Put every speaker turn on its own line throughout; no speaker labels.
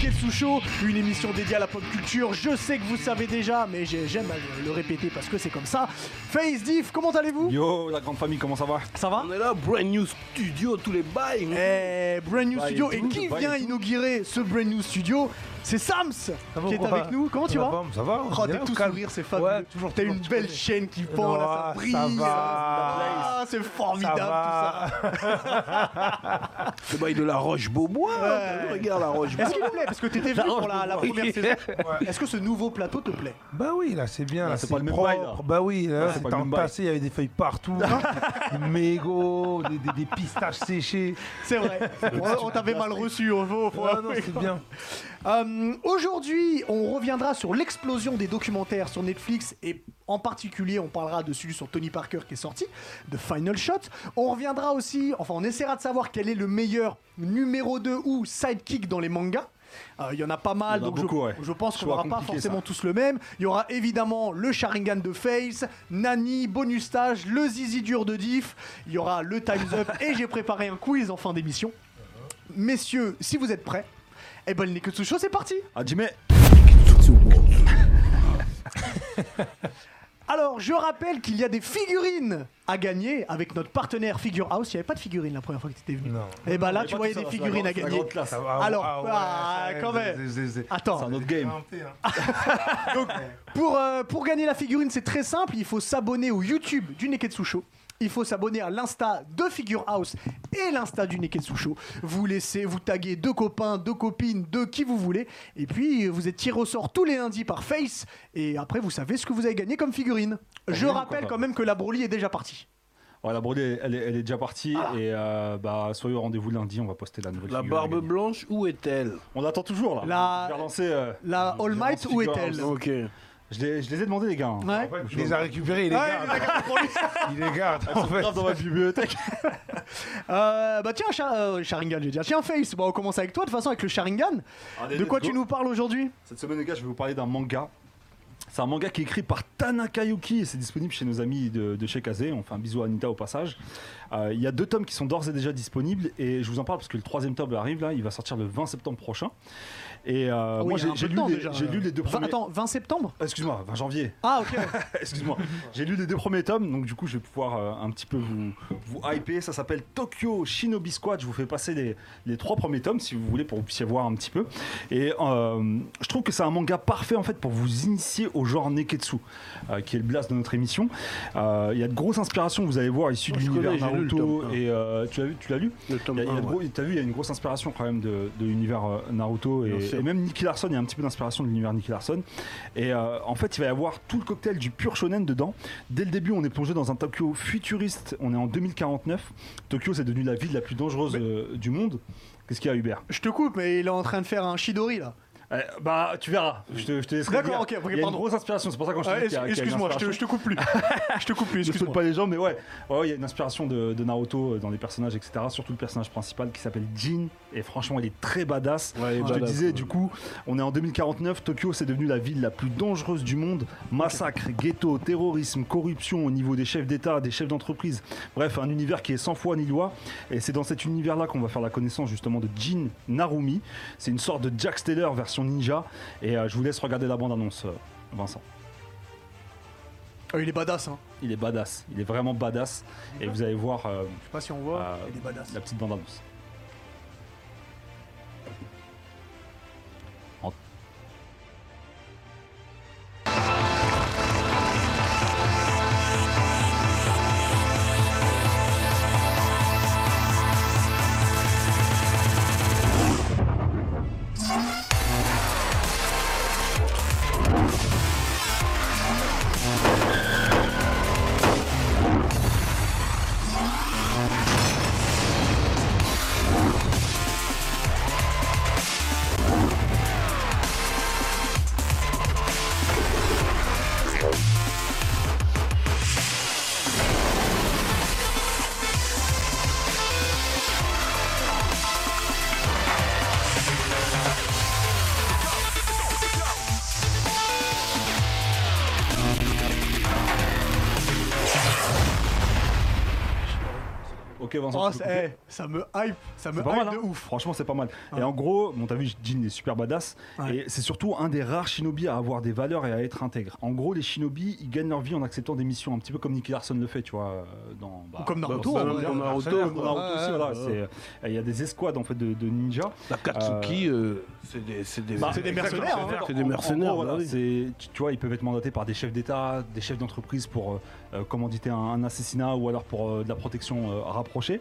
Ketsu Show, une émission dédiée à la pop culture. Je sais que vous savez déjà, mais j'ai- j'aime à le- le répéter parce que c'est comme ça. Face Diff, comment allez-vous
Yo, la grande famille, comment ça va
Ça va
On est là, brand new studio, tous les bails.
Eh, Brand New
Bah,
Studio.
et
Et
tout,
qui
bah, et
vient
tout.
inaugurer ce Brand New Studio C'est Sams
va,
qui est
pourquoi
avec nous. Comment tu
Ça
vas
va, Ça va
Oh,
on est
t'es
là,
tout
calme.
sourire, c'est fabuleux.
Ouais,
toujours, T'as une belle chaîne qui pend, là, ça
ça
brille.
va.
Ah, c'est
Ça
formidable tout ça.
va.
Le bail de la roche Beaubois.
Ouais.
Regarde la roche
Est-ce qu'il te plaît Parce que t'étais venu pour la, la première saison. Est-ce que ce nouveau plateau te plaît
Bah oui, là, c'est bien. là,
c'est pas le même
propre.
bail, là.
Bah oui, là,
c'est pas
c'était
le
en
même bail.
passé, il y avait des feuilles partout, des mégots, des, des- des pistaches séchées.
C'est vrai. on on t'avait mal reçu, on faut, faut
Ouais, non,
avouer.
c'est bien.
Euh, Aujourd'hui, on reviendra sur l'explosion des documentaires sur Netflix et en particulier, on parlera de celui sur Tony Parker qui est sorti, de Final Shot. On reviendra aussi, enfin, on essaiera de savoir quel est le meilleur numéro 2 ou sidekick dans les mangas. Euh, Il y en a pas mal,
Il y en a
donc je-
beaucoup, ouais.
je, pense qu'on
Choix
n'aura pas
compliqué,
forcément
ça.
tous le même. Il y aura évidemment le Sharingan de Face, Nani, Bonus Stage, le Zizi dur de Diff, il y aura le Time's Up et j'ai préparé un quiz en fin d'émission. Messieurs, si vous êtes prêts, eh ben le Neketsu Show, c'est parti
Ah, Jimmy
Alors, je rappelle qu'il y a des figurines à gagner avec notre partenaire Figure House. Il n'y avait pas de figurines la première fois que tu étais venu.
Non.
Et bah là, tu voyais des figurines à gagner.
Ça va, ah,
Alors,
ah, ouais,
ah,
ouais,
quand
c'est-
même. Ah,
c'est- c'est- c'est-
Attends,
C'est un autre game.
Donc, pour, euh, pour gagner la figurine, c'est très simple. Il faut s'abonner au YouTube du Neketsu Show. Il faut s'abonner à l'Insta de Figure House et l'Insta du Neketsu Show. Vous laissez, vous taguez deux copains, deux copines, deux qui vous voulez. Et puis, vous êtes tiré au sort tous les lundis par Face. Et après, vous savez ce que vous avez gagné comme figurine. Je
bien,
rappelle
quoi.
quand même que la Broly est déjà partie.
Ouais, la brodée, elle, est- elle est déjà partie.
Ah.
Et euh, bah, soyez au rendez-vous lundi, on va poster la nouvelle
La
figurine à
barbe
gagner.
blanche, où est-elle
On l'attend toujours là.
La-
Je vais relancer, euh,
La
je vais
All Might,
relancer
où
Figure
est-elle
House.
Ok.
je les, je les ai demandé, les gars. hein.
Ouais.
ouais, Il les a récupérés, il les
Ouais,
garde. Il les garde,
Ah,
en fait.
Grave dans ma bibliothèque.
Euh, bah tiens, Sha- euh, Sharingan, j'ai dit. Tiens, Face, bah, on commence avec toi, de toute façon, avec le Sharingan.
Allez,
de
let's
quoi
go.
tu nous parles aujourd'hui
Cette semaine, les gars, je vais vous parler d'un manga. C'est un manga qui est écrit par Tanaka Yuki et c'est disponible chez nos amis de, de chez Kaze. On fait un bisou à Anita au passage. Euh, Il y a deux tomes qui sont d'ores et déjà disponibles et je vous en parle parce que le troisième tome arrive là. Il va sortir le 20 septembre prochain. Et euh,
Ah oui,
moi,
il y a
j'ai
un peu
j'ai
de
lu,
temps
les-
déjà. euh,
j'ai lu les deux
Vingt-
premiers.
Attends, 20 septembre
Ah, Excuse-moi, 20 janvier.
Ah, ok.
Excuse-moi, j'ai lu les deux premiers tomes, donc du coup je vais pouvoir euh, un petit peu vous, vous hyper. Ça s'appelle Tokyo Shinobi Squad. Je vous fais passer les, les trois premiers tomes si vous voulez pour que vous puissiez voir un petit peu. Et euh, je trouve que c'est un manga parfait en fait pour vous initier au genre Neketsu, euh, qui est le blast de notre émission. Euh, Il y a de grosses inspirations, vous allez voir, issues de
Je
l'univers
connais, j'ai lu le
Naruto.
tome un.
Et euh, tu l'as vu, tu l'as lu
Le tome
il y a- il y a
1,
de
ouais.
gros- T'as vu, il y a une grosse inspiration quand même de, de l'univers euh, Naruto
Bien
et,
sûr.
et même Nicky Larson. Il y a un petit peu d'inspiration de l'univers Nicky Larson. Et euh, en fait, il va y avoir tout le cocktail du pur shonen dedans. Dès le début, on est plongé dans un Tokyo futuriste. On est en 2049. Tokyo, c'est devenu la ville la plus dangereuse euh, du monde. Qu'est-ce qu'il y a, Hubert
Je te coupe, mais il est en train de faire un Shidori là.
Eh, Bah, tu verras. Je te, je te laisserai
D'accord,
dire.
ok, ok,
Il y a une
pardon.
grosse inspiration. C'est pour ça que quand Ah, je te dis qu'il y a- qu'il y a une
Excuse-moi, je te,
inspiration.
je te coupe plus. je te coupe plus,
Je saute
excuse-moi.
pas les gens, mais ouais, Ouais, ouais, il y a une inspiration de, de Naruto euh, dans les personnages, etc. Surtout le personnage principal qui s'appelle Jin, et franchement, il est très badass.
Ouais, il est
Je te
badass,
disais,
ouais.
du coup, on est en 2049, Tokyo, c'est devenu la ville la plus dangereuse du monde. Massacres, ghettos, terrorisme, corruption au niveau des chefs d'État, des chefs d'entreprise. Bref, un univers qui est sans foi ni loi. Et c'est dans cet univers-là qu'on va faire la connaissance justement de Jin Narumi. C'est une sorte de Jack Steller version ninja. Et euh, je vous laisse regarder la bande-annonce, euh, Vincent.
Oh, il est badass, hein.
Il est badass, il est vraiment badass. Et vous allez voir euh,
Je sais pas si on voit,
Euh,
il est badass.
la petite bande-annonce. En- ok, Vincent.
Oh,
tu peux
c'est-
couper.
eh, ça me hype, ça me
C'est
hype
pas mal,
de
hein.
ouf.
Franchement, c'est pas mal.
Ouais.
Et en gros, bon, t'as vu, Jin est super badass.
Ouais.
Et c'est surtout un des rares shinobi à avoir des valeurs et à être intègre. En gros, les shinobi, ils gagnent leur vie en acceptant des missions, un petit peu comme Nicky Larson le fait, tu vois. euh, Dans, bah,
Ou comme Naruto.
bah,
hein.
bah, Naruto,
Naruto,
quoi.
Naruto
Ouais,
aussi,
ouais,
voilà, c'est- Il y a des escouades en fait de, de ninjas.
La Katsuki, euh, Bah, c'est des, c'est des,
c'est des mercenaires,
Bah, exactement,
hein.
C'est des
En- en
mercenaires,
gros,
bah
voilà,
oui.
c'est- tu, tu vois, ils peuvent être mandatés par des chefs d'État, des chefs d'entreprise pour euh, euh, commanditer un, un assassinat ou alors pour euh, de la protection euh, rapprochée.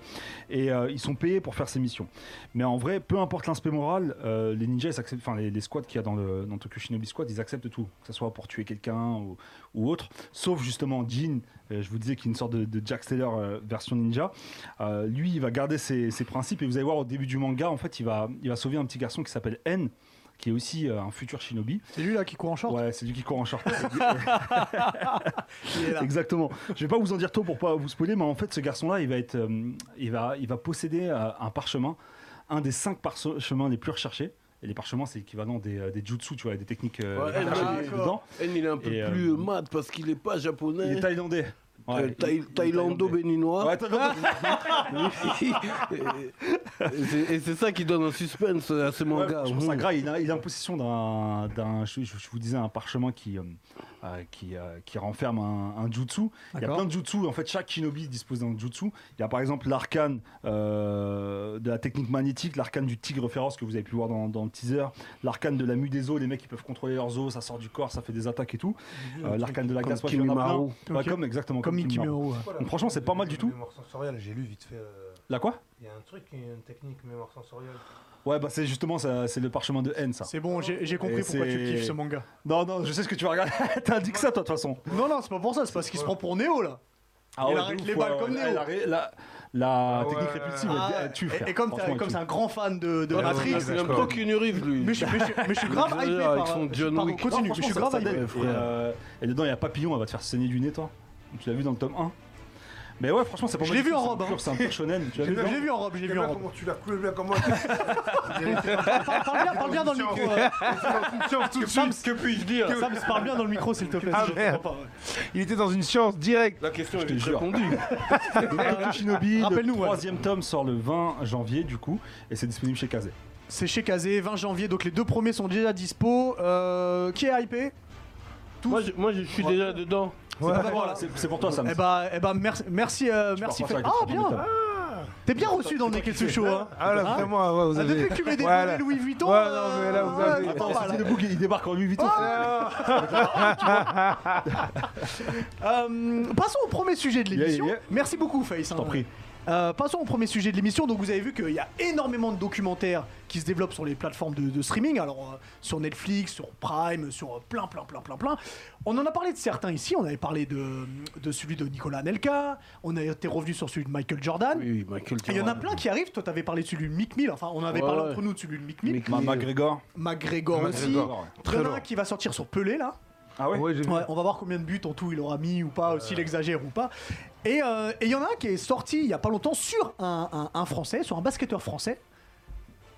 Et euh, ils sont payés pour faire ces missions. Mais en vrai, peu importe l'aspect moral, euh, les ninjas, ils acceptent- enfin les, les squads qu'il y a dans, le, dans Tokyo Shinobi Squad, ils acceptent tout, que ce soit pour tuer quelqu'un ou, ou autre. Sauf justement Jin, euh, je vous disais qu'il est une sorte de, de Jack Steller euh, version ninja. Euh, lui, il va garder ses, ses principes et vous allez voir au début du manga, en fait, il va, il va sauver un petit garçon qui s'appelle N qui est aussi euh, un futur shinobi.
C'est lui là qui court en short.
Ouais, c'est lui qui court en short.
Il est là.
Exactement. Je vais pas vous en dire trop pour pas vous spoiler, mais en fait, ce garçon-là, il va être, euh, il va, il va posséder euh, un parchemin, un des cinq parchemins les plus recherchés. Et les parchemins, c'est l'équivalent des, euh, des jutsu, tu vois, des techniques euh,
Ouais,
recherchées
d'accord.
dedans.
N, il est un peu
Et, euh,
plus euh, mat parce qu'il n'est pas
Il
japonais.
est thaïlandais. Ouais,
euh,
il-
thaï-
il est thaïlandais.
Thaïlando-béninois.
Ouais, thaïlandais.
et c'est- et c'est ça qui donne un suspense à ce
Ouais,
manga.
je pense à
Mmh.
Gras, il, a- il est en possession d'un, d'un- je, je- je vous disais, un parchemin qui, euh, euh, qui, euh, qui renferme un, un jutsu. Il y a
D'accord.
plein de jutsu. En fait, chaque shinobi dispose d'un jutsu. Il y a par exemple l'arcane euh, de la technique magnétique, l'arcane du tigre féroce que vous avez pu voir dans, dans le teaser, l'arcane de la mue des os. Les mecs, ils peuvent contrôler leurs os, ça sort du corps, ça fait des attaques et tout.
Mmh.
Euh, l'arcane de la
Comme
glace, ouais, il y en a
Kimimaru.
plein. Ouais,
Ok.
comme exactement
Comme Mickey
Kimimaru.
Mouse, ouais.
Donc, franchement, c'est pas mal du tout.
Mémoire sensorielle, j'ai lu vite fait. euh,
La quoi
Il y a un truc, il y a une technique mémoire sensorielle.
Ouais, bah c'est justement ça, c'est le parchemin de haine ça.
C'est bon, j'ai j'ai compris
Et
pourquoi
c'est-
tu kiffes ce manga.
Non, non, je sais ce que tu vas regarder. T'as dit que ça, toi, de toute façon.
Non, non, c'est pas pour ça, c'est parce qu'il se prend pour Néo là.
Ah
Il
ouais,
arrête
de
les
ouf,
balles
ouais,
comme
ouais,
Neo.
La, ré- la- la
Ah ouais.
technique répulsive,
Ah,
elle, elle tue, eh, frère.
et, et comme t'as-
Franchement, elle
comme
tue.
c'est un grand fan de, de
Ouais,
Matrix,
ouais,
C'est Ah, même
D'accord.
pas qu'une rive, lui.
mais je mais je- mais je suis grave hypé
Avec
par
son John
pardon,
Wick.
Continue,
Non,
je suis
franchement,
grave
ça, ça
hypé.
donne. Et, euh, et dedans, il y a Papillon, elle va te faire saigner du nez, toi. Tu l'as vu dans le tome 1. Mais ouais, franchement, c'est pas
Je
mal
l'ai
du
vu
tout,
en
c'est
robe,
un pur-
hein.
C'est un pur shonen. Tu l'as
Je
vu dedans
l'ai vu en robe, je l'ai
J'aime
vu en
bien
robe.
comment tu l'as coupé, bien comment
Parle parle bien, parle bien dans le
Conscience.
micro. euh, Sam, que puis-je dire Sam, parle bien dans le micro, s'il te plaît.
Ah,
sinon je
merde.
comprends pas, ouais.
Il était dans une science directe.
La question
Je te
est
jure.
répondue.
Donc, Tokyo Shinobi, le
Rappelle-nous, ouais.
troisième tome sort le 20 janvier, du coup, et c'est disponible chez Kazé.
C'est chez Kazé, 20 janvier, donc les deux premiers sont déjà dispo. Euh, qui est hypé
Moi, je, moi, je suis déjà dedans.
C'est
bah
pour toi,
voilà.
là, c'est- c'est pour toi, Sam.
Eh bah, eh bah merci, merci, euh,
Tu
merci.
pars pas
Fred.
sur la
Ah bien,
question de
t'es bien reçu dans le Neketsucho. Hein.
Ah là,
Ah.
vraiment, ouais, vous
Ah,
avez.
depuis que tu mets des bonnets
Voilà.
Louis Vuitton.
Ouais,
euh,
non, mais là, vous
ouais,
avez-
c'est pas
Attends,
mal.
Cécile Le Bouc, il débarque en Louis Vuitton.
Ah,
Euh, passons au premier sujet de
Yeah,
l'émission.
yeah, yeah.
Merci beaucoup, Face. hein.
t'en prie.
Euh, passons au premier sujet de l'émission. Donc, vous avez vu qu'il y a énormément de documentaires qui se développent sur les plateformes de, de streaming. Alors, euh, sur Netflix, sur Prime, sur euh, plein, plein, plein, plein, plein. On en a parlé de certains ici. On avait parlé de, de celui de Nicolas Nelka. On a été revenu sur celui de Michael Jordan.
Oui, oui, ma
Et
culture.
il y en a plein qui arrivent. Toi, t'avais parlé de celui de Mick Mill. Enfin, on avait
Ouais,
parlé
ouais.
entre nous de celui de Mick Mill.
Mick
Ma- McGregor.
McGregor aussi.
McGregor,
ouais.
Il y en a
Très
un
lourd.
qui va sortir sur Pelé, là.
Ah ouais
Ouais, j'ai vu.
Ouais, on va voir combien de buts en tout il aura mis ou pas, euh, s'il exagère ou pas. Et euh, et il y en a un qui est sorti il y a pas longtemps sur un, un- un Français, sur un basketteur français.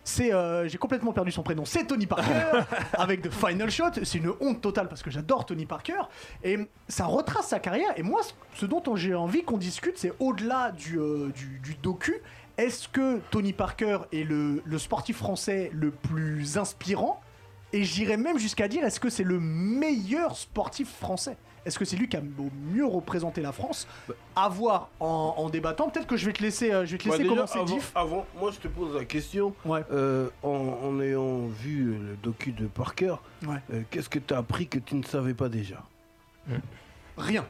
C'est, euh, j'ai complètement perdu son prénom. C'est Tony Parker avec The Final Shot. C'est une honte totale parce que j'adore Tony Parker et ça retrace sa carrière. Et moi, ce- ce dont on- j'ai envie qu'on discute, c'est au-delà du, euh, du, du docu. Est-ce que Tony Parker est le, le sportif français le plus inspirant et j'irais même jusqu'à dire, est-ce que c'est le meilleur sportif français Est-ce que c'est lui qui a au mieux représenté la France À voir en, en débattant. Peut-être que je vais te laisser, euh, je vais te
Bah,
laisser
déjà,
commencer,
avant,
Diff.
avant, moi, je te pose la question.
Ouais.
Euh, en, en ayant vu le docu de Parker,
Ouais.
euh, qu'est-ce que tu as appris que tu ne savais pas déjà
Rien.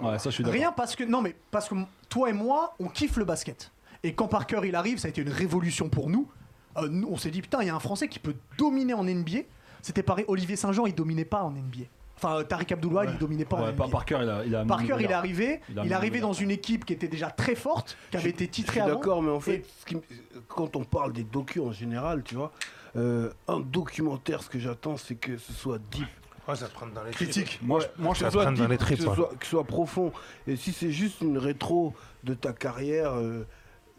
Ouais, ça, je suis d'accord.
Rien parce que non mais parce que m- toi et moi on kiffe le basket et quand Parker il arrive ça a été une révolution pour nous. Euh, nous, on s'est dit putain il y a un Français qui peut dominer en NBA. C'était pareil Olivier Saint-Jean il dominait pas en NBA. Enfin euh, Tariq Abdullah il dominait pas en
Ouais,
NBA.
par- Parker, il a. il a-
Parker, il est arrivé,
Il a
il est
mis
arrivé
le regard.
dans une équipe qui était déjà très forte, qui avait été
Je suis
titrée avant.
d'accord, mais en fait,
Et-
ce qui m- quand on parle des docus en général, tu vois, euh, un documentaire, ce que j'attends, c'est que ce soit deep.
Ouais, ça te prend dans les
Critique. Moi, je- moi, je
Ça
Que
te
ce soit
prend dans
deep,
les tripes,
que ce
ouais.
soit, que ce soit profond. Et si c'est juste une rétro de ta carrière, euh,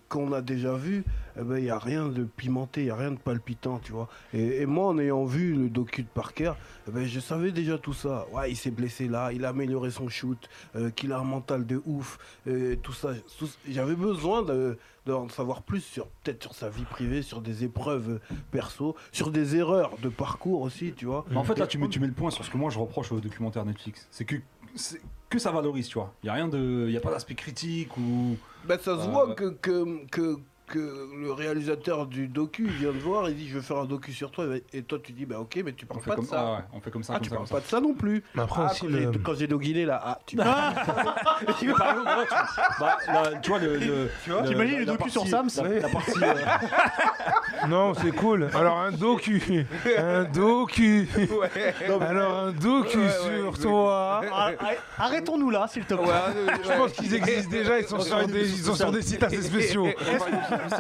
qu'on a déjà vu, eh ben, il n'y a rien de pimenté, il n'y a rien de palpitant, tu vois. Et, et moi, en ayant vu le docu de Parker, eh ben, je savais déjà tout ça. Ouais, il s'est blessé là, il a amélioré son shoot, euh, qu'il a un mental de ouf, euh, tout ça. Tout- J'avais besoin de d'en savoir plus sur peut-être sur sa vie privée, sur des épreuves euh, perso, sur des erreurs de parcours aussi, tu vois.
Mais en fait, là, tu mets, tu mets le point sur ce que moi je reproche au documentaire Netflix. C'est que, c'est que ça valorise, tu vois. Il n'y a rien de. Il a pas d'aspect critique ou.
Ben, ça se
Euh,
voit
ouais.
que, que, que, que le réalisateur du docu il vient de voir, il dit je veux faire un docu sur toi, et toi tu dis bah ok mais tu
On
parles
fait,
pas
comme...
de ça.
ah ouais, on fait comme ça.
Ah,
comme
tu
ça,
parles
comme
pas de ça non plus.
Mais après
Ah,
aussi,
quand
le-
j'ai- quand j'ai doguiné là, ah, tu
ça. Tu parles au gros, tu- Bah, là, tu vois, le. le- le-
T'imagines
la-
le
la
docu sur
partie-
Sams
la- la partie, euh,
Non, c'est cool. Alors un docu, un docu. Alors un docu
Ouais, ouais,
sur
exact.
toi.
Ah, ah, Arrêtons-nous là, s'il te plaît.
Ah,
Je pense qu'ils existent déjà. Ils sont sur des, ils sont sur des sites assez spéciaux.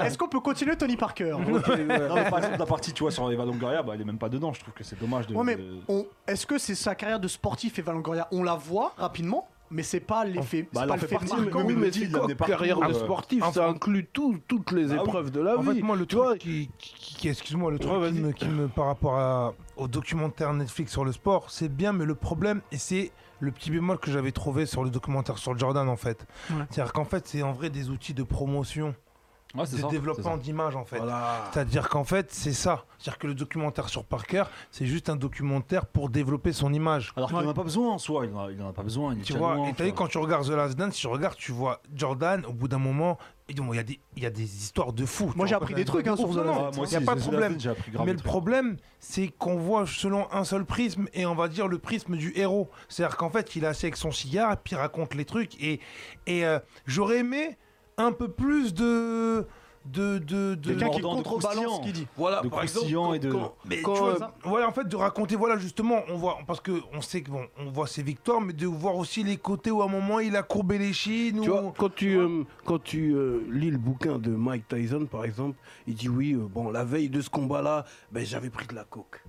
Est-ce qu'on peut continuer Tony Parker
non, mais par exemple, la partie, tu vois, sur Eva Longoria, bah, elle est même pas dedans. Je trouve que c'est dommage de.
Ouais, mais
de-
on- est-ce que c'est sa carrière de sportif Eva Longoria On la voit rapidement, mais c'est pas l'effet.
Bah,
c'est
elle
pas
en fait
l'effet
partie,
marquant.
mais-
Oui,
mais-
mais
dit,
c'est
il l'a
quoi,
amené partout,
carrière de
euh,
sportif,
en
ça
fait-
inclut tout- toutes les
oui.
épreuves de la
En
vie.
fait, moi, le
tu vois,
truc qui, qui- qui- excuse-moi, le truc qui me, qui me- par rapport à- au documentaire Netflix sur le sport, c'est bien, mais le problème, et c'est le petit bémol que j'avais trouvé sur le documentaire sur Jordan, en fait.
Ouais.
C'est-à-dire qu'en fait, c'est en vrai des outils de promotion,
Ouais, c'est
de
ça,
développement
c'est
d'image, en fait.
voilà.
C'est-à-dire qu'en fait, c'est ça. C'est-à-dire que le documentaire sur Parker, c'est juste un documentaire pour développer son image.
ça. Alors qu'il n'en a pas besoin en soi. Il en a, il en a pas besoin. Il est
Tu
déjà
vois,
loin,
et
tu
t'as vu,
vois.
quand tu regardes The Last Dance, tu regardes, tu vois Jordan, au bout d'un moment, il y, a des- il y a des histoires de fou. tu
Moi, j'ai
vois.
appris des trucs hein, sur
Oh,
The
non,
Last
non,
Dance.
Ah, moi
y a
aussi,
pas de
Zelda
problème.
Zen, J'ai appris grave
Mais
des
le
trucs.
problème, c'est qu'on voit selon un seul prisme et on va dire le prisme du héros. C'est-à-dire qu'en fait, il est assis avec son cigare, puis il raconte les trucs. Et, et euh, j'aurais aimé un peu plus de. de, de, de-
Quelqu'un qui
mordant, de
contrebalance
croustillant.
ce qu'il dit.
Voilà,
de
par exemple,
croustillant et de-
quand-
Mais
quand,
tu vois,
euh,
voilà, en fait, de raconter, voilà, justement, on voit, parce que on sait que bon, on voit ses victoires, mais de voir aussi les côtés où à un moment il a courbé les chines.
Tu
ou-
vois, quand tu, euh, quand tu euh, lis le bouquin de Mike Tyson, par exemple, il dit oui, euh, bon, la veille de ce combat-là, ben, j'avais pris de la coke.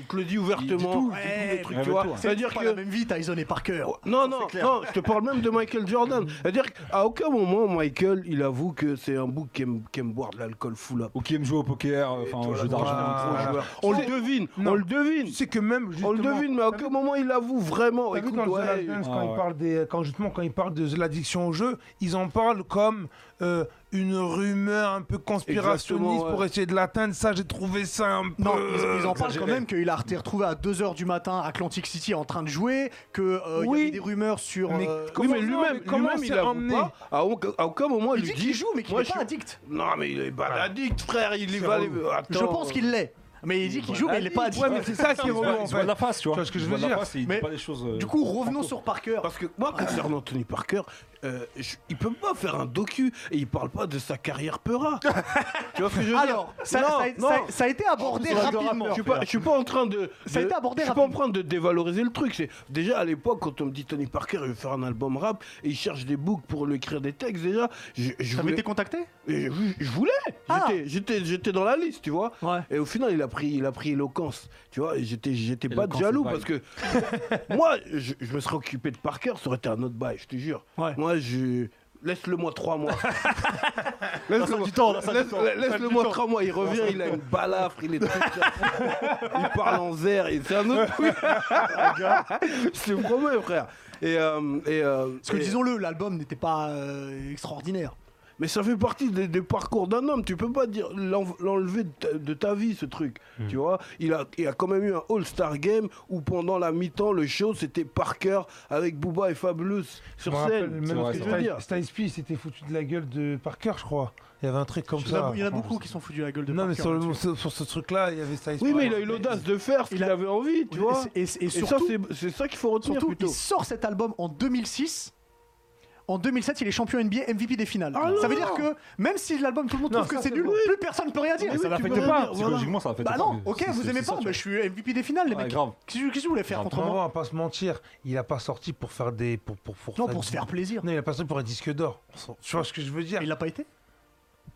Il te le dit ouvertement.
tout,
il te dit des trucs,
Ouais,
tu
mais
vois.
toi.
C'est-à-dire
C'est-à-dire
pas la
que. Oh,
même vie, Tyson et Parker.
Non, non, non, je te parle même de Michael Jordan. C'est-à-dire qu'à aucun moment, Michael, il avoue que c'est un bouc qui aime, qui aime boire de l'alcool full up.
Ou qui aime jouer au poker, euh, enfin, au jeu d'argent.
voilà.
tu vois.
On le devine,
Non.
on le devine.
Tu sais que même.
On le
justement-
devine, mais à aucun moment il avoue vraiment.
T'as vu
Écoute,
dans The Last
ouais,
Dance,
Ah
quand,
ouais.
ils parlent des, quand justement quand ils parlent de l'addiction au jeu, ils en parlent comme euh, une rumeur un peu conspirationniste
Exactement, ouais.
pour essayer de l'atteindre. Ça, j'ai trouvé ça un peu.
Non,
Euh,
ils, ils en parlent
exagéré.
quand même qu'il a été retrouvé à 2h du matin à Atlantic City en train de jouer, qu'il y
Oui.
avait des rumeurs sur...
Mais
euh,
comment-
Oui, mais
non, mais
lui-même,
comment
lui-même,
c'est
il avoue
emmené
pas. À aucun, à aucun moment, il
Il
lui
dit
dit
qu'il joue, mais qu'il
moi,
n'est pas
je suis-
addict.
Non, mais il est pas addict, frère. Il y
C'est
va.
relou.
Je pense qu'il l'est. Mais il dit qu'il joue, mais il n'est pas addict.
Ah, Ouais, mais c'est ça qui est
Il se
relou
voit-
en
il se voit
fait.
de la face, tu vois.
Tu vois ce que
Il
je
se
veux
voit de la
dire
face et il dit
Mais-
pas les choses. euh,
Du coup, revenons sur Parker.
Parce que moi, concernant Tony Parker, euh, je- il peut pas faire un docu et il parle pas de sa carrière peura. tu vois ce que je veux
Alors,
dire
ça,
Non,
ça-
non.
ça- ça a été abordé
Je suis-
rapidement.
Je suis pas, je suis pas en train de.
Ça a
de-
été abordé
Je suis pas en
rapidement.
train de dévaloriser le truc. C'est déjà à l'époque quand on me dit Tony Parker, il veut faire un album rap et il cherche des books pour lui écrire des textes. Déjà, je, je
T'avais
voulais.
été contacté
Et Je, je voulais.
Ah.
J'étais- J'étais, j'étais dans la liste, tu vois.
Ouais.
Et au final, il a pris, il a pris éloquence. Tu vois, et j'étais, j'étais pas
Éloquence,
jaloux
c'est
parce que moi, je, je me serais occupé de Parker, ça aurait été un autre bail, je te jure.
Ouais.
Moi, je laisse-le moi trois mois.
ça
laisse-le
a du temps, là, ça a du
laisse-
temps.
laisse-le moi trois mois. Il revient, il a une balafre, il est très il parle en vert, et c'est un autre truc.
Ah,
je te promets, frère. Et, euh, et, euh,
Parce que
et-
disons-le, l'album n'était pas euh, extraordinaire.
mais ça fait partie des, des parcours d'un homme. Tu peux pas dire l'en- l'enlever de, ta- de ta vie, ce truc.
Hmm.
Tu vois, il a, il a quand même eu un All-Star Game où pendant la mi-temps, le show, c'était Parker avec Booba et Fabulous
Je
sur
me rappelle
scène.
même
C'est vrai,
parce
c'est
que
vrai.
Stiles- Stiles P, il s'était foutu de la gueule de Parker, je crois. Il y avait un truc comme
Il y en a-
ça.
il y en a beaucoup qui sont foutus la gueule de
Non, mais
Parker
sur, le-
là-dessus.
sur- sur ce truc-là, il y avait Stiles
Oui,
P.
mais il a eu l'audace de faire ce
Il
qu'il
a-
avait envie, tu
Et-
vois.
et, et- et
Et,
surtout,
ça, c'est- c'est ça qu'il faut retenir
surtout, il
plutôt.
sort cet album en 2006. En 2007, il est champion NBA, MVP des finales.
Ah non
ça veut dire que même si l'album tout le monde
Non,
trouve que
ça,
c'est
c'est
nul,
bon.
plus personne ne peut rien dire.
Mais oui,
Ça
tu peux
l'affecte
revenir,
pas,
voilà.
psychologiquement ça l'affecte
Bah
pas.
non, ok,
C'est-
vous
c'est
aimez pas,
ça, tu
bah,
vois.
je suis MVP des finales, les
Ouais,
mecs.
grave.
Qu'est-ce que qu'est-ce que vous voulez faire
Grave.
contre
On
moi
va pas se mentir, il a pas sorti pour faire des. pour, pour, pour
Non, pour se faire plaisir.
Non, il a pas sorti pour un disque d'or. Tu vois ce que je veux dire
Il l'a pas été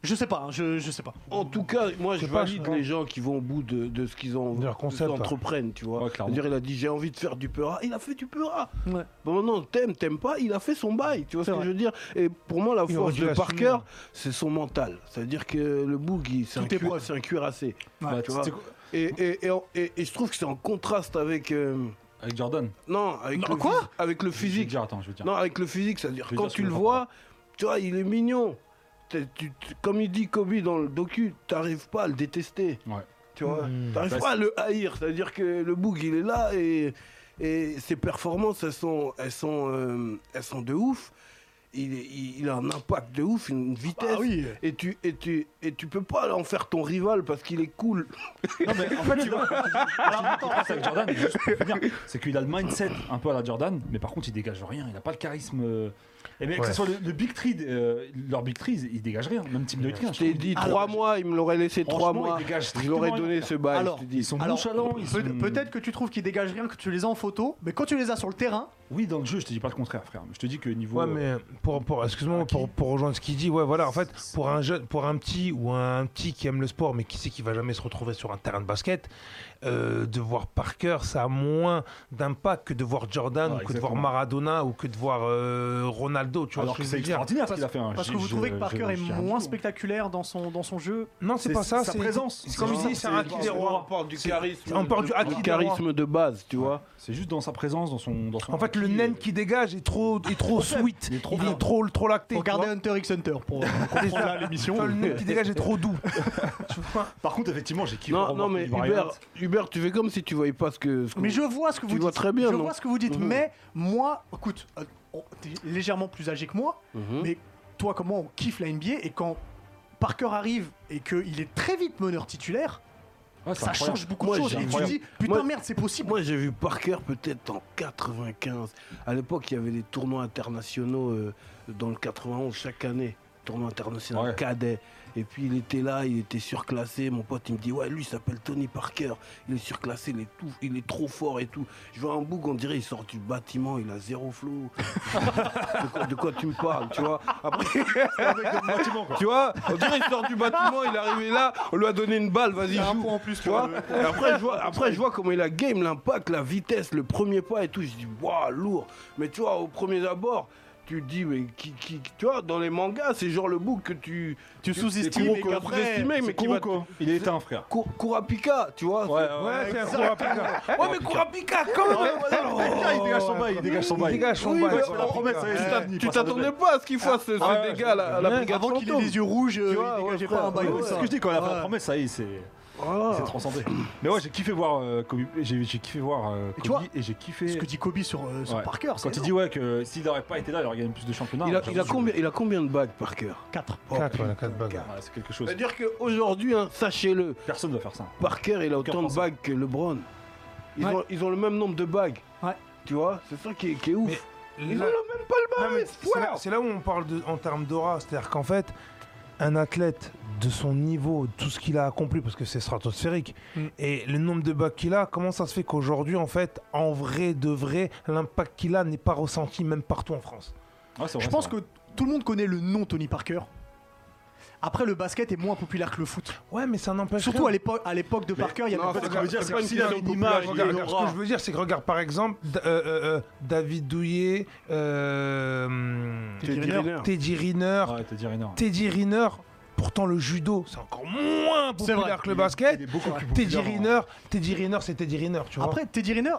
Je sais pas, hein, je, je sais pas.
En tout cas, moi, je
sais pas, je
valide
sais pas.
les gens qui vont au bout de, de ce qu'ils ont,
De leur
de ce
concept,
qu'ils
ouais.
entreprennent, tu vois.
Ouais, clairement.
C'est-à-dire, il a dit j'ai envie de faire du peur. Il a fait du peur.
Ouais.
Bon, non, t'aimes, t'aimes pas. Il a fait son bail, tu vois
C'est
ce que
vrai.
je veux dire. Et pour moi, la
Il aurait
force
dû
de
l'assumer.
Parker, c'est son mental. C'est-à-dire que le bug, il- c'est un,
Tout est
cuir-
propre.
c'est un cuirassé.
Ouais,
Bah,
tu vois.
c'était quoi
Et, et- et en- et- et je trouve que c'est en contraste avec. euh,
Avec Jordan.
non, avec,
Non,
le,
quoi
phys- avec le physique.
Je vais te dire, attends, je veux dire.
Non, avec le physique, c'est-à-dire
Je veux
quand
dire,
tu
je
le
veux
vois, tu vois, il est mignon. T'es- tu- tu- comme il dit Kobe dans le docu, t'arrives pas à le détester.
Ouais.
Tu vois, t'arrives
Bah,
pas à le haïr. C'est-à-dire que le boug, il est là et, et ses performances, elles sont, elles sont, euh, elles sont de ouf. Il, est- il- il a un impact de ouf, une vitesse.
Ah oui.
Et tu, et, tu, et tu peux pas en faire ton rival parce qu'il est cool.
Non, mais en fait, tu vois, quand tu dis- quand tu dis contraste avec Jordan, juste pour finir, c'est qu'il a le mindset un peu à la Jordan, mais par contre, il dégage rien, il n'a pas le charisme. euh, Et bien, que ce
Ouais.
soit le, le Big Tree, euh, leur Big Tree, ils dégagent rien, même Team Dead Rien.
Je t'ai dit trois mois, il me l'aurait laissé trois
franchement, il
mois.
dégage
Je lui aurais
strictement
donné
rien.
ce bail.
Alors,
je te dis.
Ils sont
Alors,
nonchalants, ils
Peut-
sont-
Peut-être que tu trouves qu'ils dégagent rien, que tu les as en photo, mais quand tu les as sur le terrain,
Oui, dans le jeu, je te dis pas le contraire, frère. mais Je te dis que niveau. euh,
Ouais, mais pour, pour excuse-moi, pour, pour rejoindre ce qu'il dit, ouais, voilà, en fait, pour un jeune, pour un petit ou un petit qui aime le sport, mais qui sait qu'il va jamais se retrouver sur un terrain de basket, euh, de voir Parker, ça a moins d'impact que de voir Jordan,
Ouais,
ou que de
exactement.
voir Maradona, ou que de voir euh, Ronaldo, tu vois
Alors
ce
que
que je
c'est
veux dire.
extraordinaire ce qu'il a fait. hein.
parce
Je-
que vous
je-
trouvez que
je-
Parker
je-
est
je tiens à
moins
dire.
spectaculaire dans son, dans son jeu.
Non, c'est
C'est-
pas ça,
sa
c'est
présence.
Comme
C'est
je
ça,
dis, c'est un acquis des rois.
parle du
C'est-
charisme.
on parle du
de-
acquis
le
des rois.
charisme de base, tu vois.
C'est juste dans sa présence, dans son. Dans son
En fait, le
acquis,
naine
euh,
qui dégage est trop, est trop sweet, il est trop,
bien.
trop, lacté. tu
Regardez
vois.
Hunter x Hunter pour.
C'est ça. Enfin, le naine qui dégage est trop doux. tu vois
Par contre, effectivement, j'ai kiffé.
Non,
Robert
non mais
Bryant.
Hubert, Hubert, tu fais comme si tu voyais pas ce que. ce qu'on-
Mais je vois ce que
Tu
vous
vois
dites.
très bien,
je
non
vois ce que vous dites.
Mhm.
Mais moi, écoute, euh, oh, t'es légèrement plus âgé que moi.
Mhm.
Mais toi, comment on kiffe la NBA et quand Parker arrive et qu'il est très vite meneur titulaire,
Ouais, c'est
ça
incroyable.
change beaucoup
Moi,
de choses.
j'ai-
Et tu
incroyable.
dis, putain,
Moi-
merde, c'est possible.
Moi, j'ai vu Parker peut-être en 95. À l'époque, il y avait des tournois internationaux euh, dans le 91 chaque année. Tournoi international
Ouais.
cadet. Et puis il était là, il était surclassé. Mon pote, il me dit Ouais, lui, il s'appelle Tony Parker. Il est surclassé, il est, tout, il est trop fort et tout. Je vois un bouc, on dirait, il sort du bâtiment, il a zéro flow. de, quoi, de quoi tu me parles, tu vois Après, tu vois, on dirait, il sort du bâtiment, il est arrivé là, on lui a donné une balle, vas-y, joue.
en plus,
Tu vois Et après, je vois, après, je vois comment il a game, l'impact, la vitesse, le premier pas et tout. Je dis, waouh, lourd. Mais tu vois, au premier abord, tu te dis, mais qui, qui- Tu vois, dans les mangas, c'est genre le bouc que tu.
Tu
C'est
sous-estimes
Kuroko.
et qu'après.
Sous-estimé, mais
C'est
qui va.
Kuroko. Il est éteint, frère.
Ku- Kurapika, tu vois.
Ouais,
c'est-
ouais.
Ouais, c'est un Kurapika. Ouais, mais Kurapika,
Ouais,
quand même
voilà,
Oh,
il dégage son bail, il dégage son
Il
bail.
dégage son
Oui,
bail.
mais
C'est la promesse, ça y est, c'est l'avenir,
Oh. Tu
pas ça
t'attendais
devait.
pas à ce qu'il fasse ce, ce
ouais,
dégât là, à la
ouais,
brigade
Avant qu'il ait
fantôme.
les yeux rouges, euh,
Tu vois,
il dégageait
ouais,
pas un bail
ouais,
comme
ouais.
C'est
ça.
ce que je dis quand elle a fait
Ouais.
la promesse, ça y est, c'est
Voilà.
c'est transcendé. Mais ouais, j'ai kiffé voir euh, Kobe, j'ai j'ai kiffé voir euh,
Et tu
Kobe
vois,
et j'ai
Ce
kiffé
que dit Kobe sur, euh, sur
Ouais.
Parker, c'est
quand il dit ouais que s'il n'aurait pas été là, il aurait gagné plus de championnats.
Il a,
J'avoue,
il a
je-
combien, il a combien de bagues par cœur
4.
Quatre, voilà, quatre bagues.
Ouais, C'est quelque chose.
C'est-à-dire qu'aujourd'hui, hein, sachez-le,
Personne ne va faire ça.
Parker, il a autant de
14%.
bagues que LeBron. Ils,
Ouais.
ont, ils ont le même nombre de bagues.
Ouais.
Tu vois, c'est ça qui est, qui est ouf.
Mais
ils
là-
ont le même palmarès.
Non, mais c'est là-
Wow.
C'est là où on parle de- en termes d'aura, c'est-à-dire qu'en fait, un athlète de son niveau, tout ce qu'il a accompli, parce que c'est stratosphérique,
Mm.
et le nombre de bacs qu'il a, comment ça se fait qu'aujourd'hui, en fait, en vrai de vrai, l'impact qu'il a n'est pas ressenti même partout en France
Ouais, c'est vrai,
Je pense
c'est
que
vrai.
tout le monde connaît le nom Tony Parker. Après, le basket est moins populaire que le foot.
Ouais, mais ça n'empêche
Surtout à l'époque, à l'époque de Parker, il y avait
non,
pas-
En fait, ce que je veux dire,
C'est
c'est
pas
que
une
s'il a
question
une
de
image,
popularité,
il
Regarde, regarde, ce que
aura.
je veux dire, c'est que regarde par exemple d- euh, euh, euh, David Douillet, euh, hum,
Teddy Riner.
Teddy Riner,
Ouais, t'as dit rien.
Teddy Riner. Pourtant, le judo, c'est encore moins
C'est vrai.
populaire que le basket.
Il est beaucoup plus
Teddy
populaire en-
Riner, Teddy Riner, c'est Teddy Riner, tu vois.
Après, Teddy Riner,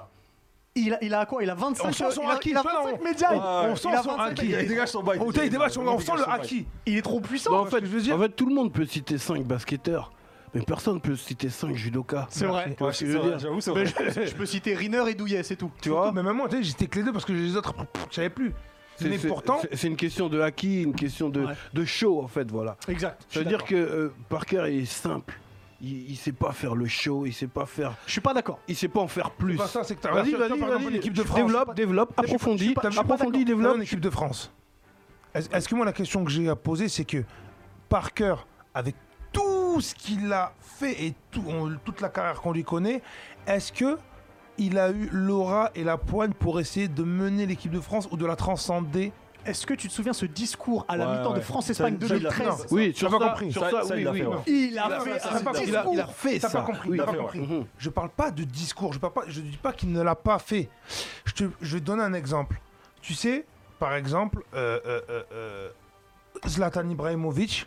il a, il a quoi Il a 25
On sent son
il a,
acquis,
il a
tu vois,
25
on-
médailles.
on-
on sent
Il a
son
25
acquis.
Il
médailles.
il dégage son bail.
oh, putain, il débat, on, on sent le haki.
Il est trop puissant.
Bah, en, fait,
que je veux dire
en fait, tout le monde peut citer 5 basketteurs, mais personne ne peut citer 5 judokas.
C'est vrai.
Tu vois ce que je veux dire
J'avoue, c'est
Mais
vrai.
je, je peux citer Riner et Douillet, c'est tout.
Tu vois
Mais même moi, tu sais, j'étais que les deux parce que les autres, pff, je savais plus.
C'est-
Mais
c'est-
pourtant,
c'est- C'est une question de acquis, une question de,
Ouais.
de show, en fait, voilà.
Exact.
Ça veut dire que euh, Parker est simple. Il, il sait pas faire le show, il sait pas faire,
Je suis pas d'accord.
il sait pas en faire plus.
c'est pas Bah, ça, c'est que t'as
Vas-y,
tu vois,
vas-y,
par exemple,
vas-y.
l'équipe de France.
Développe, déveppe,
je suis pas- je
approfondis,
suis pas- je suis pas
approfondis,
d'accord.
développe.
en équipe de France. Est-ce est-ce que moi, la question que j'ai à poser, c'est que Parker, avec tout ce qu'il a fait et tout- on- toute la carrière qu'on lui connaît, est-ce que il a eu l'aura et la poigne pour essayer de mener l'équipe de France ou de la transcender
Est-ce que tu te souviens ce discours à la
Ouais,
mi-temps de
ouais.
France-Espagne
Ça, ça, il l'a fait,
2013
Oui,
J'ai
sur
pas
ça,
compris.
Sur
Ça,
ça,
ça, il
oui,
l'a
oui.
fait, ouais.
Il
Il
a
a
fait
fait ça,
un
il a-
discours.
il a- il a
fait
T'as
ça.
pas compris,
Oui.
t'as pas
fait, ouais.
compris.
Mhm.
Je parle pas de discours, je parle pas, je dis pas qu'il ne l'a pas fait. Je, te, je vais te donner un exemple. Tu sais, par exemple, euh, euh, euh, euh, Zlatan Ibrahimovic,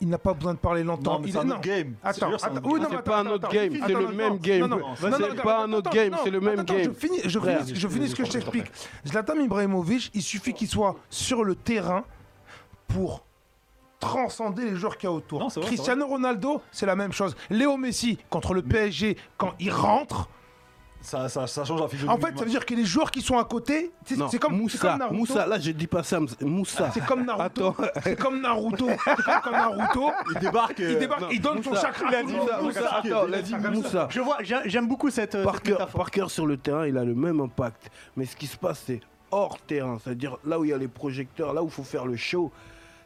il n'a pas besoin de parler longtemps.
Non, mais
Il-
c'est un
non.
autre game.
Attends,
Sérieux, c'est un
attends,
autre
oui,
game.
non,
C'est
mais
pas
attends,
un autre
attends,
game,
attends,
c'est le
attends,
même
attends,
game.
Non, non,
Non,
c'est
non, non,
pas
attends,
un autre
attends,
game,
non,
c'est le même
attends,
game.
Je finis, je
Frère.
finis- je finis ce que je t'explique. Zlatan Ibrahimovic, il suffit qu'il soit sur le terrain pour transcender les joueurs qu'il y a autour.
Non, c'est vrai,
Cristiano Ronaldo, c'est la même chose. Léo Messi, contre le PSG, quand il rentre,
Ça, ça, ça change la figure.
en
du
fait,
match.
ça veut dire que les joueurs qui sont à côté, c'est
Non,
c'est comme, c'est
Moussa,
comme Naruto.
Moussa, là je dis pas ça, Moussa.
C'est comme Naruto. C'est comme Naruto. C'est comme, comme Naruto.
il débarque. euh,
Il débarque,
non,
il donne son
Moussa,
chakra. à tout le
Moussa,
monde.
Moussa,
Moussa,
attends,
il a dit
laisse- Moussa.
Je vois, j'a- j'aime beaucoup cette, euh, cette
Parker,
métaphore.
Parker sur le terrain, il a le même impact. Mais ce qui se passe, c'est hors terrain. C'est-à-dire là où il y a les projecteurs, là où il faut faire le show,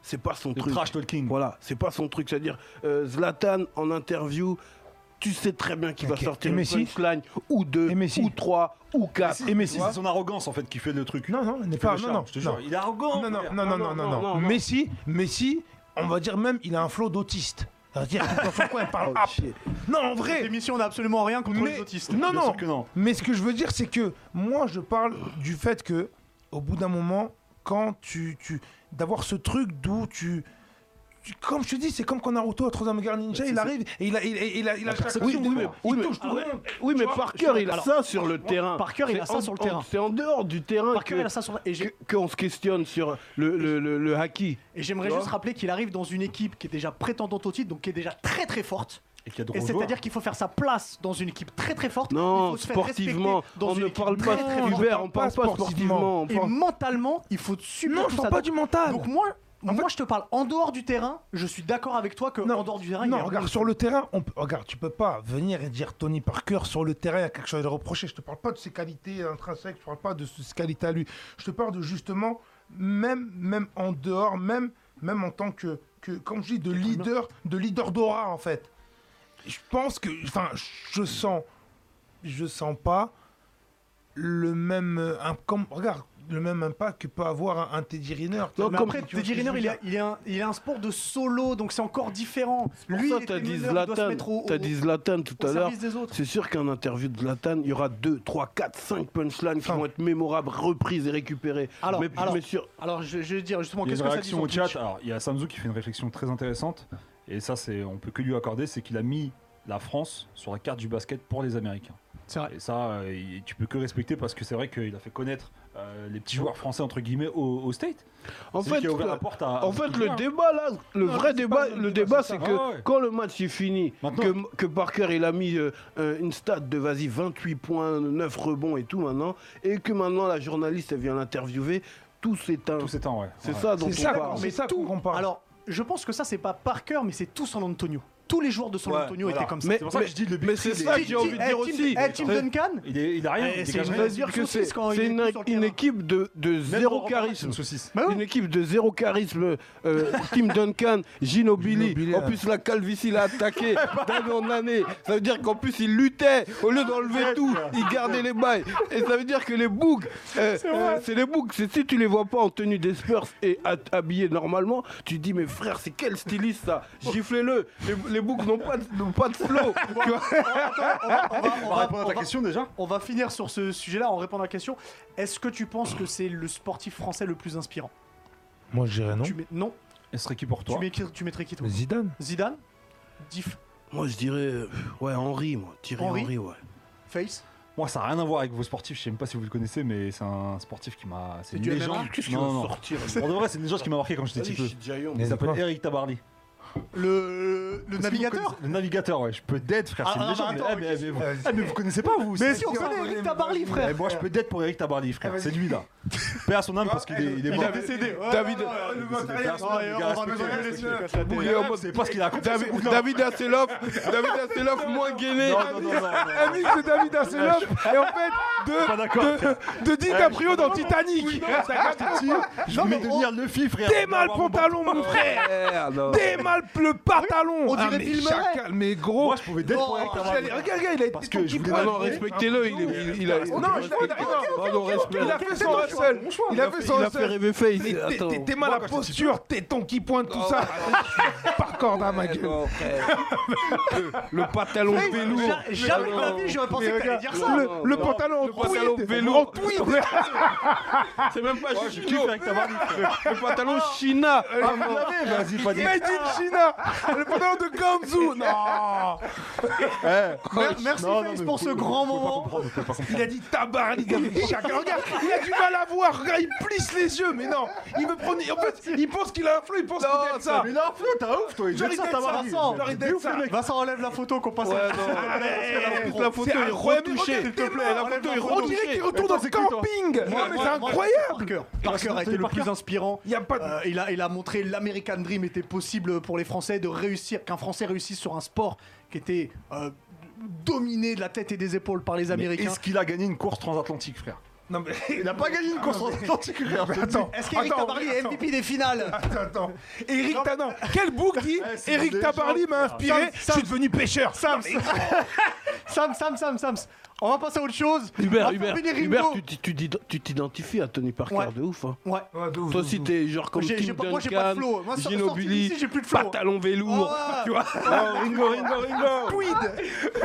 c'est pas son
Le
truc.
trash talking.
Voilà, c'est pas son truc. C'est-à-dire euh, Zlatan en interview, tu sais très bien qu'il va
Ok.
sortir
Et
une
Messi
punchline ou deux,
Et Messi
ou trois, ou quatre.
Et Messi.
Ah, C'est son arrogance en fait qui fait le truc.
Non, non, n'est
Qui fait
pas.
le
Non,
charme,
non,
je te jure. Il est arrogant.
Non, non,
frère.
non, non, non, non, non,
non, non.
Messi, Messi, on va dire même, il a un flot d'autiste. C'est-à-dire que dans son coin, il parle
Oh,
rap.
chier.
Non, en
Cette
vrai.
émission n'a absolument rien contre
Mais,
les autistes.
non,
Bien
non,
sûr que non.
Mais ce que je veux dire, c'est que moi, je parle du fait que, au bout d'un moment, quand tu, tu d'avoir ce truc d'où tu, tu- comme je te dis, c'est comme quand Naruto, à troisième garde
Bah,
ninja, il arrive et il a, il, il- il a, il a chaque
Oui, oui,
action,
mais, oui, mais-
il touche tout le
ouais,
monde.
oui, mais
vois,
Parker, il a
alors,
ça sur le terrain.
Parker, il a
C'est
ça
en-
sur le
en-
terrain.
C'est en dehors du terrain
Parker,
que-
il a ça sur- et j'ai-
que- qu'on se questionne sur le, le, le, le haki.
Et j'aimerais
Tu vois
juste rappeler qu'il arrive dans une équipe qui est déjà prétendante au titre, donc qui est déjà très très forte.
Et qu'il y a de
Et
gros
c'est-à-dire
joueurs.
qu'il faut faire sa place dans une équipe très très forte. il
Non,
faut se faire
sportivement,
respecter dans
on
une
ne
équipe
parle pas
très, très forte.
d'hiver, on parle
Pas
pas sportivement. on
Et
parle-
mentalement, il faut subir
Non,
tout
je
ça.
parle pas du mental.
Donc moi,
En
moi je te parle en dehors du terrain. Je suis d'accord avec toi que
Non.
en dehors du terrain, il y
Non,
a
regarde, sur le terrain, on peut- regarde, tu peux pas venir et dire Tony Parker sur le terrain, il y a quelque chose à lui reprocher. Je te parle pas de ses qualités intrinsèques, je parle pas de ses qualités à lui. Je te parle de justement, même, même en dehors, même, même en tant que, que, comme je dis, de leader, de leader d'aura en fait. Je pense que, enfin, je sens, je sens pas le même, euh, un- comme, regarde, le même impact que peut avoir un, un Teddy Riner.
Non,
Mais
comme-
après,
Tu vois ce
Teddy
que je
Riner,
veux
il
dire
a, il, a un, il a un sport de solo, donc c'est encore différent. Lui,
Pour
il
ça,
était
t'as dit
meneur, il doit se
Zlatan,
mettre au,
t'as
au-
dit Zlatan tout
au
à l'heure.
service des autres.
C'est sûr qu'en interview de Zlatan, il y aura 2, 3, 4, 5 punchlines qui
Enfin.
vont être mémorables, reprises et récupérées.
Alors,
mais,
alors,
mais sur-
Alors, je, je vais dire justement,
Il y a
qu'est-ce
une
que ça dit
réaction
sur
au chat.
Twitch
Alors, il y a Samzu qui fait une réflexion très intéressante. Et ça, c'est, on peut que lui accorder, c'est qu'il a mis la France sur la carte du basket pour les Américains.
C'est vrai.
Et ça, euh, il- tu peux que respecter parce que c'est vrai qu'il a fait connaître euh, les
Mmh.
petits joueurs français entre guillemets au, au state.
en
C'est lui
fait,
qui a ouvert
euh,
la porte à. à
en fait,
beaucoup de
le
joueurs.
débat là, le
Non,
vrai
c'est
débat,
pas le
le
débat,
débat,
c'est
c'est
ça.
que
Ah ouais.
quand le match est fini, que,
Maintenant.
que Parker il a mis euh, euh, une stat de vas-y 28 points, 9 rebonds et tout maintenant, et que maintenant la journaliste elle vient l'interviewer, tout s'éteint.
Tous ces temps, ouais.
C'est
Ouais.
ça dont
C'est
on
ça,
Ah,
parle.
c'est ça qu'on compare.
Alors, je pense que ça, c'est pas par cœur, mais c'est tout San Antonio. Tous les joueurs de San
Ouais,
Antonio
voilà.
étaient comme ça.
Mais,
C'est pour ça que
mais-
je dis le Big
mais c'est
Three,
ça
les-
que j'ai envie de dire aussi.
Eh, Tim
Euh,
Duncan
Il, est, il a rien.
Eh,
il
c'est
dégage
une
rien.
vraise-
C'est-à-dire que c'est
saucisse quand il
c'est
est
une,
plus sur le
une
terrain.
équipe de, de
Même
zéro
Laurent Barra, c'est
charisme.
Une saucisse.
Bah oui.
Une équipe de zéro charisme. euh, Tim Duncan, Ginobili.
Ginobili,
en
ouais.
plus, la calvitie l'a attaqué d'année en année. Ça veut dire qu'en plus, il luttait. Au lieu d'enlever tout, il gardait les bails. Et ça veut dire que les bougs, euh, euh, c'est les bougs. C'est si tu les vois pas en tenue des Spurs et at- habillés normalement, tu dis mais frère, c'est quel styliste ça Giflez-le. Les, les bougs n'ont pas, de- n'ont pas de flow. tu vois
on va, on va-
On
on va-
va répondre à
on
ta
va-
question déjà.
on va finir sur ce sujet-là en répondant à la question. Est-ce que tu penses que c'est le sportif français le plus inspirant
moi, je dirais non.
Tu mets- Non.
Elle serait qui pour
Tu,
toi
mets qui- tu mettrais qui toi
Mais Zidane.
Zidane Diff
Moi, je dirais, euh, ouais, Henri, moi. Thierry
Henry
Henry, ouais.
Face
Moi, ça n'a rien à voir avec vos sportifs. Je sais même pas si vous le connaissez, mais c'est un sportif qui m'a. C'est une
du MMA?
légende.
Qu'est-ce qu'il
Non,
va
non, non.
sortir
Pour de vrai, c'est une légende qui m'a marqué quand j'étais
Vas-y,
petit
je
peu.
suis déjà young.
Il s'appelle
quoi
Eric Tabarly.
Le, le
Est-ce que vous
navigateur
connaissez- Le navigateur, ouais. Je peux dead, frère.
Ah,
C'est une
ah,
légende.
bah,
mais-
attends,
eh, mais,
ok.
mais vous...
Euh,
eh, mais vous connaissez pas, vous
Mais
c'est-
si on connaît Eric Tabarly
Eh,
frère
Moi, je peux dead pour Eric Tabarly, frère. C'est lui, là. Père son âme parce qu'il est, il est mort.
avait cédé ouais,
David-
non, non, non,
C'est
non,
des personnes,
non,
des
non, on
gars
va pas
respectés,
le
respectés.
laisser, casse la tête.
Il est en mode, C'est pas ce qu'il a accompli.
David, David Asseloff, David Asseloff moins gainé.
Non, non, non, non, non.
un mix de David Hasselhoff et en fait
Pas d'accord.
de, de, de DiCaprio dans Titanic. Ça capte
Ah, Je
Non,
vais
mais on-
devenir le fif, frère.
T'es mal pantalon mon frère.
Merde.
T'es mal le, le pantalon Ah,
on dirait
mais
Bill
chacal, mais gros
Moi, je pouvais détruire
Non,
ta
Allez,
maman.
regarde, regarde, il a été
Parce
ton
que je
petit
voulais-
poil.
Ah
non, respectez-le, il, est- il, il a.
Non, je l'ai-
Pardon,
Il a
respect.
fait son hustle. Il a fait son
Il a fait
hustle.
rêver Face.
Mais t'es-
Attends.
t'es- T'es mal à
Moi,
la
quand j'étais
posture, tétons qui pointent, tout ça. Par corde à ma gueule.
Oh, frère. le, le pantalon
Hey,
velours.
ja- Jamais de ma vie, j'aurais pensé que t'allais dire ça.
Le, le
non,
pantalon
le
en tweed,
pantalon vélo.
en tweed.
C'est même pas
Je kiffe avec ta maman.
Le pantalon China.
Ah, vous l'avez, vas-y, pas dit.
Made in China Le pantalon de Gamzu Non
Mer- Merci
Non, non,
Face
mais
pour
vous
ce
pouvez-
grand
vous pouvez pas
moment.
comprendre, vous pouvez pas comprendre.
Il a dit tabar, les gars, mais chacun. Regarde, il a du mal à voir, regarde, il plisse les yeux, mais non Il veut prendre. En fait, il pense qu'il a un flou, il pense qu'il aide ça
Eh,
Mais là, flou, t'as
hein.
ouf, toi. Il
Genre,
dit
il
ça,
dit
t'as
ça,
marqué.
Vincent.
Genre, il dit
T'es ouf,
ça.
le mec.
Vincent, enlève la photo qu'on passe à
Ouais, non.
Arrête.
La photo
Eh, C'est
est
incroyable, mais
retouchée.
regarde,
S'il te plaît, la photo est
On dirait qu'il
retouchée.
retourne en
Attends, c'est qui, toi
camping Non, mais c'est
Moi, moi,
incroyable
Parker. Parker a été le plus inspirant.
Il y a pas de.
Euh, il, a, il a montré l'American Dream était possible pour les Français de réussir, qu'un Français réussisse sur un sport qui était euh, dominé de la tête et des épaules par les Américains.
Est-ce qu'il a gagné une course transatlantique, frère
Non, mais.
Il n'a pas gagné
Ah,
une course transatlantique, frère. je te le dis.
Attends,
Est-ce qu'Eric
attends,
Tabarly est
attends.
MVP des finales
Attends, attends. Eric Tabarly, quel bouc dit
Eh, c'est
Eric
des
Tabarly
gens,
m'a
frère.
inspiré,
Sam,
je suis devenu pêcheur. Sam,
Sam, Sam, Sam, Sam. On va passer à autre chose. On
Hubert,
va
Hubert,
faire venir
Hubert,
Ringo.
tu- tu- tu t'ident- tu t'identifies à Tony Parker
Ouais.
de ouf. hein.
Ouais.
Toi aussi, t'es genre comme
J'ai- j'ai
Tim
pas- moi, j'ai pas de
Duncan,
flow. Moi, sorti
Ginobili,
d'ici, j'ai plus de flow.
pantalon velours.
Ah ouais.
Tu vois
Oh, Ringo, Ringo, Ringo.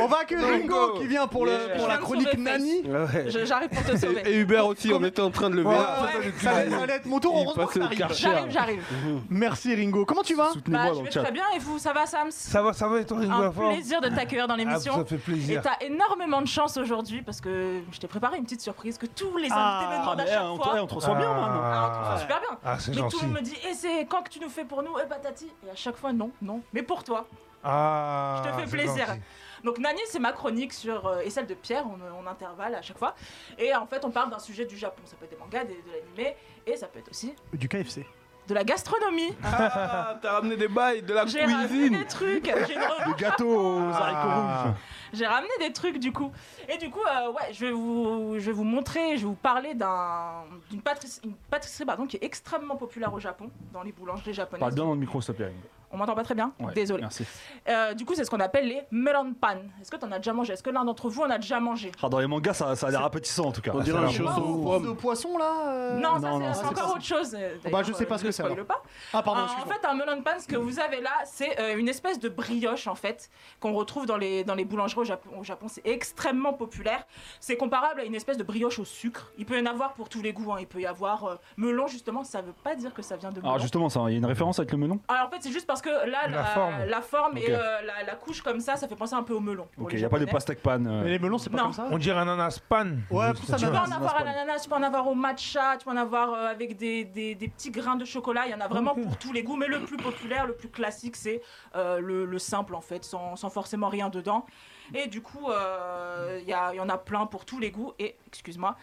On va accueillir Ringo
Ringo.
qui vient pour, le, pour
Yeah.
la
Je viens de
chronique
sauver Face.
Nani.
Ouais.
Je- J'arrive pour te
Et,
sauver.
et Hubert aussi, on était en train de le
Ouais,
voir.
ça, allait, ça allait être mon tour,
Il
heureusement que
passait au
t'arrives.
hein.
quartier.
J'arrive, j'arrive.
Merci Ringo, comment tu vas
Bah,
Soutenez-moi
je
dans
vais
le chat.
très bien et vous, ça va Sam
Ça va, ça va, et toi, Ringo
Un
la forme
plaisir de t'accueillir dans
Ah,
l'émission.
Ça fait
Et
plaisir.
t'as énormément de chance aujourd'hui parce que je t'ai préparé une petite surprise que tous les invités
Ah,
me demandent à
Eh,
chaque
on te- eh,
fois.
on te ressent bien, maintenant.
Ah,
Ah,
super bien.
Ah, c'est
Mais tout le
gentil.
monde me dit, et c'est quand que tu nous fais pour nous Et patati. Et à chaque fois, non, non. Mais pour toi.
Ah,
Je te fais
c'est
plaisir.
gentil.
Donc Nani, c'est ma chronique sur euh, et celle de Pierre, on, on intervalle à chaque fois. Et en fait, on parle d'un sujet du Japon. Ça peut être des mangas, des- de l'animé, et ça peut être aussi
Du KFC.
de la gastronomie.
Ah, T'as ramené des bails, de la
J'ai ramené
cuisine.
des trucs. J'ai une re-
Le gâteau aux
Ah.
haricots rouges.
J'ai ramené des trucs du coup. Et du coup, euh, ouais, je vais vous, je vais vous montrer, je vais vous parler d'un- d'une patrice- une pâtisserie pardon, qui est extrêmement populaire au Japon, dans les boulangeries
Parle
japonaises.
bien dans le micro, s'il te plaît. Ringo.
On m'entend pas très bien
Ouais,
Désolé.
Merci.
Euh, du coup, c'est ce qu'on appelle les melon pan. Est-ce que t'en as déjà mangé Est-ce que l'un d'entre vous en a déjà mangé
Ah, dans les mangas, ça, ça a l'air appétissant en tout cas.
On dirait
Ça a
un
l'air
chausson
Wow.
aux
De
pommes.
poisson là euh,
non,
Non,
non,
ça c'est-
c'est
c'est
pas
encore
ça.
autre chose. euh,
Bah,
d'ailleurs,
je sais pas
euh,
ce que
ne
c'est, alors.
spoile pas.
Ah pardon,
Un- en
excuse-moi.
fait, un melon pan, ce que vous avez là, c'est euh, une espèce de brioche en fait qu'on retrouve dans les dans les boulangeries au Japon. Au Japon, c'est extrêmement populaire. C'est comparable à une espèce de brioche au sucre. Il peut y en avoir pour tous les goûts. hein. Il peut y avoir euh, melon justement. Ça veut pas dire que ça vient de melon.
Alors Ah, justement, ça, il y a une référence avec le menon
Alors en fait, c'est juste parce que là,
La forme.
la forme
Ok.
et euh, la, la couche comme ça, ça fait penser un peu au melon. pour
Ok,
les
il n'y a pas de
Japonais.
pastèque pan. euh,
Mais les melons c'est pas
Non.
comme ça
On dirait un ananas pan.
Ouais, plus
Tu peux
ananas.
en avoir à l'ananas, tu peux en avoir au matcha, tu peux en avoir euh, avec des, des- des petits grains de chocolat. Il y en a vraiment pour tous les goûts, mais le plus populaire, le plus classique, c'est euh, le, le simple en fait, sans, sans forcément rien dedans. Et du coup, euh, il y, a- il y en a plein pour tous les goûts. Et excuse-moi.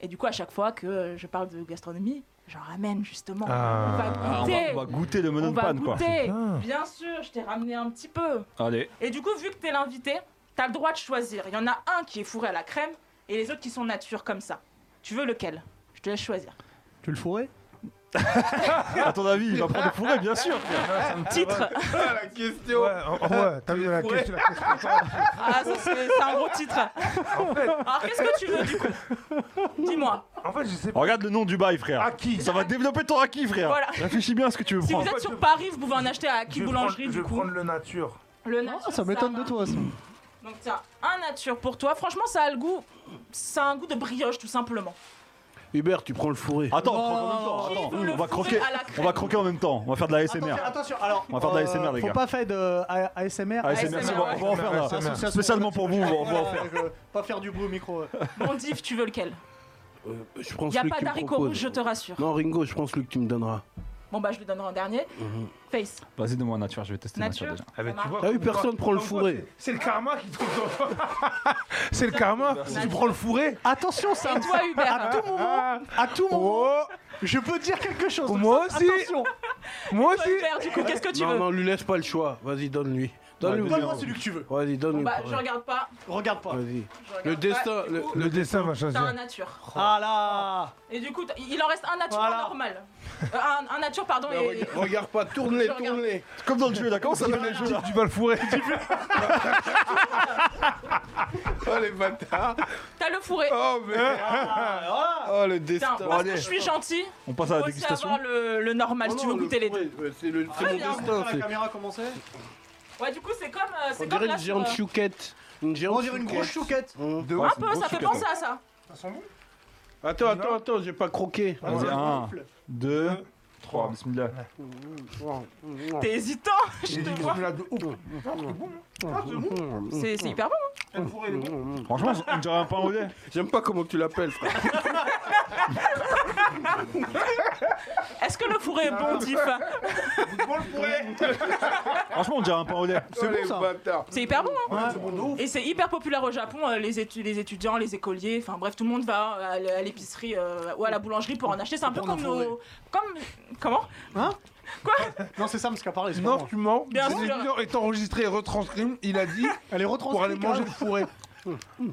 Et du coup, à chaque fois que euh, je parle de gastronomie, j'en ramène justement.
Ah.
on va
Ah, on,
goûter.
va, on va goûter le menon
on va
pan, quoi.
goûter.
Ah.
Bien sûr, je t'ai ramené un petit peu.
Allez,
Et du coup, vu que t'es l'invité, t'as le droit de choisir. Il y en a un qui est fourré à la crème et les autres qui sont nature comme ça. Tu veux lequel Je te laisse choisir.
Ah,
Tu le fourrais
à ton avis, il va prendre le fourré, bien sûr.
bah,
Titre
Ouais, oh, oh, ouais, t'as vu la question. la question.
Ah, ça, c'est c'est un gros titre. Alors, qu'est-ce que tu veux du coup Dis-moi.
En fait, je sais pas.
Regarde le nom du bail, frère.
À qui
Ça va développer ton acquis, frère.
Voilà.
Réfléchis bien à ce que tu veux
Si vous
prendre.
êtes sur Paris, vous pouvez en acheter à
Je
qui
vais
boulangerie
prendre-
du
Je vais
coup
prendre le nature.
Le
Ah,
nature,
Ça m'étonne de
marche.
toi ça.
Donc tiens, un nature pour toi. Franchement, ça a le goût, ça a un goût de brioche tout simplement.
Hubert, tu prends le fourré.
Attends,
Non,
on croque en même temps.
Oh, Qui
Attends,
veut le
on va
fourré
croquer.
à la crème
On va croquer en même temps. On va faire de la SMR.
Attention, attention, alors.
On va faire de l'ASMR,
euh,
les
Faut
gars.
pas faire de A- ASMR.
ASMR, c'est bon, on va en faire là.
ASMR.
Spécialement pour vous, on va- on va en faire.
Ouais, Euh, je- Pas faire du bruit au micro. euh.
Bon, Div, tu veux lequel
Euh, je prends
Il a
celui
pas
que tu me
d'haricots rouges,
proposes.
je te rassure.
Non, Ringo, je prends celui que tu me donneras.
Bon, bah, je le donnerai en dernier.
Mm-hmm.
Face.
Vas-y, donne-moi un nature, je vais tester
Nature.
nature déjà.
Ah, mais
Ça
tu vois,
T'as vu,
comme quoi-
personne prend le
comme quoi,
fourré.
C'est c'est le karma qui trouve dans toi. C'est le karma. Si tu prends le fourré.
Attention Sam
Et toi, Hubert
À tout moment, à tout moment,
Ah. Oh,
je peux dire quelque chose.
Moi
Ça,
aussi.
Attention
moi
Toi,
aussi.
Hubert, du coup, qu'est-ce que tu
non,
veux
non, lui laisse pas le choix. Vas-y, donne-lui. Donne-lui.
Donne-moi celui que tu veux.
Vas-y,
Bon,
donne-lui.
bah,
le
je regarde pas.
Regarde pas.
premier. Vas-y.
je regarde
Le
pas,
destin,
et du
le-
coup,
Le dessin va
T'as un
choisir.
nature.
Ah là
Et du coup, t'as- il en reste un nature
Voilà.
normal. Euh, un, un nature, pardon.
Non,
Et,
rega- Regarde pas, tourne-les,
Je regarde.
tourne-les.
Comme dans le jeu, là, comment ça s'appelle le jeu là
Tu vas le fourrer.
Oh les bâtards.
T'as le fourré.
Oh mais.
Ah,
Oh le
Putain,
destin.
parce que je suis gentil,
On passe à
faut
la
aussi
dégustation.
avoir le, le normal.
Ah, Oh
si tu
non,
veux
le
goûter les deux.
fourré, ouais, C'est le- c'est
Ah,
mon
bien.
destin.
La
c'est-
caméra commençait
Ouais, du coup, c'est comme, euh,
On
c'est comme
dirait
là,
une géante
sur, euh,
chouquette. Une géante
On dirait une grosse chouquette.
Hum.
Ouais,
Un
c'est une
peu,
grosse
ça fait
chouquette.
penser à ça.
Ça sent bon
Attends, attends, attends, j'ai pas croqué.
Vas-y,
Ouais.
un,
Gonfle.
deux, trois, bismillah.
T'es hésitant, je te vois.
Mm,
C'est c'est hyper bon.
Franchement, on dirait un pain au lait.
J'aime pas comment tu l'appelles, frère.
Est-ce que le fourré est bon,
Ah,
Tiff
Franchement, on dirait un pain au lait.
C'est bon
bah.
ça.
C'est hyper bon, hein Et c'est hyper populaire au Japon, euh, les, étu- les étudiants, les écoliers, enfin bref, tout le monde va euh, à l- à l'épicerie euh, ou à la boulangerie pour en acheter. C'est un peu
Pour en
comme
fourrer.
nos... Comme... Comment
Non, c'est Sam ce qu'a parlé. c'est pas
Non,
moi.
tu mens.
Bien
Cette
sûr.
vidéo est enregistrée et retranscrite. Il a dit
Elle est
pour aller
retranscrite.
manger
hein.
le fourré.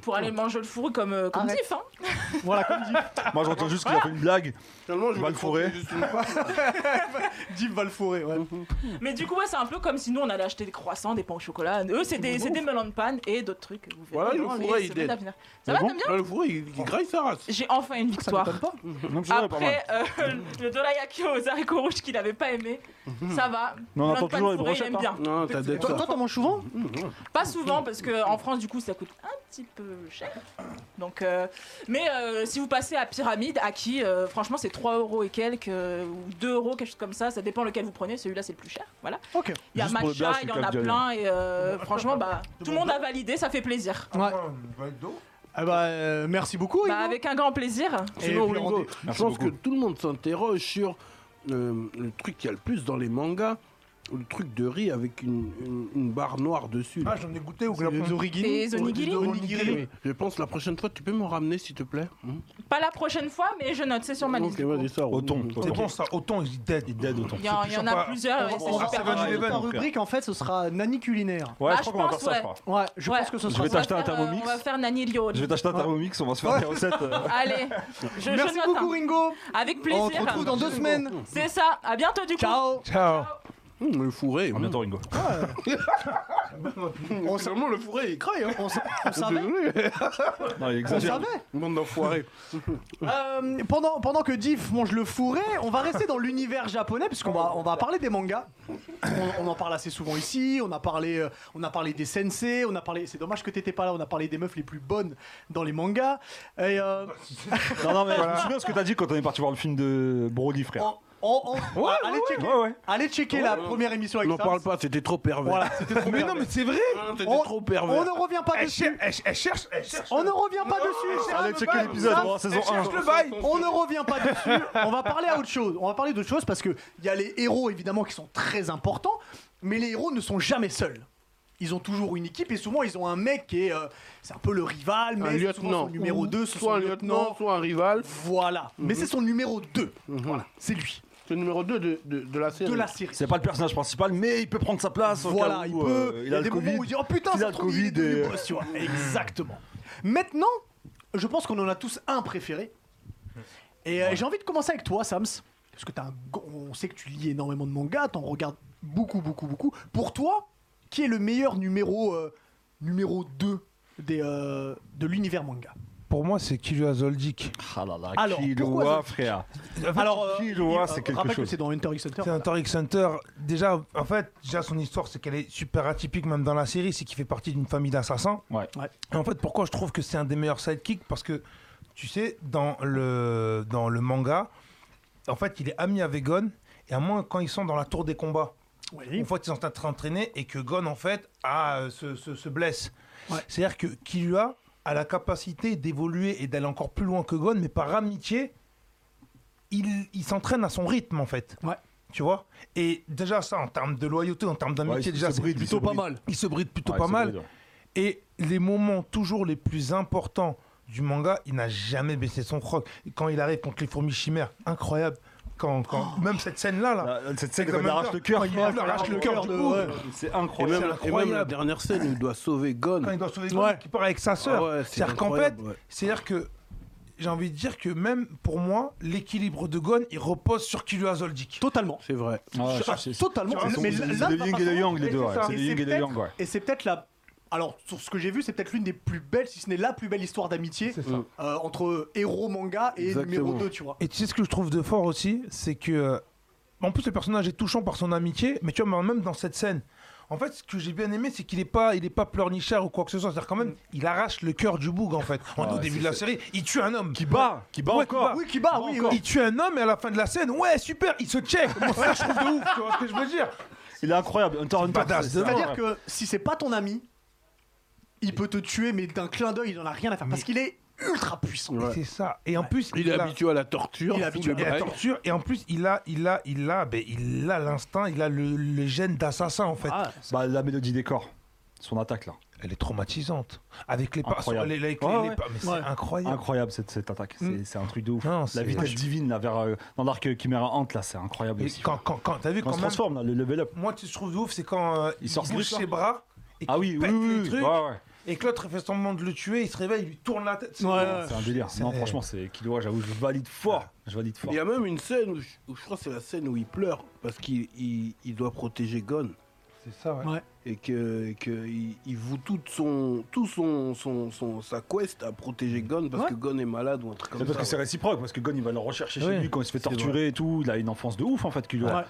Pour aller manger le fourré comme, euh, comme
Arrête.
Tiff, hein
Voilà, comme dit.
Moi, j'entends juste qu'il a fait une blague.
Finalement, je
Va
vais
le fourrer.
Div va le fourrer, ouais.
Mais du coup, ouais, c'est un peu comme si nous on allait acheter des croissants, des pains au chocolat. Eux, c'est des, c'est des melons de panne et d'autres trucs. Vous
Voilà,
verrez
le
dans
fourré,
les
il
semaines
est.
à venir. Ça va, t'aimes bien
Le fourré, il, il graille sa race.
J'ai enfin une
Ça
victoire.
m'étonne pas.
Même chose, elle est pas mal.
Après euh, le dorayaki aux haricots rouges qu'il avait pas aimé, ça va.
Mais on
Plein
attend
de pain
toujours les
fourré, il
brochettes, hein.
aime bien.
Non, t'as des
Toi, toi, t'en manges souvent
Pas souvent parce que en France du coup ça coûte un petit peu cher. Donc, euh, mais euh, si vous passez à Pyramide, à qui euh, franchement c'est 3 euros et quelques euh, ou 2 euros quelque chose comme ça, ça dépend lequel vous prenez. Celui-là c'est le plus cher, voilà.
Ok.
Il y a
Juste pour le
matcha,
blast,
il y
le
en a
Cap Diallo.
plein et euh, franchement bah tout le monde a validé, ça fait plaisir.
Ouais.
une boîte d'eau.
Ah bah, euh, merci beaucoup.
Bah
Hugo.
avec un grand plaisir.
Et
Sinon,
puis,
Ringo,
rendez-
je
Merci
pense
beaucoup.
que tout le monde s'interroge sur euh, le truc qu'il y a le plus dans les mangas, le truc de riz avec une, une- une barre noire dessus. là.
Ah, j'en ai goûté au
Les
Japon.
origines.
Et onigiri
Onigiri.
Oui. Je pense la prochaine fois, tu peux me ramener, s'il te plaît Hmm
Pas la prochaine fois mais je note, c'est
Ah,
sur ma liste.
Ok, vas-y, sors.
Au thon.
C'est bon ça, autant il dead.
Il dead autant.
Il y, en- il y en a
Pas-
plusieurs et c'est
On va
super.
c'est Seven
faire
Eleven,
une
donc.
rubrique, en fait, ce sera Nani culinaire.
Ouais,
Bah,
je
je
crois qu'on va faire
pense,
ça, je
ouais.
crois.
Ouais, je
Ouais.
pense que ce
Je
sera
vais
ça.
On va
t'acheter un
faire, euh,
Thermomix.
On va faire Nani Ryo.
Je vais t'acheter un Thermomix, on va se faire des recettes. euh.
Allez, je, je
Merci
note.
beaucoup,
hein.
Ringo.
Avec
On se
plaisir.
retrouve dans deux semaines.
C'est ça. À bientôt du coup.
Ciao.
Ciao.
Hmm, le fourré.
À
hmm.
bientôt, Ringo.
On sait vraiment le fourré, il craille. Hein.
On sa- on savait.
Non, il
On
exagère.
savait.
Monde d'enfoirés.
Euh, pendant, pendant que Diff mange le fourré, on va rester dans l'univers japonais puisqu'on va, on va parler des mangas. On, on en parle assez souvent ici. On a parlé, euh, on a parlé des sensei. On a parlé. C'est dommage que t'étais pas là. On a parlé des meufs les plus bonnes dans les mangas. Et euh,
Non, non, mais je me souviens ce que t'as dit quand on est parti voir le film de Brody, frère.
on- on- on- allez checker,
Ouais, ouais.
allez checker la première émission avec
N'en
ça.
parle pas, c'était trop pervers.
Voilà, c'était trop
Mais
bien.
non, mais c'est vrai.
Hein, C'était
on,
trop
on
pervers.
ne revient pas
Elle,
dessus.
cher- elle- elle cherche, elle cherche.
Oh.
On ne revient pas dessus.
Allez checker l'épisode,
Ça,
on va voir saison
Elle cherche
1.
le bail.
On ne revient pas dessus, on va parler à autre chose. On va parler d'autre chose parce qu'il y a les héros évidemment qui sont très importants, mais les héros ne sont jamais seuls. Ils ont toujours une équipe et souvent ils ont un mec qui est. euh, c'est un peu le rival, mais
Un
c'est souvent
lieutenant.
son numéro 2, c'est son
Soit un lieutenant, soit Mhm. un rival. Hum,
Voilà. Mais c'est son numéro 2. Voilà. C'est lui,
C'est le numéro 2 de, de, de la série.
de la série.
C'est pas le personnage principal, mais il peut prendre sa place. au
Voilà,
cas
il
où,
peut.
euh,
il
il
y
a
a
le
des moments
Covid.
où il dit Oh putain,
Il a
ça
le
se trouve, il est
Covid
devenu
et-
boss, tu vois. Exactement. Maintenant, je pense qu'on en a tous un préféré. Et euh, j'ai envie de commencer avec toi, Sams. Parce que t'as un go- on sait que tu lis énormément de mangas, t'en regardes beaucoup, beaucoup, beaucoup. Pour toi, qui est le meilleur numéro, euh, numéro 2 des, euh, de l'univers manga
Pour moi, c'est Killua Zoldyck.
Ah là là,
Alors, pourquoi
Killua, frère.
Alors,
Killua,
euh,
c'est quelque
rappelle que
chose.
c'est dans Hunter x Hunter.
C'est un Toric Center. Déjà, en fait, déjà son histoire, c'est qu'elle est super atypique, même dans la série, c'est qu'il fait partie d'une famille d'assassins.
Ouais.
Ouais.
Et en fait, pourquoi je trouve que c'est un des meilleurs sidekicks Parce que, tu sais, dans le, dans le manga, en fait, il est ami avec Gon, et à moins quand ils sont dans la tour des combats.
Oui.
Une fois qu'ils sont en train de s'entraîner et que Gon, en fait, a, euh, se, se- se blesse.
Ouais.
C'est-à-dire que Killua a la capacité d'évoluer et d'aller encore plus loin que Gon, mais par amitié, il, il s'entraîne à son rythme, en fait.
Ouais.
Tu vois Et déjà, ça, en termes de loyauté, en termes
Ouais,
d'amitié,
il
déjà,
se
c'est
bride, il se
plutôt pas
bride.
mal. Il se bride plutôt
Ouais,
pas
c'est
mal.
vrai, ouais.
Et les moments toujours les plus importants du manga, il n'a jamais baissé son froc. Quand il arrive contre les fourmis chimères, incroyable. Quand, quand,
Oh.
même cette scène-là, là,
Ah, Cette scène
Et
quand il
quand
arrache
même-
le cœur, Ah,
quand il lui arrache le cœur de-
pauvre. C'est
Et même,
incroyable.
et même la dernière scène, il doit sauver
quand
Gon.
il doit sauver
Ouais.
Gon, qui part avec sa sœur.
Ah ouais, c'est
c'est-à-dire qu'en fait,
incroyable, ouais.
c'est-à-dire que j'ai envie de dire que même pour moi, l'équilibre de Gon, il repose sur Killua Zoldyck.
Totalement.
C'est vrai.
Ah,
Ah,
c'est-
totalement.
c'est-
Mais
c'est
l'un
le
ne va
yin
pas
et le
sans
yang, les
l'autre.
deux. ouais.
Et
C'est le
c'est
yin et le
peut-être-
yang, ouais.
Et c'est peut-être la. Alors, sur ce que j'ai vu, c'est peut-être l'une des plus belles, si ce n'est la plus belle histoire d'amitié euh, entre héros manga et numéro
Exactement.
2, tu vois.
Et tu sais ce que je trouve de fort aussi, c'est que euh, en plus le personnage est touchant par son amitié, mais tu vois même dans cette scène. En fait, ce que j'ai bien aimé, c'est qu'il est pas, il est pas pleurnichard ou quoi que ce soit. C'est-à-dire quand même, il arrache le cœur du boug en fait. En- au
ouais,
début
c'est-
de la série, il tue un homme.
Qui bat, qui bat
Ouais,
Ah, encore.
Oui, qui bat, oui, oui.
Il tue un homme et à la fin de la scène, ouais super, il se check. Moi ça je trouve de ouf, tu vois ce que je veux dire
Il est incroyable. Hunter Hunter,
badass de
incroyable.
C'est-à-dire que si c'est pas ton ami, il peut te tuer, mais d'un clin d'œil, il en a rien à faire. Parce qu'il est ultra puissant.
Et C'est ça. Et en plus,
Il est
a-
habitué à la torture.
Il est
fou
habitué à
de
Il a la
bail.
torture et en plus il a il a il a ben, il a l'instinct, il a le, le gène d'assassin en fait.
Ah,
Bah, la mélodie des corps. Son attaque là.
Elle est traumatisante avec les pas
Incroyable.
les- avec les-
Ouais,
les
ouais.
pas- mais c'est
Ouais.
incroyable.
Incroyable cette, cette attaque. C'est-
Mm.
C'est un truc de ouf.
Non,
la
c'est-
vitesse divine là, vers, euh, dans l'arc Chimera Ant là, c'est incroyable
Et
aussi.
quand quand quand t'as vu
Quand
quand
on se
même
transforme là, le level up.
moi tu je trouve de ouf c'est quand euh,
Il
il,
sort
bouge
plus, là.
ses bras et
Ah
qu'il
oui, oui,
pète
oui,
les
oui.
trucs,
Ouais, ouais.
et que l'autre fait semblant de le tuer, il se réveille, il lui tourne la tête.
Ouais, ouais.
C'est un délire.
ah, C'est- Ah.
Non, franchement, c'est Killua, j'avoue, je valide fort. Je valide fort.
euh,
Il y a même une scène où je, où je crois que c'est la scène où il pleure parce qu'il il- il doit protéger Gon
C'est ça ouais.
Ouais.
et que, et que il, il voue toute son tout son, son, son- sa quest à protéger Gon parce
Ouais.
que Gon est malade ou un truc
C'est
comme ça.
parce que c'est
ouais.
réciproque, parce que Gon il va le rechercher chez
Oui.
lui quand il se fait
C'est
torturer et tout. Il a une enfance de ouf en fait, Killua.
Ouais.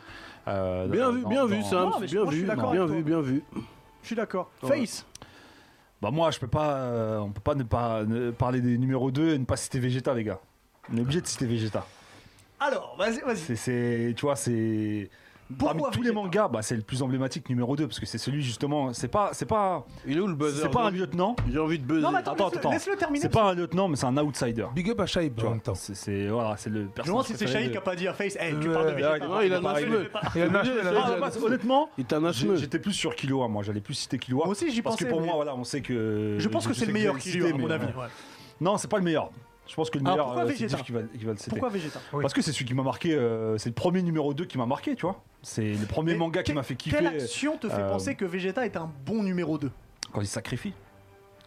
Euh,
Bien
dans-
vu,
dans-
bien vu,
dans-
Sam,
Non, mais je-
bien
moi, je suis
vu,
d'accord
bien
avec
vu, bien vu.
je suis d'accord.
Ouais.
Face.
Bah moi, je peux pas, euh, on peut pas ne pas ne- parler des numéros 2 et ne pas citer Vegeta, les gars. On est obligé de citer Vegeta.
Alors, vas-y, vas-y.
C'est, c'est- tu vois, c'est parmi
Pourquoi
tous les
Vegeta
mangas, bah, c'est le plus emblématique numéro 2 parce que c'est celui justement, c'est pas, c'est pas,
Il est où le buzzer
c'est pas un
J'ai-
lieutenant,
J'ai envie de buzzer.
Non, mais attends,
Attends,
laisse-le-
attends.
laisse-le terminer.
c'est pas un lieutenant, mais c'est un outsider.
Big up à Shaib
Tu
en
vois,
même temps.
c'est, c'est- voilà, c'est le
Je me demande
personnage.
si c'est
préféré
Shai
de-
qui a pas dit à Face, hey, tu
Ouais,
parles de
ouais,
Vegeta.
ouais,
Non,
non, il a
pas-
un
il
cheveu.
le fait pas.
Il a nage- il a
Ah,
nage-
bah, honnêtement,
Il est un
j'ai-
asmeux.
j'étais plus sur Killua, moi, j'allais plus citer Killua.
Moi aussi, j'y
Parce
pensais.
que pour
mais-
moi, voilà, on sait que.
je pense que c'est le meilleur
j'ai
qui
cité,
à mon
mais,
avis.
euh,
ouais.
Non, c'est pas le meilleur. Je pense que le
Ah,
meilleur,
pourquoi
euh, c'est
Vegeta
Diff qui va, qui va le citer.
Pourquoi Vegeta
Oui.
Parce que c'est celui qui m'a marqué, euh, c'est le premier numéro 2 qui m'a marqué, tu vois. C'est le premier
Mais
manga qui
quel-
m'a fait kiffer
Quelle action te fait
euh,
penser que Vegeta est un bon numéro 2
quand il se sacrifie.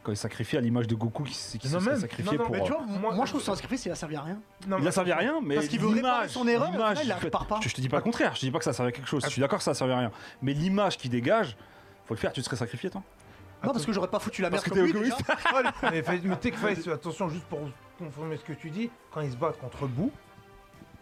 Quand il se sacrifie à l'image de Goku qui, s- qui se
Non,
serait
même.
sacrifié
Non, non,
pour.
Mais tu vois,
euh,
moi,
moi-
moi, je trouve que son sacrifice, il a servi à rien.
Non,
il
mais-
a servi à rien, mais.
Parce qu'il veut réparer
l'image-
son erreur, et au
l'image,
final, il la
en fait,
répare pas.
Je te dis pas le contraire, je te dis pas que ça servait à quelque chose. Je suis d'accord que ça servait à rien. Mais l'image qu'il dégage, faut le faire, tu te serais sacrifié, toi.
Non, parce que j'aurais pas foutu la merde
Parce que
comme
t'es
lui, déjà.
mais Faïs- mais t'es que Faïs, attention, juste pour confirmer ce que tu dis, quand ils se battent contre Bou,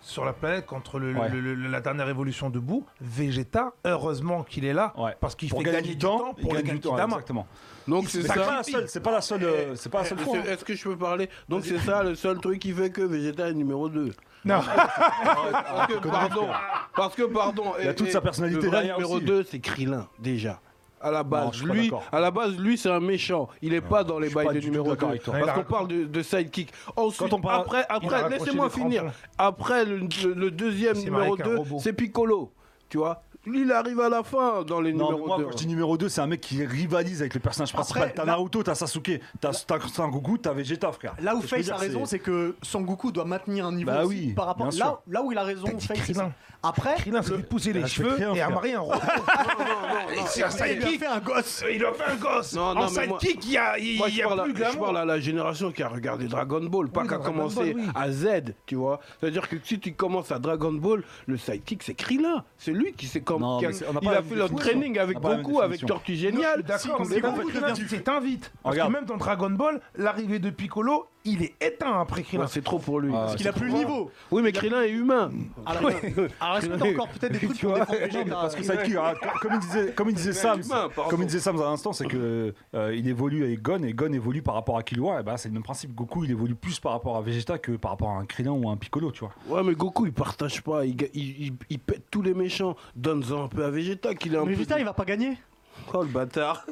sur la planète, contre le- le-
Ouais.
le- le- la dernière évolution de Bou, Vegeta, heureusement qu'il est là,
Ouais.
parce qu'il
Pour
fait
gagner,
gagner
du temps,
pour
il gagne
les
du temps, ouais,
Kidama.
exactement.
Donc
il
c'est
se
C'est pas
ça.
la seule, c'est pas la seule, euh, c'est pas la seule fois.
Est-ce est-ce que je peux parler Donc c'est ça le seul truc qui fait que Vegeta est numéro 2.
Non,
Parce que pardon, parce que pardon.
Il y a
et-
toute
et
sa personnalité
Le vrai
derrière
numéro
aussi.
2, c'est Krillin déjà. À la
Non, je
base,
suis pas
lui,
d'accord.
à la base, lui, c'est un méchant. Il est pas dans les
suis pas
bails de
du tout
numéro 2.
d'accord avec toi.
Il a
Parce qu'on
raccroché
parle de, de sidekick. Ensuite,
Quand on parle-
après, après,
raccroché
laissez-moi
le
finir.
crampon.
Après le, le- le deuxième
C'est
numéro
Marek, un
2,
robot.
c'est Piccolo. Tu vois, lui, il arrive à la fin dans les
Non, mais
numéros
moi,
2.
quand je dis numéro 2, c'est un mec qui rivalise avec le personnage principal.
Après,
T'as
là-
Naruto, t'as Sasuke, t'as t'as- t'as Goku, t'as Vegeta, frère.
Là où
Ce que je
Face
veux
a
dire,
raison, c'est que Son Goku doit maintenir un niveau
Bah
aussi
oui,
par rapport.
bien
Là, là où il a raison,
T'as dit
Face. c'est ça.
Krillin.
Après,
Krillin s'est fait pousser les
Là, je fais
cheveux
rien,
et a
frère.
marié un robot. C'est
il
un
a
sidekick.
fait un gosse.
Il a fait un gosse.
Non, non,
en
mais moi-
sidekick, il y a, il
Moi,
y
je
a
parle, à,
plus que
je
l'amour.
parle à la génération qui a regardé Dragon Ball, pas
Oui,
qui a
Dragon
commencé
Ball, oui.
à Z, tu vois. C'est-à-dire que si tu commences à Dragon Ball, le sidekick, c'est Krillin. C'est lui qui s'est comme.
Non,
qui a-
mais c'est- on n'a pas
il
la
a
même
fait le
définition.
training avec
On n'a pas la
Goku,
même
avec
définition.
Tortue
Non,
Géniale.
je suis D'accord,
Si,
mais
Goku
Goku
devient
devient-
du-
c'est un vite. Parce que
Regarde.
même dans Dragon Ball, l'arrivée de Piccolo, il est éteint après
Ouais,
Krillin.
c'est trop pour lui.
Ah,
Parce qu'il a plus le niveau.
Oui, mais Krillin est humain.
Alors, euh, alors est-ce que t'as encore peut-être des trucs pour défendre Vegeta
Parce que Sidekick, hein, co- comme il disait, comme il disait Sam,
humain, pardon.
comme il disait Sam à l'instant, c'est que euh, il évolue avec Gon et Gon évolue par rapport à Killua. Et ben c'est le même principe. Goku, il évolue plus par rapport à Vegeta que par rapport à un Krillin ou à un Piccolo, tu vois.
Ouais, mais Goku, il partage pas. Il, ga- il- il- il pète tous les méchants. Donne-en un peu à Vegeta, qu'il est un
Mais
peu.
Vegeta, il va pas gagner.
Oh, le bâtard.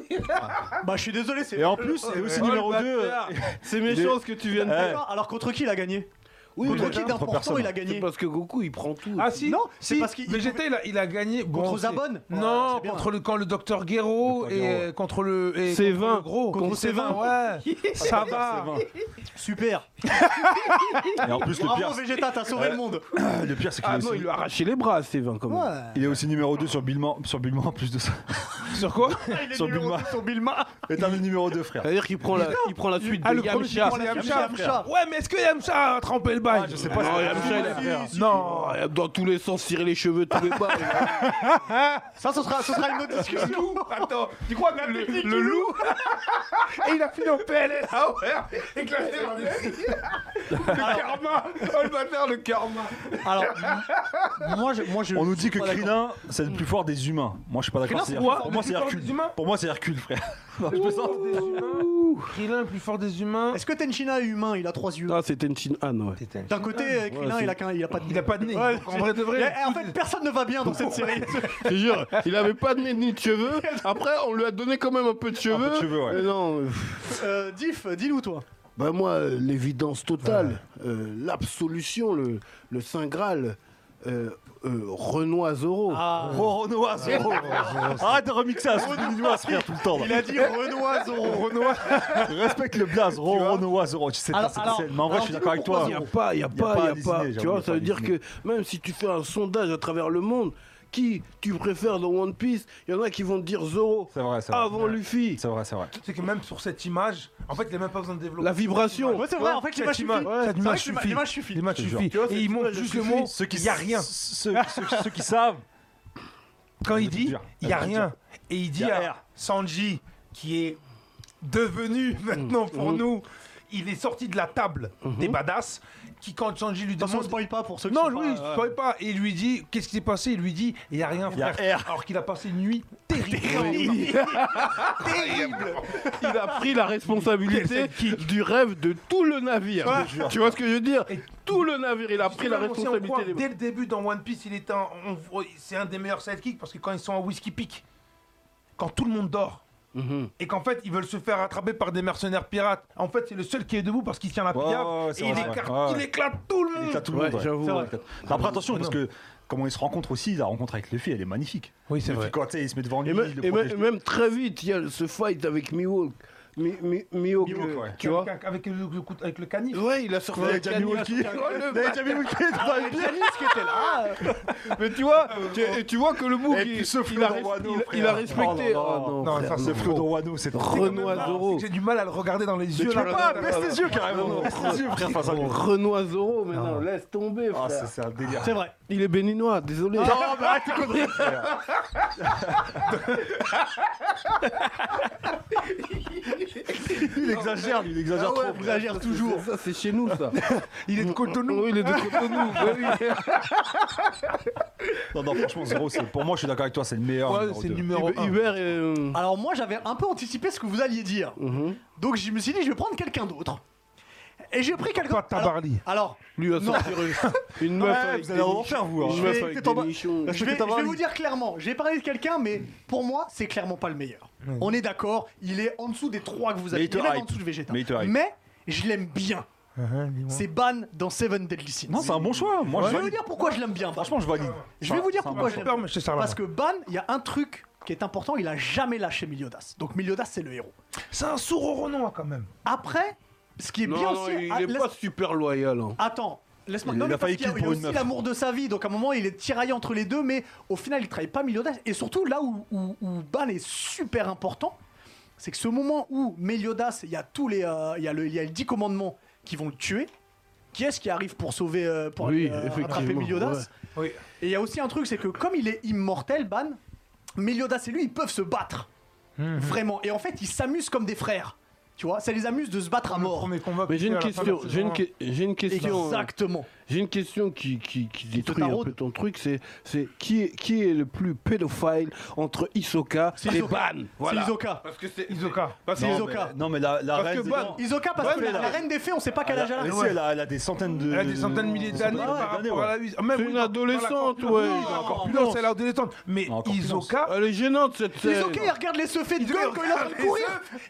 Bah, je suis désolé, c'est.
Et en plus, c'est aussi
Oh, le
numéro 2.
bâtard. C'est méchant ce que tu viens de
Eh.
faire.
Alors contre qui il a gagné Oui,
Peut-être,
contre qui
hein, contre
d'important,
personne.
il a
C'est
gagné.
parce que Goku, il prend tout.
Ah si
Non, c'est
si,
parce qu'il-
Mais j'étais, il, a- il a gagné.
Contre
c'est-
Zabonne
Non,
Ouais, c'est bien.
contre le, quand le docteur Guéraud
Dr.
et euh,
Guéraud.
contre le. et
C'est
contre
20.
le gros.
Contre c'est
20, ouais. Ça va.
Super.
Et en plus, le
Bravo
pire,
Vegeta, t'as sauvé
Ouais.
le monde.
le pire, c'est qu'il
Ah
est
non,
aussi-
il lui a arraché les bras à Sévin quand même.
Ouais.
il est aussi numéro 2 sur Bilman, sur Bilman en plus de ça.
Sur quoi
Il est
Sur
numéro
Bulma.
deux sur Bulma.
Et t'as le numéro 2, frère.
C'est-à-dire qu'il prend, la- il prend la suite
Ah,
de
le premier
Yamcha.
qui prend la-
Yamcha, Yamcha.
Ouais, mais est-ce que Yamcha a trempé le bail
Je sais pas
Non,
si-
Yamcha, il a-
Non.
Oh, dans tous les sens, cirer les cheveux, tous les bas.
Ça, ce sera, ce sera une autre discussion.
Attends, tu crois que le, le loup Et il a fini en PLS Ah ouais Éclaté par des- Le karma Oh le bâtard, le karma
Alors, m- moi, je, moi, je.
On nous dit
suis
que
pas d'accord.
Krillin, c'est le plus fort des humains. Moi, je suis pas d'accord.
Krillin,
c'est-
c'est quoi
Pour moi,
Le
c'est
plus fort des
Hercule.
humains
Pour moi, c'est Hercule, frère. Non, je
Le plus
plaisante.
fort des humains Krillin, le plus fort des humains
Est-ce que Tenchina est humain Il a trois yeux.
Ah, Non, c'est Tenchin Han, ouais.
D'un côté, euh, Krillin,
c'est-
il a qu'un, il a pas de.
Il a pas de nez
Ouais,
donc En vrai de vrai
Eh, En fait, personne ne va bien dans cette série.
Je te jure, il avait pas de nez ni de cheveux. Après, on lui a donné quand même un peu de
Un peu de cheveux, ouais.
Mais non, euh,
Euh, Diff, dis-nous toi.
bah moi, euh, l'évidence totale, euh, l'absolution, le, le Saint Graal, euh, euh, Renoir Zoro.
Ah.
Roronoa, Zoro. Arrête de remixer à Roronoa, frère, tout le temps. là.
Il a dit Renoir Zoro.
Respecte le blaze. Roronoa, Zoro. Tu sais,
Alors-
t'as cette
alors-
scène. Mais en vrai,
alors,
je suis d'accord avec
pourquoi
toi.
Il n'y a pas, il n'y a
Y a
pas,
pas
il
à
n'y a pas.
dessiner,
Tu
j'avoue, y
vois,
a
ça
pas
veut
à
dire que
dessiner.
même si tu fais un sondage à travers le monde, qui tu préfères dans One Piece, il y en a qui vont te dire Zoro
C'est vrai, c'est vrai.
avant Luffy.
C'est vrai, c'est vrai.
C'est que même sur cette image, en fait, il a même pas besoin de développer.
La vibration.
Ouais, c'est vrai, en fait, l'image suffit.
image,
C'est
cette
vrai que l'ima-
image suffit.
l'image suffit.
L'image
Je te jure.
suffit. Et il monte juste le mot,
Ceux qui
il n'y a rien.
Ceux, ceux- ceux- ceux qui savent.
Quand il
veut
dit,
dire.
il n'y a
Ça veut
rien. Et il dit
Y a
à
rien.
Sanji, qui est
Mmh.
devenu maintenant pour nous, il est sorti de la table des badass, qui quand Sanji lui
De toute façon, on
demande...
spoil pas pour ceux qui
Non,
sont
oui,
pas, euh,
je ne pas. Et il lui dit, qu'est-ce qui s'est passé Il lui dit, il n'y a rien,
Y a
frère.
R.
Alors qu'il a passé une nuit terrible.
Il a pris la responsabilité du rêve de tout le navire.
Ah.
Tu vois ce que je veux dire Tout le navire, il a pris la
Justement, si on croit,
responsabilité. des-
Dès le début dans One Piece, il est un, on voit- c'est un des meilleurs sidekicks parce que quand ils sont à Whiskey Peak, quand tout le monde dort,
Mhm.
et qu'en fait ils veulent se faire attraper par des mercenaires pirates, en fait c'est le seul qui est debout parce qu'il tient la
Ouais,
piaf
ouais, ouais, c'est
et il,
vrai,
écarte-
ouais, ouais.
il éclate tout le
Il
monde.
éclate tout le
Ouais,
monde. ouais.
j'avoue.
C'est vrai.
ouais.
Après, attention, parce
Non.
que comment ils se rencontrent aussi, la rencontre avec Luffy, elle est magnifique.
Oui, c'est
Luffy,
vrai.
Quand tu sais, il se met devant lui,
Et, même,
il le
et
protège.
même- même très vite, il y a ce fight avec Mihawk. Mi- mi-
Mihawk,
Mihawk, euh,
ouais.
tu vois
Avec, avec le, le coup- avec le canif.
Ouais, il a sorti
Il y a
la
déjà Milwaukee.
canne. Oh, le
Il y a déjà Milwaukee dans les pieds.
Mais tu vois, tu, et tu vois que le bouc,
Et
il,
puis ce flot
il a,
dans
res-
Wano,
il-
frère.
il a
Oh,
respecté.
non,
Oh,
non.
Non,
frère.
ça
Ce
c'est
flot
faux.
dans Wano, c'est
Renoir Zoro.
J'ai du mal à le regarder dans les
Mais
yeux.
tu
là,
l'as
quand
Ah,
même.
baisse tes yeux carrément. Baisse tes yeux, frère, face à lui.
Renoir Zoro, mais non, laisse tomber, frère.
Ah, ça, c'est un délire.
C'est Ah, vrai.
Il est béninois, désolé.
Non, mais arrête tes conneries, frère. Il exagère, lui, il exagère trop.
Vous agir toujours.
Ça, c'est chez nous, ça.
Il est de Cotonou.
Oui, il est de Cotonou. bah oui.
Non, non, franchement, Zero, c'est- pour moi, je suis d'accord avec toi, c'est le meilleur.
Ouais,
numéro
c'est le
deux.
numéro
Hubert-
1.
Hubert, euh,
Mm-hmm.
Alors moi j'avais un peu anticipé ce que vous alliez dire.
mhm.
Donc je me suis dit je vais prendre quelqu'un d'autre. Et j'ai pris quelqu'un
Pas de Tabarly.
Alors, alors,
lui a
Non.
sorti une- une meuf
Ouais,
avec
vous allez en faire, vous. hein.
une meuf avec des nichons.
je, vais, je vais vous dire clairement, j'ai parlé de quelqu'un mais pour moi c'est clairement pas le meilleur. On est d'accord, il est en dessous des trois que vous avez.
Mais il te
est même
hype.
en dessous de Vegeta.
Mais il te hype.
je l'aime bien. C'est Ban dans Seven Deadly Sins.
Non, c'est un bon choix. Moi,
je
je
vais vous
valide.
dire pourquoi je l'aime bien. Ban.
Franchement, je valide.
Je vais vous dire
c'est un
pourquoi je l'aime bien.
Super, mais c'est ça là.
Parce que Ban, il y a un truc qui est important, il a jamais lâché Miliodas. Donc Miliodas c'est le héros.
C'est un sourd au Renoir quand même.
Après, ce qui est
Non,
bien
non,
aussi.
il
ah,
est
laisse-
pas super loyal. hein.
Attends, laisse-moi.
Il
Non,
a
mais parce
failli
qu'il y a,
kill
il y a
pour une
aussi
meuf.
l'amour de sa vie, donc à un moment il est tiraillé entre les deux, mais au final il trahit pas Meliodas. Et surtout là où, où, où Ban est super important, c'est que ce moment où Meliodas, il y a tous les, euh, il y a le, il y a les dix commandements qui vont le tuer. Qui est-ce qui arrive pour sauver, euh, pour
Oui,
aller, euh,
effectivement,
attraper Meliodas
ouais.
Oui.
Et il y a aussi un truc, c'est que comme il est immortel, Ban, Meliodas et lui, ils peuvent se battre. Vraiment. Et en fait, ils s'amusent comme des frères. Tu vois, ça les amuse de se battre à mort.
Premier combat
Mais j'ai une
à la fin de la
question, j'ai une,
saison
que- j'ai une question, euh,
Exactement.
j'ai une question qui, qui, qui détruit un
taraude.
peu ton truc, c'est c'est qui est, qui est le plus pédophile entre Hisoka et
Hisoka.
Ban Voilà.
C'est Isoka.
Parce que c'est
un. Hisoka.
C'est
Non,
Hisoka.
mais- Non, mais la la
Parce que
reine.
Ban-
dedans-
Isoka parce
Ouais,
que
mais
la,
la-
la reine des fées, on sait pas quel
Elle
âge
a-
elle
mais
a.
si, elle a elle a des centaines de.
Elle a des centaines de milliers d'années
ouais,
par
d'années,
rapport à la vie. Ah, Même
C'est
oui,
une
dans-
adolescente,
dans la-
ouais.
Non, encore plus
Non.
non, c'est l'adolescente. Mais
Non, encore plus
Isoka,
Elle est gênante cette scène.
Isoka, il regarde les se fées de gueule quand il est en train de courir.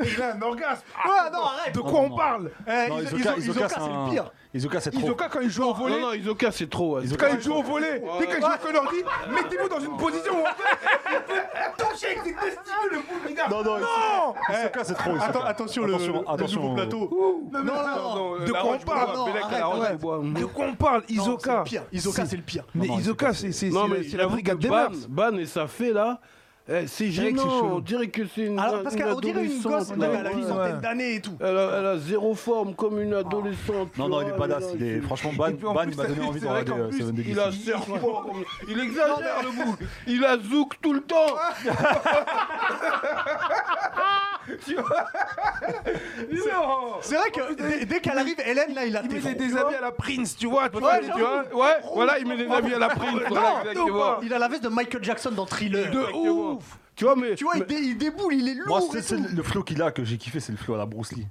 il a un orgasme.
Ouais, non, arrête
Ah, De quoi
non.
on parle
Eh,
Non,
Iso- Iso-
Isoka, Isoka,
Isoka,
c'est
c'est
un-
le pire
Isoka, c'est trop.
Isoka, quand il joue au volet,
Non, non, Isoka, c'est trop. ouais.
quand il joue au volet, dès qu'il joue avec un ordi, mettez-vous dans une position où en fait, il peut toucher avec ses testicules le bout de Midar.
Non, non,
Non
Isoka, c'est trop. Isoka.
Attends, attention, le,
Attention,
le
attention.
nouveau plateau.
Non,
non, non,
non, euh,
non,
De
la
quoi on
roche,
parle
non,
Mais la-
arrête,
la-
arrête.
bois.
De quoi on parle
Non, c'est le
Isoka
pire. Isoka, c'est le pire.
Mais
Non, non,
Isoka, c'est c'est-
Non,
c'est-
mais
c'est la brigade des
Ban,
mœurs.
Ban et ça fait là. eh, c'est
dirait que c'est
gênant,
chelou.
on dirait que c'est une.
Alors, parce
une
qu'on dirait une gosse,
adolescente,
elle a
là,
une
ouais.
centaine d'années et tout.
Elle a, elle a zéro forme comme une
Non,
adolescente. tu
non,
vois,
il est badass.
elle
Il est... Franchement, Ban,
Et puis en
Ban
plus,
il m'a
ça-
donné envie de
c'est vrai
regarder
qu'en
euh,
plus,
Seven Deadly
Il a
Sins.
zéro forme. Il exagère le bout. Il a zouk tout le temps.
Non
C'est vrai que dès- dès qu'elle arrive, Hélène, là, il a
Il met
tes-
des, des habits à la Prince, tu vois, tu vois,
Ouais,
tu
j'avoue.
vois
Ouais, voilà, il met des habits à la prise.
Non,
Voilà, exactement.
Il a la veste de Michael Jackson dans Thriller.
de ouf
Tu vois, mais.
Tu vois, il, dé- il déboule, il est
Moi,
lourd
c'est
et
c'est
tout.
le flow qu'il a que j'ai kiffé, c'est le flow à la Bruce Lee.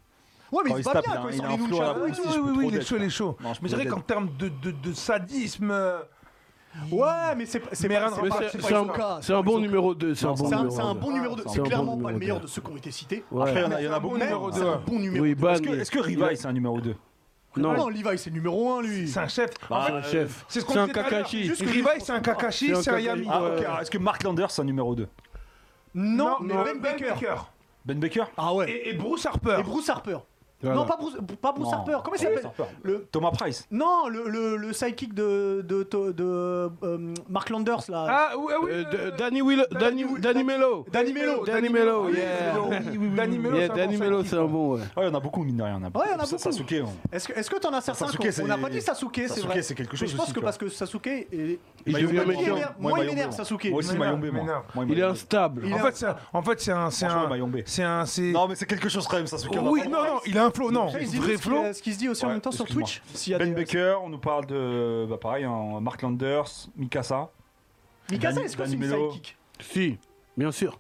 Ouais, mais
Quand
il
il
se
se
bat
tape,
bien
il a-
quand il
il a
sort
un
les
flow à la
nunchakus.
Bruce
Oui,
si, je
oui,
peux
oui,
trop
il est
d'être.
chaud, il est chaud.
Non, je peux
Mais je dirais
trop
qu'en termes de, de, de sadisme, euh,
Ouais, mais c'est c'est
Mais
pas-
Rand
c'est
mais
pas-
Rappaport,
c'est
c'est-
pas
C'est
Isoka.
un, c'est un bon numéro 2. C'est un
Non,
bon
C'est un-
numéro
c'est un
deux.
bon numéro 2.
c'est
C'est
un
bon
clairement
numéro
pas le meilleur
deux.
de ceux qui ont été cités.
Ouais.
Après, il y en a- il y en a
un bon
beaucoup.
numéro
Est-ce
C'est un bon numéro
Oui,
2.
Ban.
que-
il-
Est-ce que Levi, c'est un numéro 2
Non,
Non,
Levi, c'est numéro 1, lui.
c'est un chef.
c'est un chef.
C'est ce qu'on
Bah, C'est un
disait tout à l'heure,
Kakashi.
Juste que Levi, c'est un Kakashi,
C'est un
c'est un
Kakashi.
Yami.
Ah,
Ouais.
ok. alors Est-ce que Mark Lander, c'est un numéro 2
Non, mais
non,
Ben Baker.
Ben Baker
Ah ouais.
Et, et Bruce Harper.
Et Bruce Harper.
Voilà.
Non, pas Bruce, pas Bruce
Non.
Harper. Comment il s'appelle Le-
Thomas Price.
Non, le, le, le sidekick de, de, de, de, euh, Mark Landers, là.
Ah, oui, ah oui.
Euh,
euh,
de- Danny Will- Danny Danny Mello.
Danny Mello.
Danny Mello,
oui,
yeah.
oui, oui, oui, oui. Danny Mello,
Yeah,
c'est un
Danny
bon
Mello,
sidekick,
c'est un
quoi.
bon, ouais.
Ah, il y en a beaucoup, mine de rien.
Ouais, il y en a beaucoup.
Sasuke, hein. on-
Est-ce que est-ce que t'en as certains
Sasuke,
qu'on
c'est-
on n'a pas dit Sasuke, c'est
Sasuke,
vrai.
c'est quelque
Mais
chose
Je pense
aussi,
que
tu vois.
parce que Sasuke est.
Il
Mayombe,
devient
moi,
méchant.
Mayombe,
Moi, il
Mayombe,
m'énerve,
moi.
Sasuke.
Moi aussi,
Il m'énerve,
Mayombe, moi.
il m'énerve.
Moi,
Il est
Mayombe.
instable.
Il
En
est-
fait, c'est un- en fait, c'est un. C'est
Franchement,
un.
Mayombe.
C'est un. c'est- Oh,
Non, mais c'est quelque chose quand même, Sasuke. on a
Oui,
pas-
non, non, il a un flow, non.
Ils disent
Vrai
ce qu'il-
flow.
Ce qui se dit aussi en
Ouais,
même temps sur
excuse-moi.
Twitch. s'il y a
Ben
des-
Baker, on nous parle de. Bah, pareil, hein, Mark Landers, Mikasa.
Mikasa,
Dan-
est-ce que
Dan
c'est une
Mello.
sidekick
Si, bien sûr.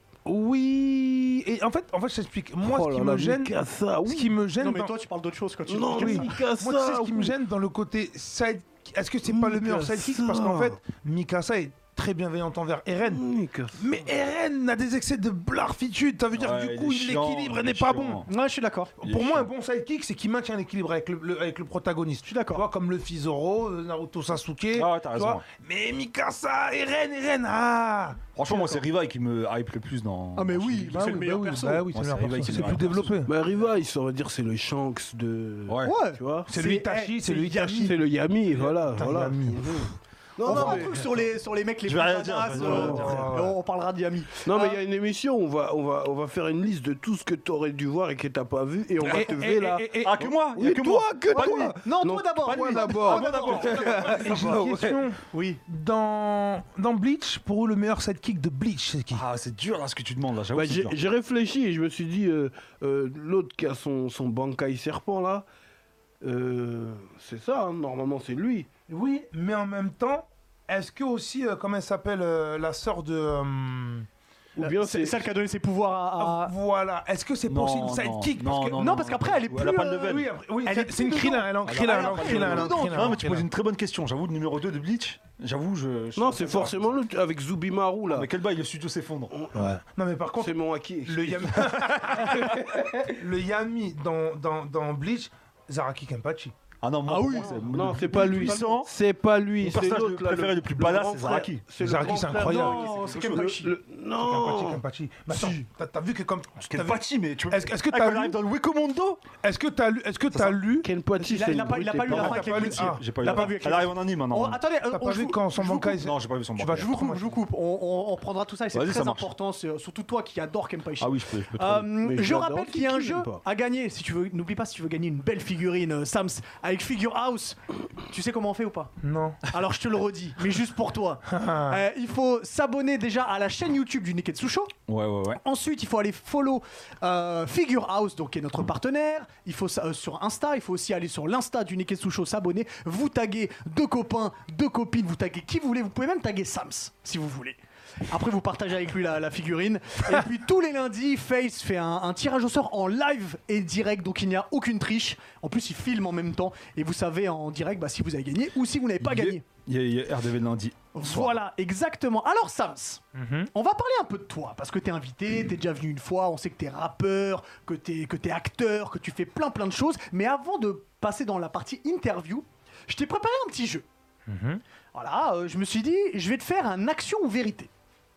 Oui. Et en fait, en fait, je t'explique. Moi,
Oh
ce qui
là
me
là,
gêne.
Mikasa,
Ce
oui.
qui me gêne.
Non, mais
dans-
toi, tu parles d'autre chose quand tu
Non,
dis
oui,
Mikasa.
Mikasa.
Moi, tu sais ce qui me gêne dans le côté side. Est-ce que c'est pas le meilleur
Mikasa.
sidekick Parce qu'en fait, Mikasa est très bienveillante envers Eren.
Mikasa.
Mais Eren a des excès de blarfitude. Ça veut dire que
Ouais,
du coup,
est
il-
chiant,
l'équilibre
il est
n'est pas
chiant.
bon.
Ouais, je suis d'accord.
Il est
Pour moi,
chiant.
un bon sidekick, c'est qui maintient l'équilibre avec le, le- avec le protagoniste. Je suis d'accord. Tu vois, comme le Zoro, euh, Naruto Sasuke.
Ah ouais, t'as
tu
raison.
vois. Mais Mikasa, Eren, Eren, ah
Franchement, moi, c'est Riva qui me hype le plus dans.
Ah, mais
dans
oui,
Shingeki.
c'est le meilleur perso.
bah oui,
Ouais,
c'est le
c'est
meilleur
vrai qu'il
perso, c'est
est
plus
meilleur perso.
développé.
Bah, Riva, il saurait dire c'est le Shanks de.
Ouais.
Ouais.
Tu vois
C'est le Itachi,
eh,
c'est le Itachi.
C'est le Yami, voilà.
Putain,
voilà.
Yami.
Non,
Enfin,
non, un
mais-
truc sur les, sur les mecs, les
Je vais rien
plus
dire,
badass,
je vais rien
euh,
dire.
euh, On parlera de Yami.
Non, mais il y a une émission, on va, on, va, on va faire une liste de tout ce que t'aurais dû voir et que t'as pas vu et on va
Et-
te
et-
lever là.
et- et- et-
Ah, que moi Il y a
Oui,
que
toi,
moi
que
Pas
toi
lui.
Non,
Non,
toi d'abord.
toi
oui.
d'abord.
Toi d'abord.
et eh, j'ai une question.
Oui.
Dans, dans Bleach, pour vous, le meilleur sidekick de Bleach, c'est qui
Ah, c'est dur là ce que tu demandes là, j'avoue.
Bah,
que c'est
j'ai
dur.
j'ai réfléchi et je me suis dit, euh, euh, l'autre qui a son, son Bankai serpent là, euh, c'est ça, hein, normalement c'est lui.
Oui, mais en même temps, est-ce que aussi, euh, comment elle s'appelle, euh, la sœur de... euh,
Ou bien
C'est
c'est.
celle qui a donné ses
Ah.
pouvoirs à.
Voilà, est-ce que c'est pour aussi
Non,
une sidekick
non,
parce que...
non,
Non, parce qu'après, elle est
Ouais, Elle a
plus,
pas de level.
Oui, après- oui,
Elle
c'est-
est
c'est Ah, une
plus
crélin, elle est en
Elle a-
crélin,
elle
elle est en
a-
crélin, elle est en
dedans,
crélin,
Non, mais
elle
tu
est en
poses
crélin.
une très bonne question. J'avoue, le numéro 2 de Bleach, j'avoue, je. je-
Non, c'est forcément l'autre avec Zubimaru là.
Ah, mais quel bail, le studio s'effondre.
Non, mais par contre,
C'est mon acquis.
le Yami... le Yami dans, dans, dans Bleach, Zaraki Kenpachi.
Ah non, moi,
Ah
pour
oui.
moi, c'est-
Non,
le-
c'est pas
le plus
lui.
puissant,
C'est pas lui.
Mon
C'est
personnage
l'autre là.
préféré le plus badass,
grand
c'est
frère.
Zaraki.
C'est le
Zaraki,
grand
c'est
frère.
incroyable.
Non,
C'est
c'est Kenpachi. Le- le-
Kenpachi,
Non.
Kenpachi. Mais attends, t'as- t'as vu que comme... t'as
Quel
vu-
pâti, mais tu
Est-ce que- est-ce que
Ah,
t'as
quand
lu-
il arrive dans le Wikomondo
Est-ce que t'as lu... Est-ce que t'as lu...
Kenpachi,
Il a-
c'est
il a
le
pas- il a
brute
pas eu la
énorme.
fin avec
T'as pas
les
lu-
boutiers.
Ah,
J'ai pas
T'as
eu-
pas vu avec
Elle
les-
arrive en anime hein,
On-
maintenant.
Attendez, euh,
T'as
on-
pas
je
vu
vous-
quand son
je vous
bancaille...
coupe.
Non, j'ai pas vu son
Tu
bras.
vas-
Je vous coupe, je vous coupe. On, on- on prendra tout ça et c'est
Vas-y, ça
très
marche.
important, c'est, euh, surtout toi qui adore Kenpachi.
Ah oui, je peux. je peux trop.
Euh,
Mais
je
je
rappelle
l'adore,
qu'il y a un
Kiki,
jeu
ou pas
à gagner. Si tu veux, n'oublie pas si tu veux gagner une belle figurine euh, Sams avec Figure House. Tu sais comment on fait ou pas
Non.
Alors je te le redis, mais juste pour toi. Euh, il faut s'abonner déjà à la chaîne YouTube du Neketsu Show.
Ouais, ouais, ouais.
Ensuite, il faut aller follow euh, Figure House, donc qui est notre partenaire. Il faut ça, euh, sur Insta, il faut aussi aller sur l'Insta du Neketsu Show, s'abonner. Vous taguez deux copains, deux copines, vous taguez qui vous voulez. Vous pouvez même taguer Sams si vous voulez. Après, vous partagez avec lui la, la figurine. Et puis tous les lundis, Face fait un, un tirage au sort en live et direct, donc il n'y a aucune triche. En plus, il filme en même temps. Et vous savez en direct bah, si vous avez gagné ou si vous n'avez pas
Yeah.
gagné.
Il y a- il y a RDV de lundi.
Voilà, exactement. Alors, Sams,
Mhm.
on va parler un peu de toi, parce que t'es invité, t'es déjà venu une fois, on sait que t'es rappeur, que t'es, que t'es acteur, que tu fais plein plein de choses. Mais avant de passer dans la partie interview, je t'ai préparé un petit jeu.
Mhm.
Voilà, euh, je me suis dit, je vais te faire un action ou vérité.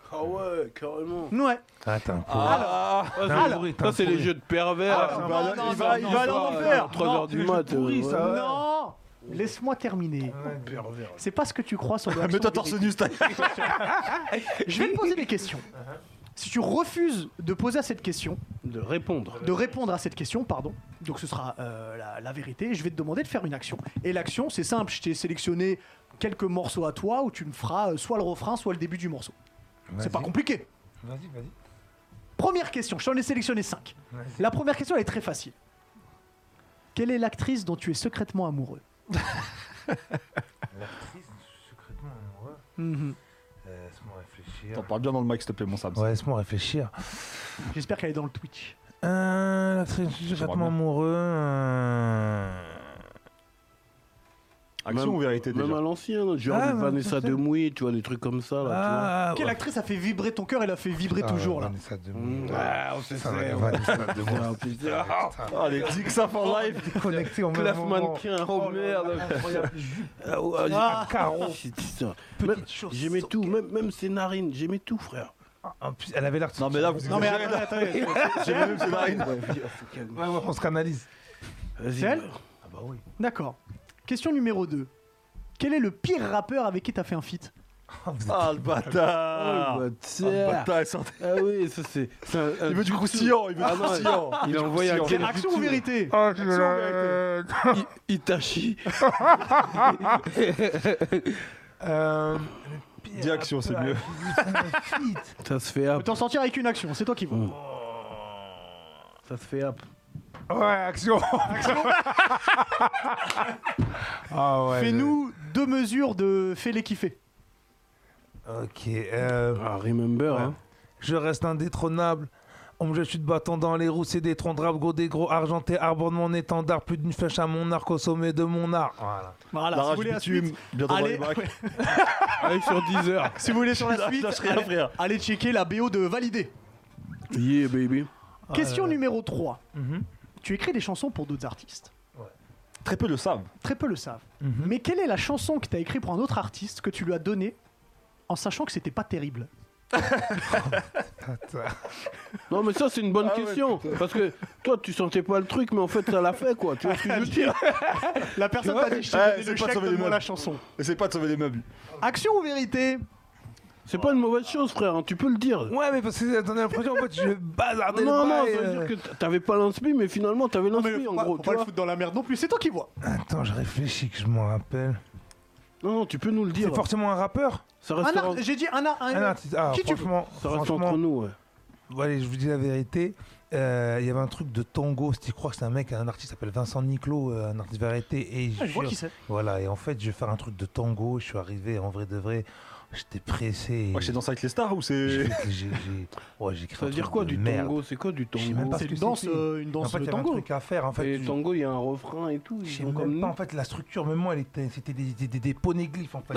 Ah ouais, carrément.
Ouais.
Attends.
Ah,
T'es un
alors,
pourri, t'es un
Ça, c'est les
pourri.
jeux de pervers.
Ah, non, non, non, non, non,
en
non,
enfer.
non,
3h du mat. euh,
pourris,
ouais.
ça. Ah ouais.
Non Euh, Laisse-moi terminer.
Pervers.
C'est pas ce que tu crois sur le
Mais
action
toi,
ou
torse
vérité.
nu, c'est- Uh-huh.
Je vais te poser des questions. Si tu refuses de poser à cette question,
De répondre.
de répondre à cette question, pardon. Donc ce sera euh, la, la vérité. Je vais te demander de faire une action. Et l'action, c'est simple. Je t'ai sélectionné quelques morceaux à toi où tu me feras euh, soit le refrain, soit le début du morceau. C'est pas compliqué.
Vas-y, vas-y.
Première question. Je t'en ai sélectionné 5. La première question, elle est très facile. Quelle est l'actrice dont tu es secrètement amoureux
Ah.
L'actrice secrètement amoureux.
Mhm.
Euh, Laisse-moi réfléchir.
T'en parles bien dans le mic, s'il te plaît, mon Sam.
Ouais, laisse-moi réfléchir.
J'espère qu'elle est dans le Twitch.
Euh, l'actrice du traitement
bien.
amoureux. euh,
Action
Même-
ou vérité
Même
déjà
à l'ancien, genre
Ah,
de
ouais,
Vanessa
tout à fait.
Demouy, tu vois, des trucs comme ça, là,
Ah, Mm.
Quelle actrice a fait vibrer ton cœur Elle a fait vibrer toujours là.
tu vois.
Ah,
on sait
putain,
c'est-
la Vanessa de moi.
Ah, putain.
Allez, Dix ça for life
Connecté en même
Claf
moment.
mannequin, oh merde. Ah, ouais, j'ai-
Ah, carreau.
Shit, putain. Même- J'aimais tout, même, même ses narines, j'aimais tout, frère.
En plus, elle avait l'air.
Non, mais là, vous
Non mais
exagérez,
attendez, attendez.
là. J'ai même
Ah,
c'est marrant.
Ouais, ouais, on se canalise.
Vas-y.
C'est elle
Ah bah oui.
D'accord. Question numéro 2. Quel est le pire rappeur avec qui t'as fait un feat
Ah, le bâtard
Oh,
Ah,
le
le
bâtard.
bâtard, il sortait-
Ah oui, ça c'est. c'est un- un-
il veut du croustillant, il veut
Ah
du
non,
croustillant
Il a envoyé un
C'est
quel-
action ou vérité
Oh,
Action, là
Itachi.
euh,
Dis action, c'est mieux.
Ça se fait
Faut
up.
t'en sortir avec une action, c'est toi qui vois.
Ça se fait up.
Ouais, action. ah ouais.
Fais-nous deux mesures de fais-les kiffer.
Ok. Euh,
Ah, remember,
Ouais.
hein.
Je reste indétrônable. On me jette chute battant dans les roues, c'est des troncs draps, gros des gros argentés, arbre de mon étendard, plus d'une flèche à mon arc au sommet de mon art. Voilà.
Voilà,
La
si vous
rage
voulez la
bitume,
suite.
bientôt dans
Allez,
les bacs.
Allez sur 10 heures.
si vous voulez sur la suite,
lâche rien,
allez-
frère.
allez checker la BO de Validé.
Yeah, baby.
Question numéro 3.
Mhm.
Tu écris des chansons pour d'autres artistes.
Très peu le savent.
Très peu le savent. Mais quelle est la chanson que t'as écrite pour un autre artiste que tu lui as donnée en sachant que c'était pas terrible
Non, mais ça, c'est une
Ah
bonne question. parce que toi, tu sentais pas le truc, mais en fait, ça l'a fait, quoi. Tu vois ce que je veux dire
La personne t'a dit je t'ai
Ouais,
donné
c'est
le
pas
chèque,
sauver les
donne-moi
meubles.
la chanson.
Essaye pas de sauver des meubles.
Action ou vérité
C'est pas une mauvaise chose, frère. hein, Tu peux le dire.
Ouais, mais parce que t'en as l'impression, en fait, je vais bazarder
Non,
le
non,
bail,
ça veut
euh.
dire que t- t'avais pas l'inspi, mais finalement, t'avais
Mais
l'inspi, en
faut pas-
gros.
faut
tu
pas le
vois.
foutre dans la merde non plus, c'est toi qui vois.
Attends, je réfléchis que je m'en rappelle.
Non, non, tu peux nous le dire.
C'est forcément un rappeur
Ça
Un
reste,
art- J'ai dit un art. un-
Ah, non, c'est- ah,
Qui tu veux
franchement,
ça reste
franchement,
entre nous, ouais.
bon, allez, je vous dis la vérité. euh, Il y avait un truc de tango, si tu crois que c'est un mec, un artiste qui s'appelle Vincent Niclot, euh, un artiste variété. Et
Ah, je vois
jure-
qui c'est.
Voilà, et en fait, je vais faire un truc de tango. Je suis arrivé en vrai de vrai. J'étais pressé. et
Moi, j'étais dans ça avec les stars ou
j'ai-
c'est.
j'ai- j'ai- ouais, j'ai écrit
Ça
un
veut dire
truc
quoi,
de
du
merde.
tango C'est quoi, du
Je sais même
tango
pas
C'est
ce que
une danse,
c'est.
euh, une danse
En fait, il y avait un
tango.
truc à faire. En fait,
Et
je-
tango, il y a un refrain et tout.
je
Ils
sais
sont
même
comme
pas,
nous.
en fait, la structure, même moi, elle était- c'était des, des, des, des ponéglyphes, en fait.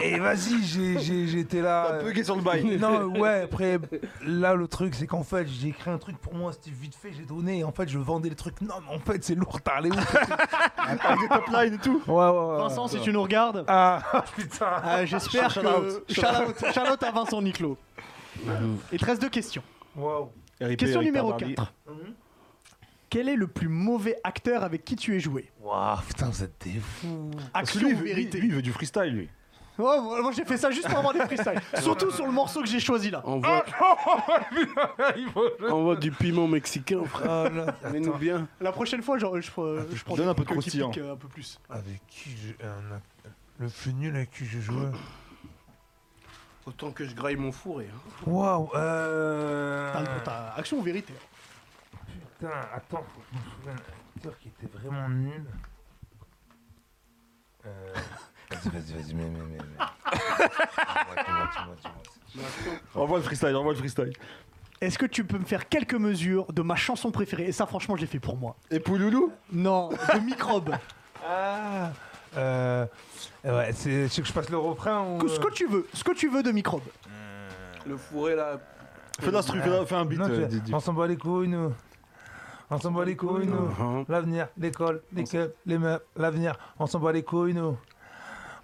et vas-y, j'ai- j'ai- j'étais là.
T'as
euh,
bugué sur le bail.
Non, ouais, après, là, le truc, c'est qu'en fait, j'ai écrit un truc pour moi, c'était vite fait, j'ai donné, et en fait, je vendais le truc. Non, mais en fait, c'est lourd, t'as allé où
Avec des top lines et tout.
Ouais, ouais, ouais.
Vincent, si tu nous regardes,
Ah, putain.
euh, j'espère
Shout
que.
out.
Shout out- shout out à Vincent Niclot. Il te reste deux questions.
Waouh.
RIP,
Question
Eric
numéro
Tardarly.
4. Quel est le plus mauvais acteur avec qui tu es joué
Waouh, putain, vous êtes des fous.
Parce que
Action
lui, il
ou
veut- lui-
vérité
lui, il veut du freestyle, lui.
Ouais, moi moi, j'ai fait ça juste pour avoir des freestyles. Surtout sur le morceau que j'ai choisi là.
Envoie,
Ah,
envoie du piment mexicain, frère.
Oh là,
Mets-nous
attends,
bien.
La prochaine fois, genre, je, ferai- je prends
Donne un peu de
trucs qui
croustillant.
piquent, euh, un peu plus.
avec qui je. un- le plus nul avec qui je jouais.
Autant que je graille mon hein. fourré.
Waouh, euh.
T'as t'as action ou vérité
Putain, attends, faut que je me souvienne d'un acteur qui était vraiment nul. Euh... Vas-y, vas-y, vas-y, mais, mais, mais. mais. Dis-moi, dis-moi, dis-moi, dis-moi.
Envoie le freestyle, envoie le freestyle.
Est-ce que tu peux me faire quelques mesures de ma chanson préférée Et ça, franchement, je l'ai fait pour moi.
Et Pouloulou
Non, de microbes.
Ah Euh, ouais, c'est c'est que je passe le refrain ou. euh,
Que- Ce que tu veux, ce que tu veux de microbe.
Le fourré là.
Fais l'instru, fais, fais un beat.
Non,
euh,
tu-
dis- dis-
On s'en bat les couilles, nous. On s'en bat les couilles, nous. L'avenir, l'école, les clubs, les meufs, l'avenir, on s'en bat les couilles, nous.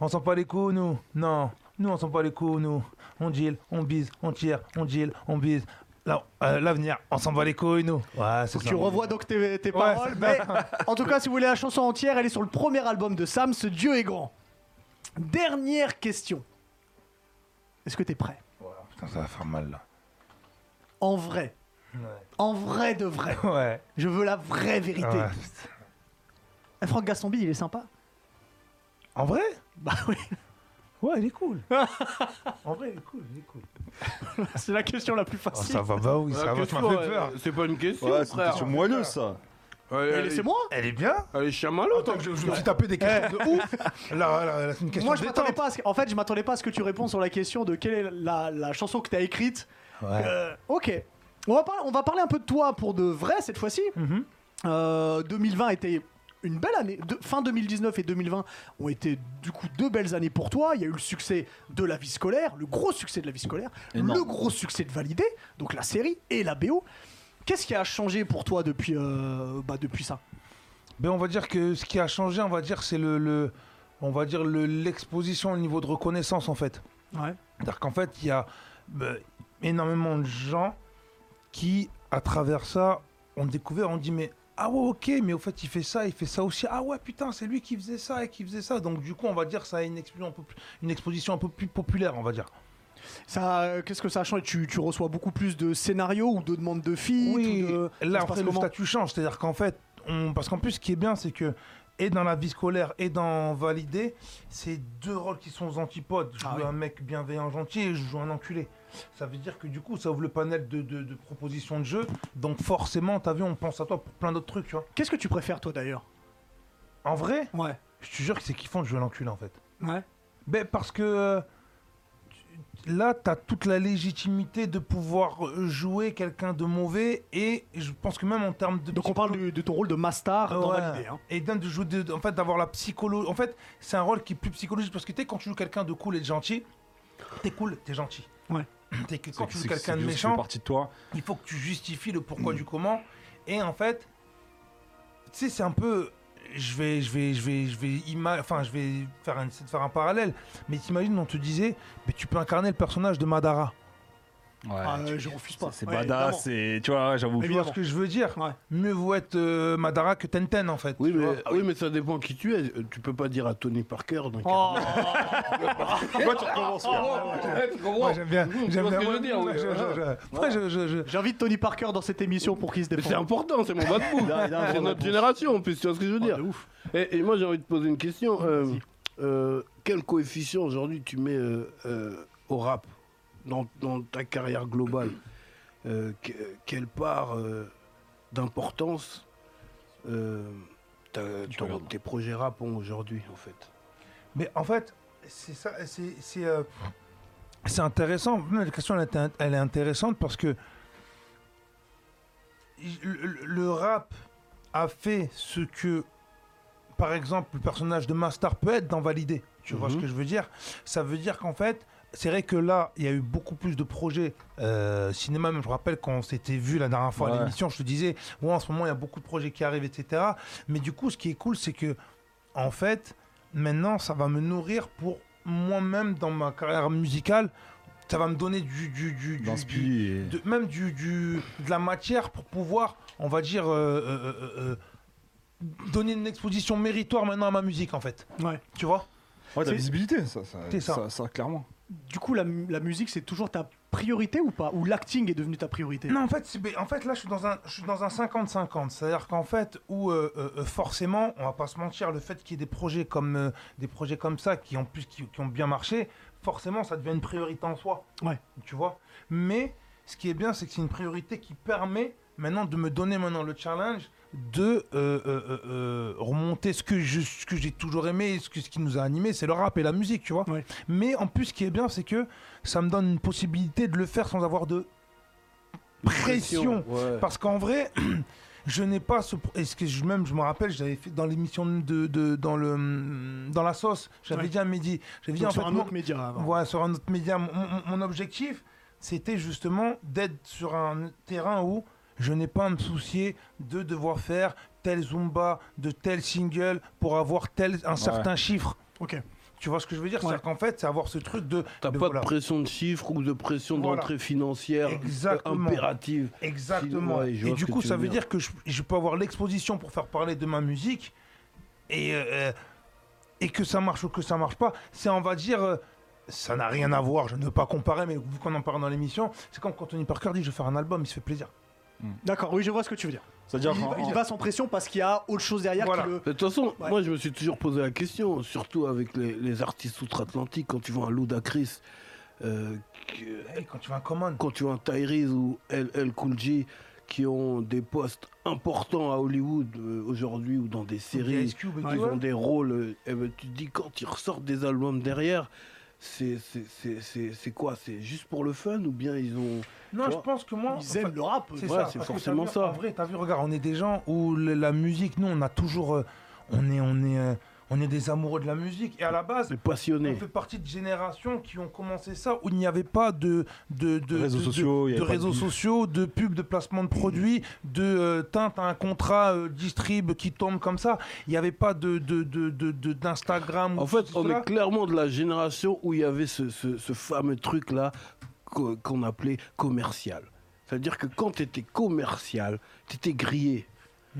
On s'en bat les couilles, nous. Non, nous, on s'en bat les couilles, nous. On deal, on bise, on tire, on deal, on bise. Là, euh, L'avenir, on s'en bat les couilles, nous. Ouais, c'est ça.
Tu revois donc tes, tes
Ouais,
paroles.
c'est
Mais en tout cas, si vous voulez la chanson entière, elle est sur le premier album de Sam, Ce Dieu est grand. Dernière question. Est-ce que t'es prêt
Putain, ça va faire mal, là.
En vrai. En vrai de vrai.
Ouais.
Je veux la vraie vérité.
ouais.
Eh, Franck Gastombi, il est sympa.
En vrai
Bah oui,
Ouais, il est cool. en vrai, il est cool, il est cool.
c'est la question la plus
Oh,
facile.
ça va, bah oui, ça va, tu m'as fait peur.
Ah, C'est pas une question,
Ouais, c'est une
frère.
question moelleuse, ça.
Elle,
Mais Euh, laissez-moi
Elle est bien
Elle est chamallow, toi.
Attends, que je, je me suis tapé des questions de ouf. Là, là, là, c'est une question
Moi, je
détente.
m'attendais pas à ce que- En fait, je m'attendais pas à ce que tu répondes sur la question de quelle est la, la chanson que t'as écrite.
Ouais.
Euh, ok. On va, parler, on va parler un peu de toi pour de vrai cette fois-ci.
Mhm.
Euh, 2020 était une belle année. De- fin 2019 et 2020 ont été du coup deux belles années pour toi. Il y a eu le succès de la vie scolaire, le gros succès de la vie scolaire,
Énorme.
le gros succès de Validé, donc la série et la BO. Qu'est-ce qui a changé pour toi depuis, euh, bah, depuis ça
Ben, on va dire que ce qui a changé, on va dire, c'est le, le- on va dire le- l'exposition, le niveau de reconnaissance en fait.
Ouais.
C'est-à-dire qu'en fait, il y a ben, énormément de gens qui, à travers ça, ont découvert, ont dit mais ah ouais ok, mais au fait il fait ça, il fait ça aussi. Ah ouais putain, c'est lui qui faisait ça et qui faisait ça. Donc du coup, on va dire ça a une exposition un peu plus, une exposition un peu plus populaire, on va dire.
Ça, euh, Qu'est-ce que ça a changé tu, tu reçois beaucoup plus de scénarios ou de demandes de filles
Oui, là
ça se
après
passe
le
comment
statut change, c'est-à-dire qu'en fait, on... parce qu'en plus ce qui est bien c'est que et dans la vie scolaire et dans valider, c'est deux rôles qui sont aux antipodes. Je joue
Ah oui.
un mec bienveillant, gentil et je joue un enculé. Ça veut dire que du coup ça ouvre le panel de, de- de propositions de jeu, donc forcément t'as vu on pense à toi pour plein d'autres trucs, tu vois.
Qu'est-ce que tu préfères toi d'ailleurs
En vrai,
Ouais.
je te jure que c'est kiffant de jouer à l'enculé en fait.
Ouais.
Ben parce que euh, tu- là, tu as toute la légitimité de pouvoir euh, jouer quelqu'un de mauvais et je pense que même en termes de...
Donc on parle du- de ton rôle de master dans
Ah, Ouais.
Validé. hein.
Et d'un de jouer, de- en fait, d'avoir la psychologie. En fait, c'est un rôle qui est plus psychologique parce que tu sais, quand tu joues quelqu'un de cool et de gentil, t'es cool, t'es gentil.
Ouais.
T'es que quand
C'est-
tu joues
c'est-
quelqu'un
c'est
de
juste
méchant,
fait partie de toi.
il faut que tu justifies le
Mm.
pourquoi du comment. Et en fait, tu sais, c'est un peu. Je vais, je vais, je vais, je vais, ima- enfin, je vais faire un, essayer de faire un parallèle. Mais t'imagines, on te disait, mais tu peux incarner le personnage de Madara.
Ah, euh, je refuse pas.
C'est
Ouais,
badass, et tu vois, j'avoue.
Tu vois ce que je veux dire
Ouais.
Mieux vaut être euh, Madara que Tenten, en fait.
Oui
tu
mais,
vois.
oui, mais ça dépend qui tu es. Euh, Tu peux pas dire à Tony Parker. Donc,
Oh,
Toi, tu recommences.
Ah,
Moi, j'aime bien. J'aime
vois ce que Oh,
bien.
je
Moi,
veux dire, oui. Ah.
je- je- je- moi, je- je- je-
J'invite Tony Parker dans cette émission pour qu'il se
Mais c'est
défende.
important, c'est mon bas de foule.
Il a- il a un vrai
C'est notre
bon
génération en plus, tu vois ce que je
Oh,
veux dire. Et, et moi j'ai envie de poser une question. Euh,
Vas-y.
euh, quel coefficient aujourd'hui tu mets euh, euh, au rap dans, dans ta carrière globale Euh, que- Quelle part euh, d'importance euh, t'as-
Tu
ton-
regardes.
tes projets rap ont aujourd'hui en fait
Mais en fait, c'est ça, c'est, c'est, euh, c'est intéressant. Même La question, elle est, int- elle est intéressante parce que il- le, le- le rap a fait ce que, par exemple, le personnage de Master peut être dans Validé. Tu vois
Mhm.
ce que je veux dire Ça veut dire qu'en fait, c'est vrai que là, il y a eu beaucoup plus de projets euh, cinéma. Même je me rappelle quand on s'était vu la dernière fois à
Ouais.
l'émission, je te disais, ouais, en ce moment, il y a beaucoup de projets qui arrivent, etc. Mais du coup, ce qui est cool, c'est que, en fait, maintenant, ça va me nourrir pour moi-même dans ma carrière musicale. Ça va me donner du, du, du, du, du-
D'inspi et-
de- même du, du- de la matière pour pouvoir, on va dire, euh, euh, euh, euh, donner une exposition méritoire maintenant à ma musique, en fait.
Ouais.
Tu vois
Ouais, la
C'est-
visibilité, ça, ça,
C'est ça.
ça, ça, clairement.
Du coup, la, mu- la musique, c'est toujours ta priorité ou pas Ou l'acting est devenu ta priorité
Non, en fait, c'est- mais en fait, là, je suis dans un, je suis dans un 50-50. C'est-à-dire qu'en fait, où euh, euh, euh, forcément, on va pas se mentir, le fait qu'il y ait des projets comme, euh, des projets comme ça qui ont plus, qui, qui ont bien marché, forcément, ça devient une priorité en soi.
Ouais.
Tu vois. Mais ce qui est bien, c'est que c'est une priorité qui permet maintenant de me donner maintenant le challenge de euh, euh, euh, euh, remonter ce que je, ce que j'ai toujours aimé, et ce que, ce qui nous a animé, c'est le rap et la musique, tu vois.
Ouais.
Mais en plus, ce qui est bien, c'est que ça me donne une possibilité de le faire sans avoir de pression.
Ouais.
Parce qu'en vrai, je n'ai pas ce. pro- Est-ce que je, même, je me rappelle, j'avais fait dans l'émission de, de- dans le dans la sauce, j'avais
Ouais.
dit à Mehdi, j'avais dit
Donc,
en
sur
fait,
un
mon-
autre média
Ah
avant.
voilà, sur un autre média, mon, mon- mon objectif, c'était justement d'être sur un terrain où je n'ai pas à me soucier de devoir faire tel zumba, de tel single pour avoir tel un certain chiffre.
Ok.
Tu vois ce que je veux dire C'est-à-dire qu'en fait, c'est avoir ce truc de.
T'as
de
pas
voilà.
de pression de chiffres ou de pression
Voilà.
d'entrée financière euh,
Exactement.
impérative.
Exactement.
Ouais, je
et
vois
du
ce que
coup,
tu
ça
veux
veut
dire.
dire que je, je peux avoir l'exposition pour faire parler de ma musique et, euh, euh, et que ça marche ou que ça marche pas. C'est, on va dire, euh, ça n'a rien à voir. Je ne veux pas comparer, mais vu qu'on en parle dans l'émission, c'est comme quand Tony Parker dit Je vais faire un album, il se fait plaisir.
D'accord, oui, je vois ce que tu veux dire.
C'est-à-dire
Il,
qu'en-
il va sans pression parce qu'il y a autre chose derrière
Voilà.
qui le.
De toute façon,
Ouais.
moi je me suis toujours posé la question, surtout avec les, les artistes outre-Atlantique, quand tu vois un Ludacris, euh, que-
Hey, Bah, quand tu vas à Common,
quand tu vois un Tyrese ou LL Cool J qui ont des postes importants à Hollywood euh, aujourd'hui ou dans des séries,
Ice Cube et
ils
tout,
ont
ouais.
des rôles, euh, eh ben, tu te dis quand ils ressortent des albums derrière, c'est c'est- c'est- c'est- c'est quoi C'est juste pour le fun ou bien ils ont...
Non,
tu
je
vois,
pense que moi.
Ils aiment le rap.
Ah, C'est
Ouais,
ça,
c'est
parce que
forcément
t'as vu,
ça.
En vrai, t'as vu, regarde, on est des gens où le- la musique, nous, on a toujours. euh, on est, on est, euh, on est des amoureux de la musique. Et à la base,
C'est
on
passionné.
fait partie de générations qui ont commencé ça où il n'y avait pas de, de, de
Réseaux
de-
sociaux, il y avait
de, de
pas de
réseaux
bif.
sociaux, de pubs, de placements de produits, de euh, teinte à un contrat euh, distrib qui tombe comme ça. Il n'y avait pas de de- de- de- de- d'Instagram. ou
En
tout
fait, on
cela.
est clairement de la génération où il y avait ce, ce- ce fameux truc-là qu'o- qu'on appelait commercial. C'est-à-dire que quand tu étais commercial, tu étais grillé.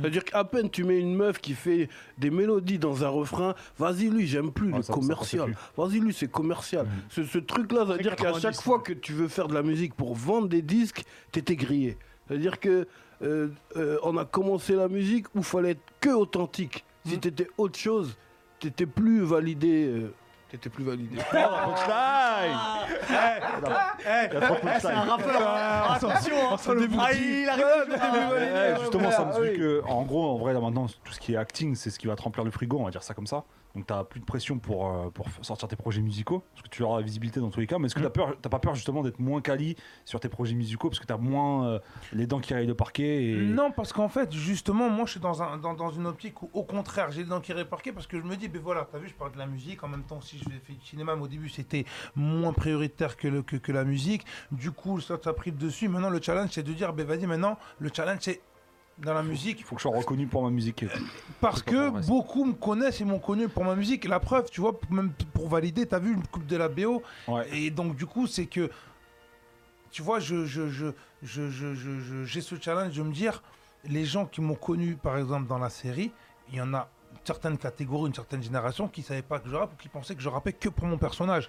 C'est-à-dire qu'à peine tu mets une meuf qui fait des mélodies dans un refrain, vas-y lui, j'aime plus
Ouais,
le
ça- ça
commercial. Vas-y lui, c'est commercial.
Mmh.
Ce, ce truc-là, c'est-à-dire qu'à
90,
chaque fois que tu veux faire de la musique pour vendre des disques, t'étais grillé. C'est-à-dire que euh, euh, on a commencé la musique où fallait être que authentique.
Mmh.
Si t'étais autre chose, t'étais plus validé. euh, t'étais plus validé.
Ah,
Punchline
Eh,
Il y a trop de
eh, c'est un
punchline.
rappeur. hein. Attention, hein. Ah, il arrive toujours à-
Ouais, justement, ça me dit que, en gros, en vrai, là maintenant, tout ce qui est acting, c'est ce qui va te remplir le frigo, on va dire ça comme ça. Donc, t'as plus de pression pour, euh, pour f- sortir tes projets musicaux, parce que tu auras la visibilité dans tous les cas. Mais est-ce que t'as peur, t'as pas peur justement d'être moins quali sur tes projets musicaux, parce que t'as moins euh, les dents qui rayent le parquet et...
Non, parce qu'en fait, justement, moi, je suis dans, un, dans, dans une optique où, au contraire, j'ai les dents qui réparquaient parce que je me dis, ben voilà, t'as vu, je parle de la musique. En même temps, si je fais du cinéma, mais au début, c'était moins prioritaire que, le, que, que la musique. Du coup, ça, ça a pris le dessus. Maintenant, le challenge, c'est de dire, ben vas-y, maintenant, le challenge, c'est dans la musique
Faut que je sois reconnu pour ma musique.
parce
C'est pas pour le
que
reste.
beaucoup me connaissent et m'ont connu pour ma musique. La preuve, tu vois, p- même p- pour valider, t'as vu une coupe de la BO.
Ouais.
Et donc, du coup, c'est que, tu vois, je, je, je, je, je- je- je- j'ai ce challenge de me dire, les gens qui m'ont connu, par exemple, dans la série, il y en a une certaine catégorie, une certaine génération qui savaient pas que je rappe ou qui pensaient que je rappais que pour mon personnage.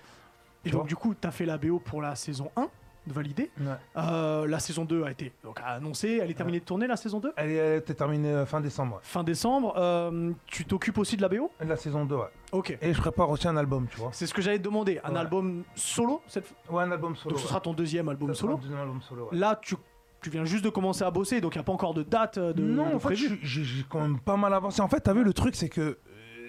Et donc, du coup, t'as fait la BO pour la saison 1 de valider. Euh, la saison 2 a été donc, annoncée. Elle est terminée de tourner, la saison 2
Elle est- elle était terminée euh, fin décembre,
Fin décembre. Euh, tu t'occupes aussi de la BO
ouais. la saison 2. ouais.
Ok.
Et je prépare aussi un album, tu vois.
C'est ce que j'allais te demander. Un
Ouais.
album solo cette... fois
Ouais, un album solo.
Donc, ce sera ton deuxième album solo.
Un album solo, ouais.
Là, tu, tu viens juste de commencer à bosser, donc il n'y a pas encore de date euh, de,
non,
de
en fait,
prévu.
je suis- j'ai j'ai quand même pas mal avancé. En fait, t'as vu, le truc, c'est que. euh,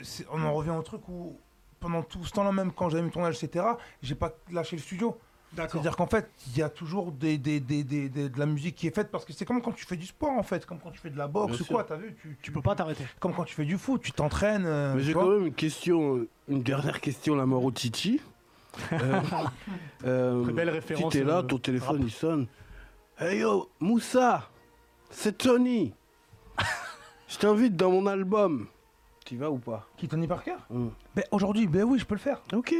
c'est- on en revient au truc où, pendant tout ce temps-là, même quand j'avais mes tournages, etc., j'ai pas lâché le studio. C'est-à-dire qu'en fait, il y a toujours des, des, des, des- des- de la musique qui est faite parce que c'est comme quand tu fais du sport, en fait, comme quand tu fais de la boxe
Bien
ou quoi, t'as vu tu,
Tu peux pas t'arrêter.
Comme quand tu fais du foot, tu t'entraînes. euh,
Mais j'ai
tu vois.
quand même une question, euh, une dernière question, la mort au Titi. Euh, euh,
Très belle référence,
Si t'es là,
euh,
ton téléphone il sonne. Hey yo, Moussa, c'est Tony. Je t'invite dans mon album. T'y vas ou pas
Qui Tony Parker
Hmm.
Ben, Aujourd'hui, ben oui, je peux le faire.
Ok,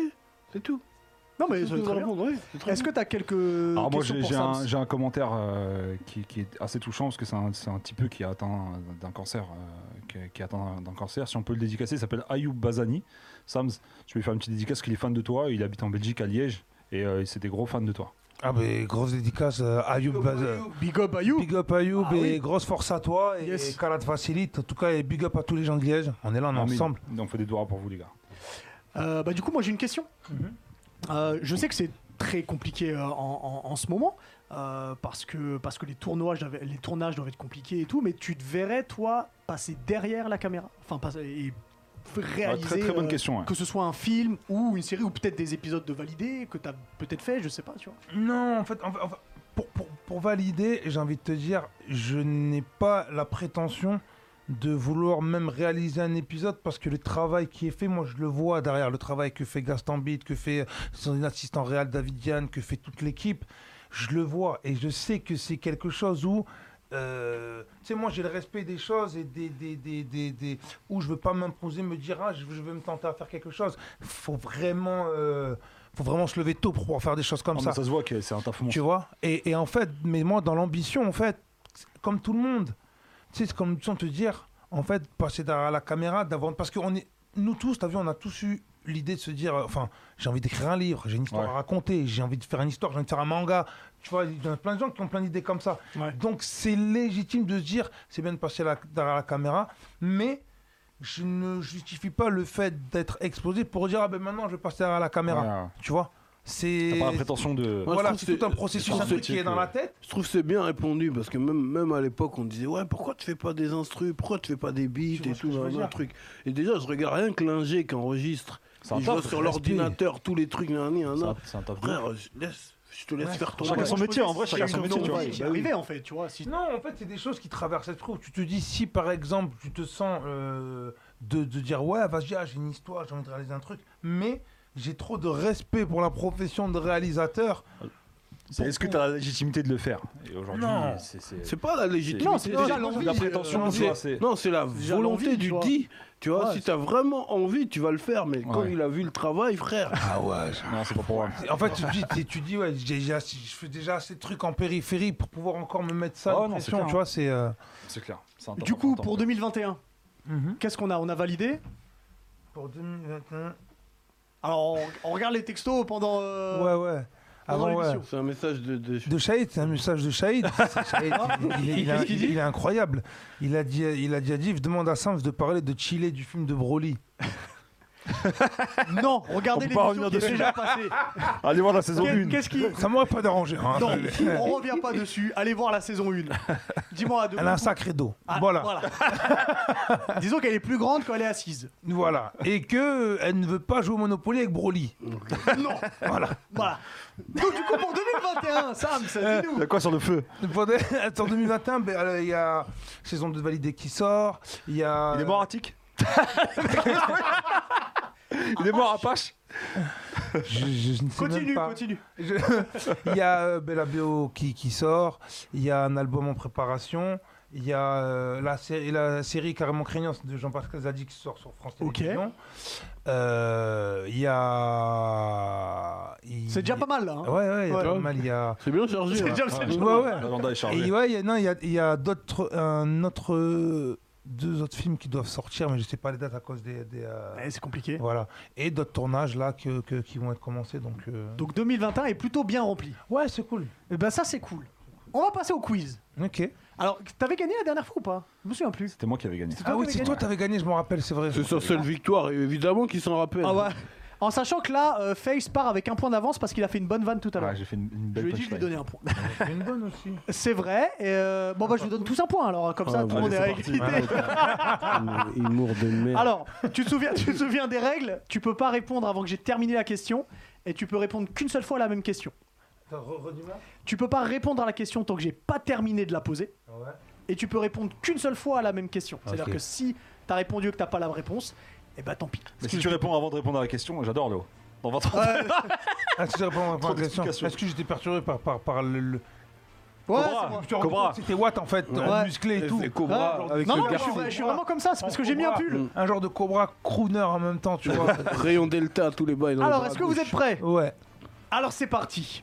c'est tout. Ah,
Non, mais
C'est
ça
tout
va
à
très bien.
répondre, oui, c'est très
Est-ce
bien.
que t'as quelques
Alors
questions
moi j'ai
Euh, pour
j'ai
Sam
un, j'ai un commentaire euh, qui, qui est assez touchant parce que c'est un, c'est un petit peu qui est atteint euh, d'un cancer, euh, qui, qui est atteint d'un- d'un cancer. Si on peut le dédicacer, il s'appelle Ayoub Bazani. Sams, je vais faire une petite dédicace parce qu'il est fan de toi. Il habite en Belgique à Liège et euh, c'est des gros fans de toi.
Ah, ben, grosse dédicace à Ayoub Baza.
Big up à you.
Big up à Youb
Ah
et
oui.
grosse force à toi et
Yes.
et Karat Facilite. En tout cas, et big up à tous les gens de Liège. On est là, on est
Amin.
ensemble.
Donc fait des doigts pour vous les gars.
Euh, bah, du coup, moi j'ai une question.
Mhm.
Euh, je sais que c'est très compliqué euh, en, en- en ce moment euh, parce que parce que les tournois, j'avais- les tournages doivent être compliqués et tout. Mais tu te verrais toi passer derrière la caméra, enfin passer- et
Ah,
réaliser.
très très bonne
euh,
question. ouais.
Que ce soit un film ou une série ou peut-être des épisodes de validés que t'as peut-être fait, je sais pas, tu vois.
Non, en fait, en fait- en fait, pour, pour- pour valider, j'ai envie de te dire, je n'ai pas la prétention de vouloir même réaliser un épisode parce que le travail qui est fait, moi je le vois derrière le travail que fait Gaston Bide, que fait euh, son assistant réel David Diane, que fait toute l'équipe, je le vois et je sais que c'est quelque chose où euh, tu sais, moi j'ai le respect des choses et des, des, des, des, des- où je veux pas m'imposer, me dire ah, je, je veux me tenter à faire quelque chose. Faut vraiment, euh, faut vraiment se lever tôt pour pouvoir faire des choses comme
Ah,
ça.
mais ça se voit que c'est un taf
Tu vois et, et en fait, mais moi, dans l'ambition, en fait, c'est comme tout le monde, tu sais, c'est comme l'ambition de te dire, en fait, passer derrière la caméra, d'avant. Parce que on est, nous tous, t'as vu, on a tous eu l'idée de se dire, euh, enfin, j'ai envie d'écrire un livre, j'ai une histoire
Ouais.
à raconter, j'ai envie de faire une histoire, j'ai envie de faire un manga. Tu vois, il y en a plein de gens qui ont plein d'idées comme ça.
Ouais.
Donc, c'est légitime de se dire, c'est bien de passer la- derrière la caméra, mais. Je ne justifie pas le fait d'être exposé pour dire ah ben maintenant je vais passer derrière la caméra.
T'as
Tu vois, c'est
pas la prétention de.
Moi, je
voilà,
trouve
c'est
que
tout un
c'est-
processus,
c'est
un truc
ce
qui est dans la tête.
Je trouve que c'est bien répondu parce que même, même à l'époque on disait ouais pourquoi tu fais pas des instrus, pourquoi tu fais pas des
Tu
beats
vois
et
ce que
tout
je veux
un
dire.
truc. Et déjà je regarde rien que l'ingé qui enregistre.
C'est un
Il joue
taf,
sur
respect.
l'ordinateur tous les trucs nan, nan,
C'est
nan.
un- C'est un taf de.
Frère, je, laisse- je te laisse
Ouais,
faire ton
chacun
bail.
son métier, en vrai, chacun son métier, tu vois. Bah
J'y arrivais en fait, tu vois. Si...
Non, en fait, c'est des choses qui traversent cette trou. Tu te dis, si par exemple, tu te sens euh, de, de dire, ouais, vas-y, ah, j'ai une histoire, j'ai envie de réaliser un truc, mais j'ai trop de respect pour la profession de réalisateur.
C'est- Est-ce que t'as la légitimité de le faire Et aujourd'hui,
Non.
c'est. c'est-
C'est pas la légitimité.
Non, c'est déjà l'envie.
la prétention,
euh,
tu vois, c'est.
Non, c'est la
Déjà
volonté
l'envie, tu
du
vois.
dit. Tu vois,
Ouais,
si t'as vraiment envie, tu vas le faire. Mais quand
Ouais.
il a vu le travail, frère. Ah ouais.
Non, c'est pas pour moi.
En fait, tu te dis, t'es- tu te dis ouais, j'ai- j'ai assez- je fais déjà assez de trucs en périphérie pour pouvoir encore me mettre ça
Ah
en
ouais, non, c'est
pression,
clair,
tu vois, c'est... euh,
C'est clair. c'est un taf
Du coup,
important. Mhm.
pour 2021, qu'est-ce qu'on a On a validé
Pour 2021...
Alors, on, on regarde les textos pendant. euh,
Ouais, ouais.
pendant
Avant, ouais.
l'émission.
C'est un message de. de-
De Shahid, c'est un message de Shahid. Shahid, il, il- il- il-
Qu'est-ce qu'il dit
il est incroyable. Il a, dit, il a déjà dit je demande à Sams de parler de Chile du film de Broly.
Non, regardez
On peut
l'émission
pas revenir
qui est
dessus.
déjà passée.
Allez voir la saison 1.
Qu'est- Qu'est-ce qui.
Ça m'aurait pas dérangé. hein.
Non, on revient pas dessus. Allez voir la saison 1. Dis-moi à deux.
Elle a un sacré dos.
Ah,
voilà. voilà.
voilà. Disons qu'elle est plus grande quand elle est assise.
Et que euh, elle ne veut pas jouer au Monopoly avec Broly.
Non,
Voilà.
voilà. Donc, du coup, pour 2021, Sam, ça,
Il y
dis-nous.
a quoi sur le feu
Pendant- Attends, 2021, ben, alors, il y a saison 2 de Validé qui sort. Il y a.
Il est mort à Tic Il est mort à Pache
Je, je- je ne sais
Continue,
même pas.
continue.
Je- il y a euh, Bella Bio qui, qui sort, il y a un album en préparation, il y a euh, la, sé- la série Carrément Craignance de Jean-Pascal Zadi qui sort sur France
Ok.
Télévisions. Euh, Il y a. il-
C'est déjà pas mal là. hein.
Ouais, ouais, il y a
Ouais.
pas mal. Il y a.
C'est bien chargé.
C'est
hein.
déjà c'est déjà-
Ouais, ouais.
L'agenda est
Et
chargé.
ouais, il y a- non, il y a, il y a d'autres. Un autre. euh, Deux autres films qui doivent sortir, mais je sais pas les dates à cause des. des, euh,
Eh, C'est compliqué.
Voilà. Et d'autres tournages là que, que- qui vont être commencés. Donc. euh,
Donc 2021 est plutôt bien rempli.
Ouais, c'est cool.
Et ben ça, c'est cool. On va passer au quiz.
Ok.
Alors, t'avais gagné la dernière fois ou pas Je me souviens plus.
C'était moi qui avais gagné.
C'est toi
Ah oui,
qui avais
c'est
gagné
toi, t'avais gagné, je me rappelle, c'est vrai.
C'est sa seule victoire. et évidemment qu'il s'en rappelle.
Ah ouais. En sachant que là, euh, Face part avec un point d'avance parce qu'il a fait une bonne vanne tout à l'heure.
Ouais, Ah, j'ai fait une, une
je
belle
lui ai dit de lui
punchline.
donner un point.
une bonne aussi.
C'est vrai. Et euh, bon, bah, je vous donne tous un point alors. Comme ça,
Ah,
tout le
allez,
monde est
c'est
à égalité.
Humour de merde.
Alors, tu te, souviens, tu te souviens des règles Tu peux pas répondre avant que j'ai terminé la question. Et tu peux répondre qu'une seule fois à la même question.
Redis-moi.
Tu peux pas répondre à la question tant que j'ai pas terminé de la poser.
Ouais.
Et tu peux répondre qu'une seule fois à la même question.
Ah,
C'est-à-dire
Ok.
que si t'as répondu et que t'as pas la réponse, eh bah tant pis.
Mais si tu réponds avant de répondre à la question, j'adore Léo. Dans 20 ans,
Ah, tu sais répondre à
Trop
la question.
d'explications.
Est-ce que j'étais perturbé par, par, par le. le-
Ouais,
Cobra.
c'est moi.
Je te rends
Cobra.
compte que C'était Watt en fait,
Ouais.
euh, musclé et
Et
tout. Ah,
c'est Cobra
Ouais.
avec
Non,
le
non, je suis,
garçon.
je suis vraiment comme ça. C'est parce que j'ai mis un pull.
Un genre de Cobra crooner en même temps, tu vois.
Rayon Delta, tous les bails. dans le
Alors,
bras
est-ce que vous
gauche.
êtes prêts
ouais.
Alors, c'est parti.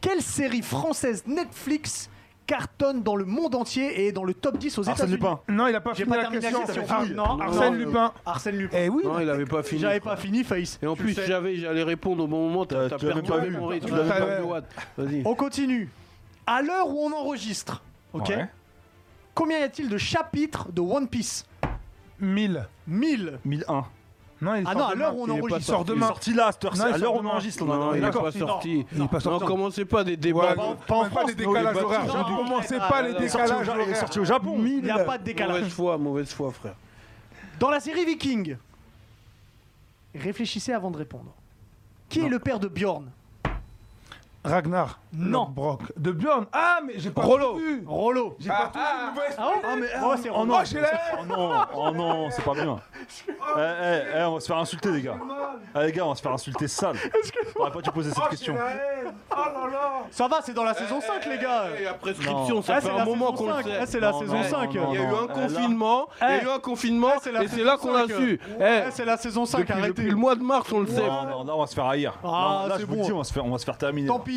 Quelle série française Netflix cartonne dans le monde entier et est dans le top 10 aux
Arsène
États-Unis
Lupin.
Non, il a pas
J'ai
fini
pas
la
terminé
question.
la question.
Ar-
Fini. Non,
non,
Arsène Lupin.
Arsène Lupin.
Eh oui.
Non, il avait pas Euh, fini.
J'avais pas fini, Face.
Et en
Tu
plus,
sais.
j'avais, j'allais répondre au bon moment. T'as,
T'as-
t'as
tu l'as
perdu
même pas vu.
ton rythme.
Tu l'as même pas
de
vu.
Watt. Vas-y.
On continue. À l'heure où on enregistre, ok
Ouais.
Combien y a-t-il de chapitres de One Piece
1000.
1000.
1001.
Non, il
Ah
sort
non, à
demain.
l'heure où on
il est pas
enregistre.
sort
Il est
demain.
sorti là, à cette heure-ci.
Non, il
à l'heure où
sort
on
demain.
enregistre, on en
Non,
a-
non, il est
d'accord,
pas
si,
sorti.
Il est pas
Non,
sorti.
commencez pas des débats.
Voilà,
Bon,
pas en France, les décalages
bâtards.
horaires.
Non,
Ne commencez
arrête,
pas les
Il est sorti au
décalages
Ja- il est
horaires.
sorti au Japon.
Il n'y a pas de décalage.
Mauvaise foi, mauvaise foi, frère.
Dans la série Viking, réfléchissez avant de répondre. Qui est le père de Bjorn
Ragnar.
Non.
Brock. De Björn. Ah, mais j'ai pas
Rollo.
tout vu.
Rollo.
J'ai pas tout vu.
Ah, ouais Ah, mais oh, c'est
Oh
Rollo.
non,
j'ai l'air.
oh non, oh non, c'est pas bien. Eh, eh, eh, on va se faire insulter, les gars. Ah, les gars, on va se faire insulter sale. On pas dû poser cette question.
Oh là là.
Ça va, c'est dans la saison 5, les gars.
Il y a prescription,
Non.
Ah,
ça
c'est
fait
la
un moment
saison
qu'on le
5.
sait.
Ah, c'est la
Non,
saison
non,
5.
non,
Il y a eu un
Eh, là-
confinement, il y a
Eh.
eu un confinement,
c'est la
et c'est là
saison
qu'on l'a
5,
su.
Eh,
Eh,
C'est la saison 5,
Depuis,
arrêtez.
depuis le mois de mars, on le sait.
Non, non, là, on va se faire haïr.
Ah,
Non, là,
c'est
je vous
bon.
le dis, on va se faire, on va se faire terminer.
Tant
là.
pis.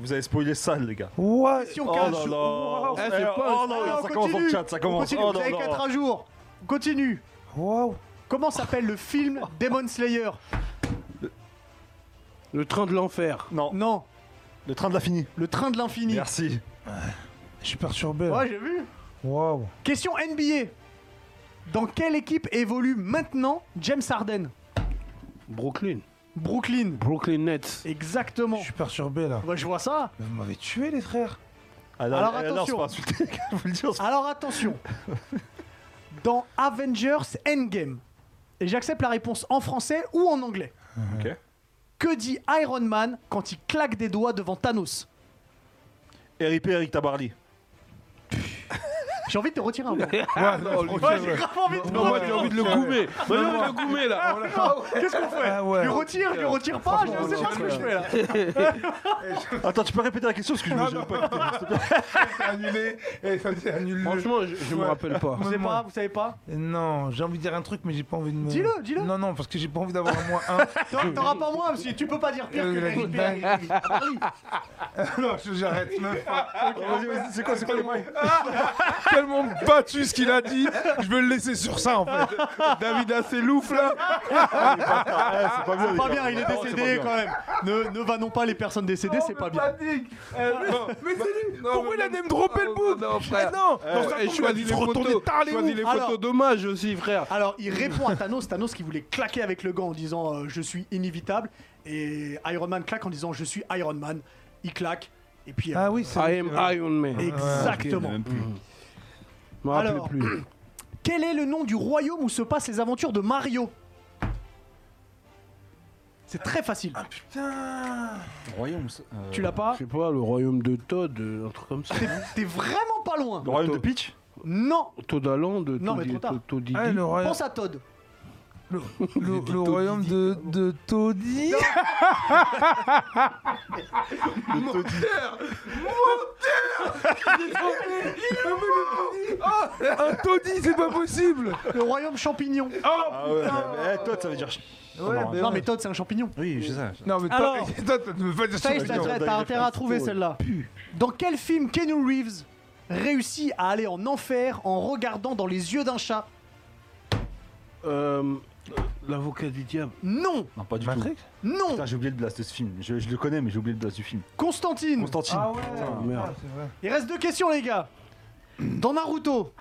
Vous avez spoilé sale, les gars.
Ouais.
Si on
Oh là
cache.
là.
Oh,
Eh,
Eh,
c'est pas-
oh
Ah, on
là, ça commence dans le
continue.
chat, ça
On
commence.
continue,
Oh
vous
là
avez
là.
4 à jour. On Continue.
Wow.
Comment s'appelle le film Demon Slayer
Le train de l'enfer.
Non,
Non,
le train de l'infini.
le train de l'infini.
Merci.
Je suis perturbé. là.
Ouais, j'ai vu.
Wow.
Question NBA. Dans quelle équipe évolue maintenant James Harden
Brooklyn.
Brooklyn.
Brooklyn Nets.
Exactement.
Je suis perturbé là.
Bah, je vois ça.
Vous m'avez tué les frères.
Ah, là,
Alors,
eh, là, on se
attention.
fait insulter, les gars, je vous le dis, on se-
Alors attention. Dans Avengers Endgame, et j'accepte la réponse en français ou en anglais.
Mhm.
Ok.
Que dit Iron Man quand il claque des doigts devant Thanos
RIP Eric Tabarly.
J'ai envie de te retirer un peu. Ouais,
Ouais, Ah, non, le
j'ai grave envie de te
Non, moi,
retirer.
j'ai envie de le goumer.
Bah, non, le goumé, là.
Qu'est-ce qu'on fait
Ah ouais.
Je lui retire, je lui retire pas, je sais pas ce que je fais là.
Attends, tu peux répéter la question parce que je me j'ai pas écouté.
C'est annulé. Eh, ça, c'est annulé.
Franchement, je, je me rappelle pas.
Vous savez pas, vous savez pas
Non, j'ai envie de dire un truc, mais j'ai pas envie de me.
Dis-le, dis-le.
Non, non, parce que j'ai pas envie d'avoir un moins un.
T'auras t'auras pas moi, parce que tu peux pas dire
Euh,
pire que la JPR.
Non, je- j'arrête même pas.
Vas-y, vas-y, c'est quoi, c'est quoi les mailles
Tellement battu ce qu'il a dit, je vais le laisser sur ça en fait. David assez louf là.
Ah, C'est pas bien, les
Pas
gars.
bien, il est
Non, c'est pas
décédé
bien.
quand même. Ne, ne vannons pas les personnes décédées, c'est pas bien.
Mais c'est lui Pourquoi il a même droppé le bout
Ah, Non, frère.
Eh Non Dans sa
Eh,
tombe,
choisis
il a dit,
les
se retourner,
photos.
taré,
Choisis
ouf.
les
Alors-
photos d'hommage aussi, frère.
Alors il répond à Thanos, Thanos qui voulait claquer avec le gant en disant euh, je suis inévitable et Iron Man claque en disant je suis Iron Man. Il claque et puis euh,
Ah oui, c'est
I am Iron Man.
exactement.
Je me rappelle
Alors-
plus.
Quel est le nom du royaume où se passent les aventures de Mario C'est très facile.
Putain
Royaume. ça- euh,
tu l'as pas
Je sais pas, le royaume de Todd, euh, un truc comme ça.
T'es- T'es vraiment pas loin.
Le royaume de Peach
Non.
Todaland,
Non, mais trop tard.
Todidi.
Ah, le, roya-
Pense à Todd.
le, le- le royaume de, de Toddy Un Toddy, c'est pas possible
Le royaume champignon.
Ah ouais, mais- eh, Todd, ça veut dire. ch- Non,
Non mais Todd c'est un champignon.
Oui, je sais.
Non mais toi,
Alors-
toi, tu me fais des
Ça y est,
sourires.
t'as-
Dingue,
t'as
dingue,
intérêt à
dingue,
trouver
dingue.
celle-là. Dans quel film Keanu Reeves réussit à aller en enfer en regardant dans les yeux d'un chat
Euh, L'avocat du diable.
Non,
Non, pas du tout.
Matrix
non,
Putain, j'ai oublié le blast de ce film. Je, je le connais, mais j'ai oublié le blast du film.
Constantine.
Constantine.
Ah ouais
merde.
Ah, c'est vrai.
Il reste deux questions, les gars. Dans Naruto,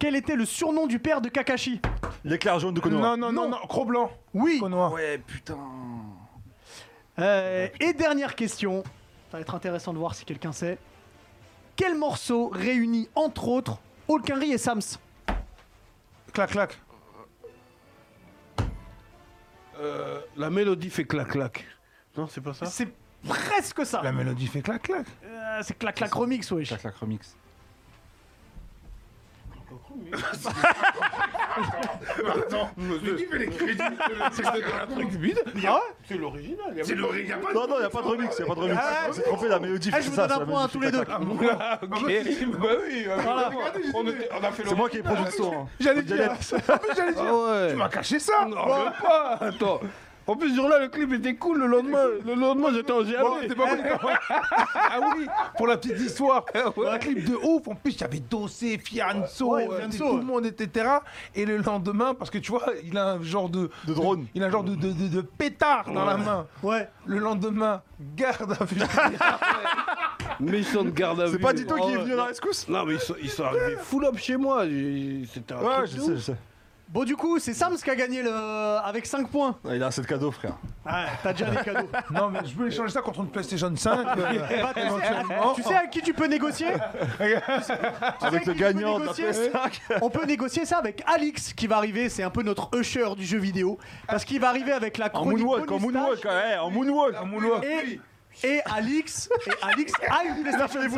quel était le surnom du père de Kakashi
L'éclair jaune de Konoha.
Non, non, non, non, gros blanc
Oui.
Konoha.
Ouais, putain.
Euh, et dernière question. Ça va être intéressant de voir si quelqu'un sait. Quel morceau réunit entre autres Hulkenry et Sams
Clac, clac
Euh, la mélodie fait clac-clac. Non,
Ah,
c'est pas ça
C'est presque ça.
La mélodie fait clac, clac
Euh, c'est clac clac remix, wesh.
Clac, clac, remix.
Ah ouais
C'est l'original.
Non, non, y a pas de remix, y a pas de remix.
Ah,
C'est trompé la mélodie.
Ah,
c'est
je vous
ça,
donne
c'est
un
la
point à
mélodie,
tous les deux.
clac, clac.
Voilà.
On, était- on a fait le.
C'est moi qui ai produit le son. hein.
J'allais
Faut le
dire,
dire.
j'allais dire,
Ah ouais.
tu m'as caché ça
Non, même pas. Attends. En plus, ce jour-là, le clip était cool. Le lendemain, le lendemain j'étais en
Bon,
GAB.
t'es pas bon, t'es pas- ah oui, pour la petite histoire, un clip de ouf. En plus, il y avait Dossé, Fianso,
Ouais,
euh,
Fianso,
tout
ouais.
le monde, etc. Et le lendemain, parce que tu vois, il a un genre de,
De drone.
il a un genre de, de, de- de pétard dans la main.
Ouais.
Le lendemain, garde à vue.
Méchant de garde à vue.
C'est pas Dito qui est
Ah ouais.
venu à la rescousse
Non, mais ils sont, ils sont arrivés full up chez moi. J'ai- C'était un
Ouais,
truc
je
de
sais,
ouf.
je sais.
Bon, du coup, c'est Sams qui a gagné le... avec 5 points.
Ah, Il a assez de cadeaux, frère.
Ah, t'as déjà des cadeaux.
non, mais je peux échanger ça contre une PlayStation 5. euh,
Bah, tu, sais,
éventuellement.
tu sais à qui tu peux négocier
Avec
qui
le
tu peux
gagnant de la
négocier
PS5.
On peut négocier ça avec Alix qui va arriver. C'est un peu notre usher du jeu vidéo. Parce qu'il va arriver avec la
En
chronique
moonwalk, hein. en
bonus
moonwalk,
stage
ouais, en moonwalk.
Un moulot.
Et Et Alix, et Alix a une PlayStation 5.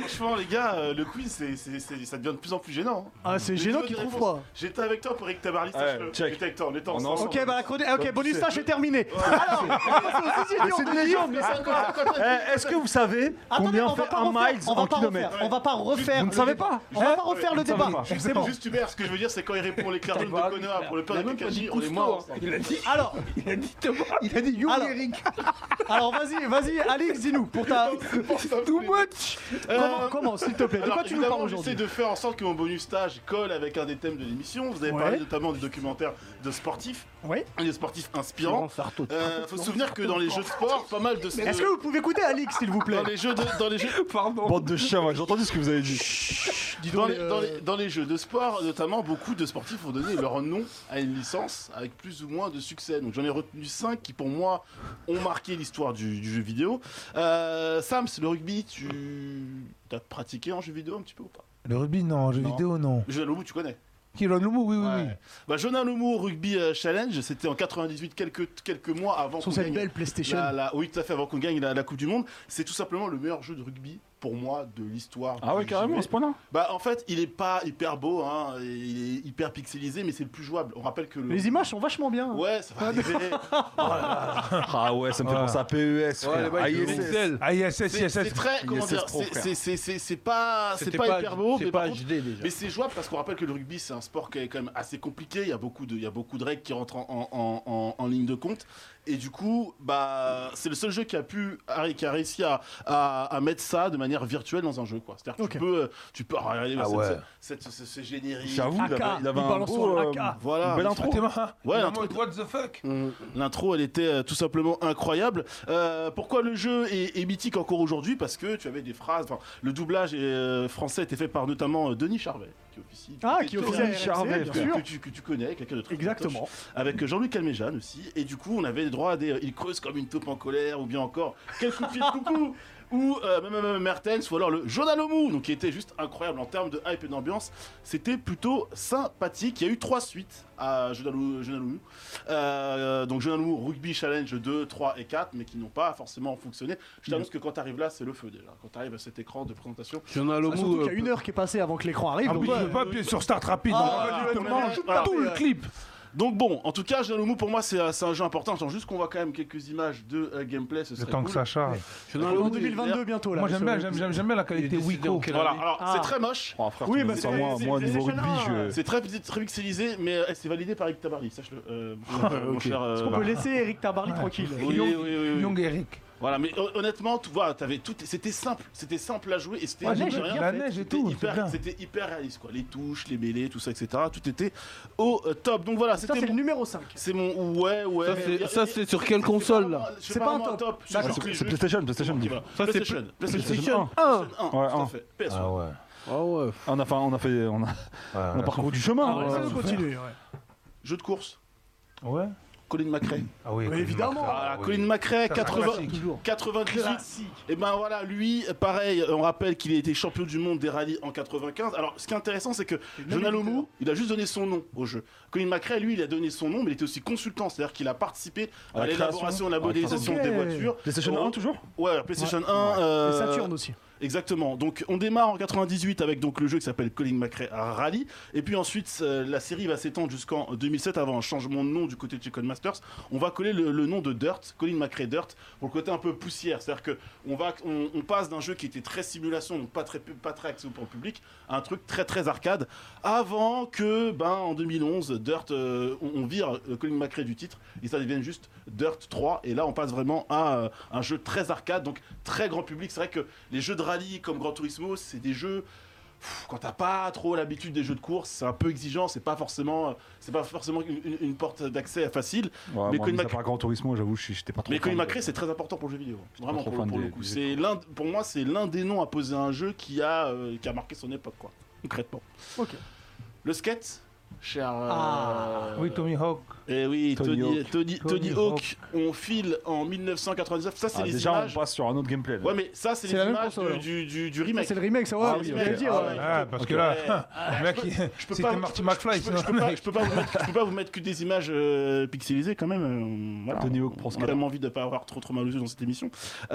Franchement, les gars, euh, le quiz, c'est, c'est- c'est- ça devient de plus en plus gênant.
Ah, c'est
Les
gênant
deux
qu'il trouve
réponses.
pas.
J'étais avec toi pour Eric Tabarly,
Ouais,
sache-le.
check.
J'étais avec toi, on était
On est
ensemble.
ensemble.
Ok, bah la chronique. ah, Ok, bonus stage est terminé. Alors, on passe aux six idiots de livres.
Eh, Est-ce que vous savez
Attendez,
combien
on va
fait
pas
un
refaire-
miles
on va
en
pas
kilomètres
refaire- On va pas refaire.
Vous ne
le
savez
débat.
pas
On va pas refaire le
savez
débat.
pas.
C'est bon.
Juste Hubert, ce que je veux dire, c'est quand il répond les clairons de connard pour le père de Kakashi, on est mort.
hein.
Il a dit,
Alors,
il a dit Thomas, il a dit
you, alors vas-y, vas-y, Alix, dis-nous pour ta.
too much.
Comment, comment, s'il te plaît De
Alors,
quoi tu nous parles
évidemment, j'essaie
aujourd'hui
de faire en sorte que mon bonus stage colle avec un des thèmes de l'émission. Vous avez
Ouais.
parlé notamment des documentaires de sportifs,
Oui.
et des sportifs inspirants. Euh, faut se souvenir que dans les jeux de sport, pas mal de ce-
Est-ce que vous pouvez écouter Alix, s'il vous plaît
dans les jeux de- dans les jeux
Pardon.
Bande de chiens, ouais, j'ai entendu ce que vous avez dit.
Dis
Dans
donc,
les,
euh,
dans les- dans les jeux de sport, notamment, beaucoup de sportifs ont donné leur nom à une licence avec plus ou moins de succès. Donc j'en ai retenu 5 qui, pour moi, ont marqué l'histoire du, du jeu vidéo. Euh, Sams, le rugby, tu as pratiqué en jeu vidéo un petit peu ou pas
Le rugby, non. Jeux
Non.
vidéo, non.
Le jeu à l'eau, tu connais
Kilon Lumu, oui, oui, oui.
Ouais. Bah, Jonah Lomu Rugby euh, Challenge, c'était en 98, quelques, quelques mois avant
Sur
qu'on
cette
gagne.
belle PlayStation.
la- la- oui, tout à fait, avant qu'on gagne la, la Coupe du Monde. C'est tout simplement le meilleur jeu de rugby pour moi de l'histoire.
Ah ouais,
du
carrément,
JV.
à ce point-là
Bah en fait, il est pas hyper beau, hein, il est hyper pixelisé, mais c'est le plus jouable. On rappelle que le...
Les images sont vachement bien.
Ouais, ça va arriver.
Ah ouais, ça me fait
Ouais.
penser à PES, frère.
Ouais,
Ah,
les mecs,
ISS.
ils
Ah, ISS,
C'est c'est
ISS.
très, comment
ISS
dire,
Pro,
c'est-
frère.
c'est- c'est c'est- c'est pas, c'est pas, hyper beau, mais
C'est
par
pas
contre-
HD déjà.
mais c'est jouable parce qu'on rappelle que le rugby c'est un sport qui est quand même assez compliqué. Il y a beaucoup de, il y a beaucoup de règles qui rentrent en, en- en- en- en ligne de compte. Et du coup, bah, c'est le seul jeu qui a pu, qui a réussi à, à- à mettre ça de manière virtuelle dans un jeu, quoi. C'est-à-dire que
Ok.
tu peux, euh, tu peux ah, regardez,
Ah
cette-
ouais.
cette- ce, ce- ce générique.
J'avoue, il
AK,
avait, il avait
il
un
balance
beau,
sur le
euh,
AK.
Voilà.
une belle
Ah,
intro.
t'es marrant.
Ouais,
Il est en
un truc-
mode, what the fuck
Mm. L'intro, elle était euh, tout simplement incroyable. Euh, pourquoi le jeu est, est mythique encore aujourd'hui Parce que tu avais des phrases. enfin, Le doublage euh, français était fait par notamment euh, Denis Charvet, qui officie. du
Ah,
Pétorin,
qui officie à
Denis
RMC,
Charvet,
bien
que,
sûr.
que tu, que tu connais, quelqu'un de très
Exactement.
avec Jean-Luc Calmejane aussi. Et du coup, on avait le droit à des euh, il creuse comme une taupe en colère, ou bien encore quel coup de pied de coucou, ou euh, même, même Mertens, ou alors le Journal Homo, donc qui était juste incroyable en termes de hype et d'ambiance. C'était plutôt sympathique. Il y a eu trois suites à Journal Homo- Journal Homo. Euh, donc Journal Homo, Rugby Challenge 2, 3 et 4, mais qui n'ont pas forcément fonctionné. Je t'annonce que quand t'arrives là, c'est le feu déjà. Quand t'arrives à cet écran de présentation,
J'en ai le euh,
Ah, Surtout
mou.
qu'il y a une heure qui est passée avant que l'écran arrive.
En
donc,
plus, Ah je
ouais.
peux pas appuyer sur Start rapide.
Ah,
donc,
ouais,
vas-y,
ouais,
te
ouais,
mange
ouais, ouais.
tout le clip.
Donc bon, en tout cas, Jaloumou pour moi c'est un c'est un jeu important. Genre juste qu'on voit quand même quelques images de euh, gameplay, ce
Le
serait
temps que
cool.
ça charge.
Journal
En
Homo, il est-
2022 bientôt là.
Moi, j'aime
sur-
bien, j'aime- j'aime j'aime bien la qualité Wico.
Voilà, alors
Ah.
c'est très moche.
Oh, frère,
Oui,
tu me
bah,
dis
c'est-
ça, moi,
c'est-
moi,
c'est
niveau
déjà
rugby,
là.
je.
C'est très, très pixelisé, mais euh, c'est validé par Eric Tabarly, sache-le. euh, mon- mon cher, euh,
On peut laisser Eric Tabarly
Ouais.
tranquille.
Oui, oui, oui, oui, oui.
Young Eric.
Voilà, mais hon- honnêtement, tu vois, t'avais tout, c'était simple, c'était simple à jouer et c'était
Ouais,
mine de
j'ai-
rien,
la
en fait,
neige et
c'était
tout, c'est bien.
hyper, c'était hyper réaliste quoi. Les touches, les mêlées, tout ça, etc. Tout était au euh, top. Donc voilà,
Ça, c'est
c'était
le
mon-
numéro 5.
c'est mon ouais ouais.
Ça,
Il y a-
c'est- Ça,
il y a-
c'est sur quelle
c'est
console
pas
là
vraiment-
C'est pas un top.
top.
D'accord.
Genre,
C'est
les
c'est
jeux-
PlayStation, PlayStation.
Voilà.
Ça, c'est
PlayStation, PlayStation 1.
PlayStation
1.
Ouais,
tout
un.
à fait. PS1.
Ah ouais.
Ah ouais.
On a fait, on a fait, on a, on a parcouru du chemin.
Ah, ouais,
ouais.
ça, on continue. ouais.
Jeu de course,
Ouais.
Colin McRae.
Ah oui.
Mais évidemment.
Ah, Colin McRae,
Ça, c'est un
80,
classique.
Toujours.
98. Et ben voilà, lui, pareil, on rappelle qu'il a été champion du monde des rallyes en 95. Alors, ce qui est intéressant, c'est que Jonah Lomu, il a juste donné son nom au jeu. Colin McRae, lui, il a donné son nom, mais il était aussi consultant, c'est-à-dire qu'il a participé
À
à,
la création.
l'élaboration, à la
Ah,
modélisation
ok.
des voitures.
PlayStation
Oh.
1 toujours
Ouais, PlayStation 1. euh,
Et Saturne aussi.
Exactement. Donc on démarre en 98 avec donc le jeu qui s'appelle Colin McRae Rally et puis ensuite euh, la série va s'étendre jusqu'en 2007 avant un changement de nom du côté de chez Codemasters. On va coller le, le nom de Dirt, Colin McRae Dirt pour le côté un peu poussière, c'est-à-dire que on va on, on passe d'un jeu qui était très simulation donc pas très pu- pas très accessible pour le public à un truc très très arcade avant que ben en 2011 Dirt euh, on, on vire euh, Colin McRae du titre et ça devient juste Dirt 3 et là on passe vraiment à euh, un jeu très arcade donc très grand public, c'est vrai que les jeux de rallye comme Gran Turismo, c'est des jeux pff, quand t'as pas trop l'habitude des jeux de course, c'est un peu exigeant, c'est pas forcément, euh, c'est pas forcément une, une- une porte d'accès facile.
Ouais,
Mais
moi,
Colin
mis à
Mac-
part Gran Turismo, j'avoue, je suis- j'étais pas trop.
Mais Colin
fan de-
McRae, c'est très important pour le jeu vidéo.
pas
Vraiment
trop
pour, le-
fan
pour le
des-
coup,
des
c'est l'un, pour moi, c'est l'un des noms à poser à un jeu qui a, euh, qui a marqué son époque, quoi, concrètement.
Ok.
Le skate, cher. euh,
Ah.
Oui, Tommy Hawk.
Et Eh oui,
Tony
Tony,
Hawk.
Tony, Tony
Tony
Hawk, on file en 1999. Ça, c'est
Ah,
les
déjà,
images.
on passe sur un autre gameplay. là.
Ouais, mais ça, c'est
C'est
les
la même
images
console,
du,
alors.
du, du, du
Ça,
remake.
C'est le remake, ça
Ah
va.
oui,
je
ok.
vais le dire,
Ah
ouais.
ouais.
Ah, parce que
Ouais.
là,
Ah,
le mec,
je peux-
il-
je peux pas-
c'était
je
Marty
peux-
McFly.
je peux- je peux pas- je peux pas vous mettre- je peux pas vous mettre que des images euh, pixelisées quand même. euh, voilà.
Tony Hawk prend ce
On a
qu'il a.
tellement envie de ne pas avoir trop trop mal aux yeux dans cette émission.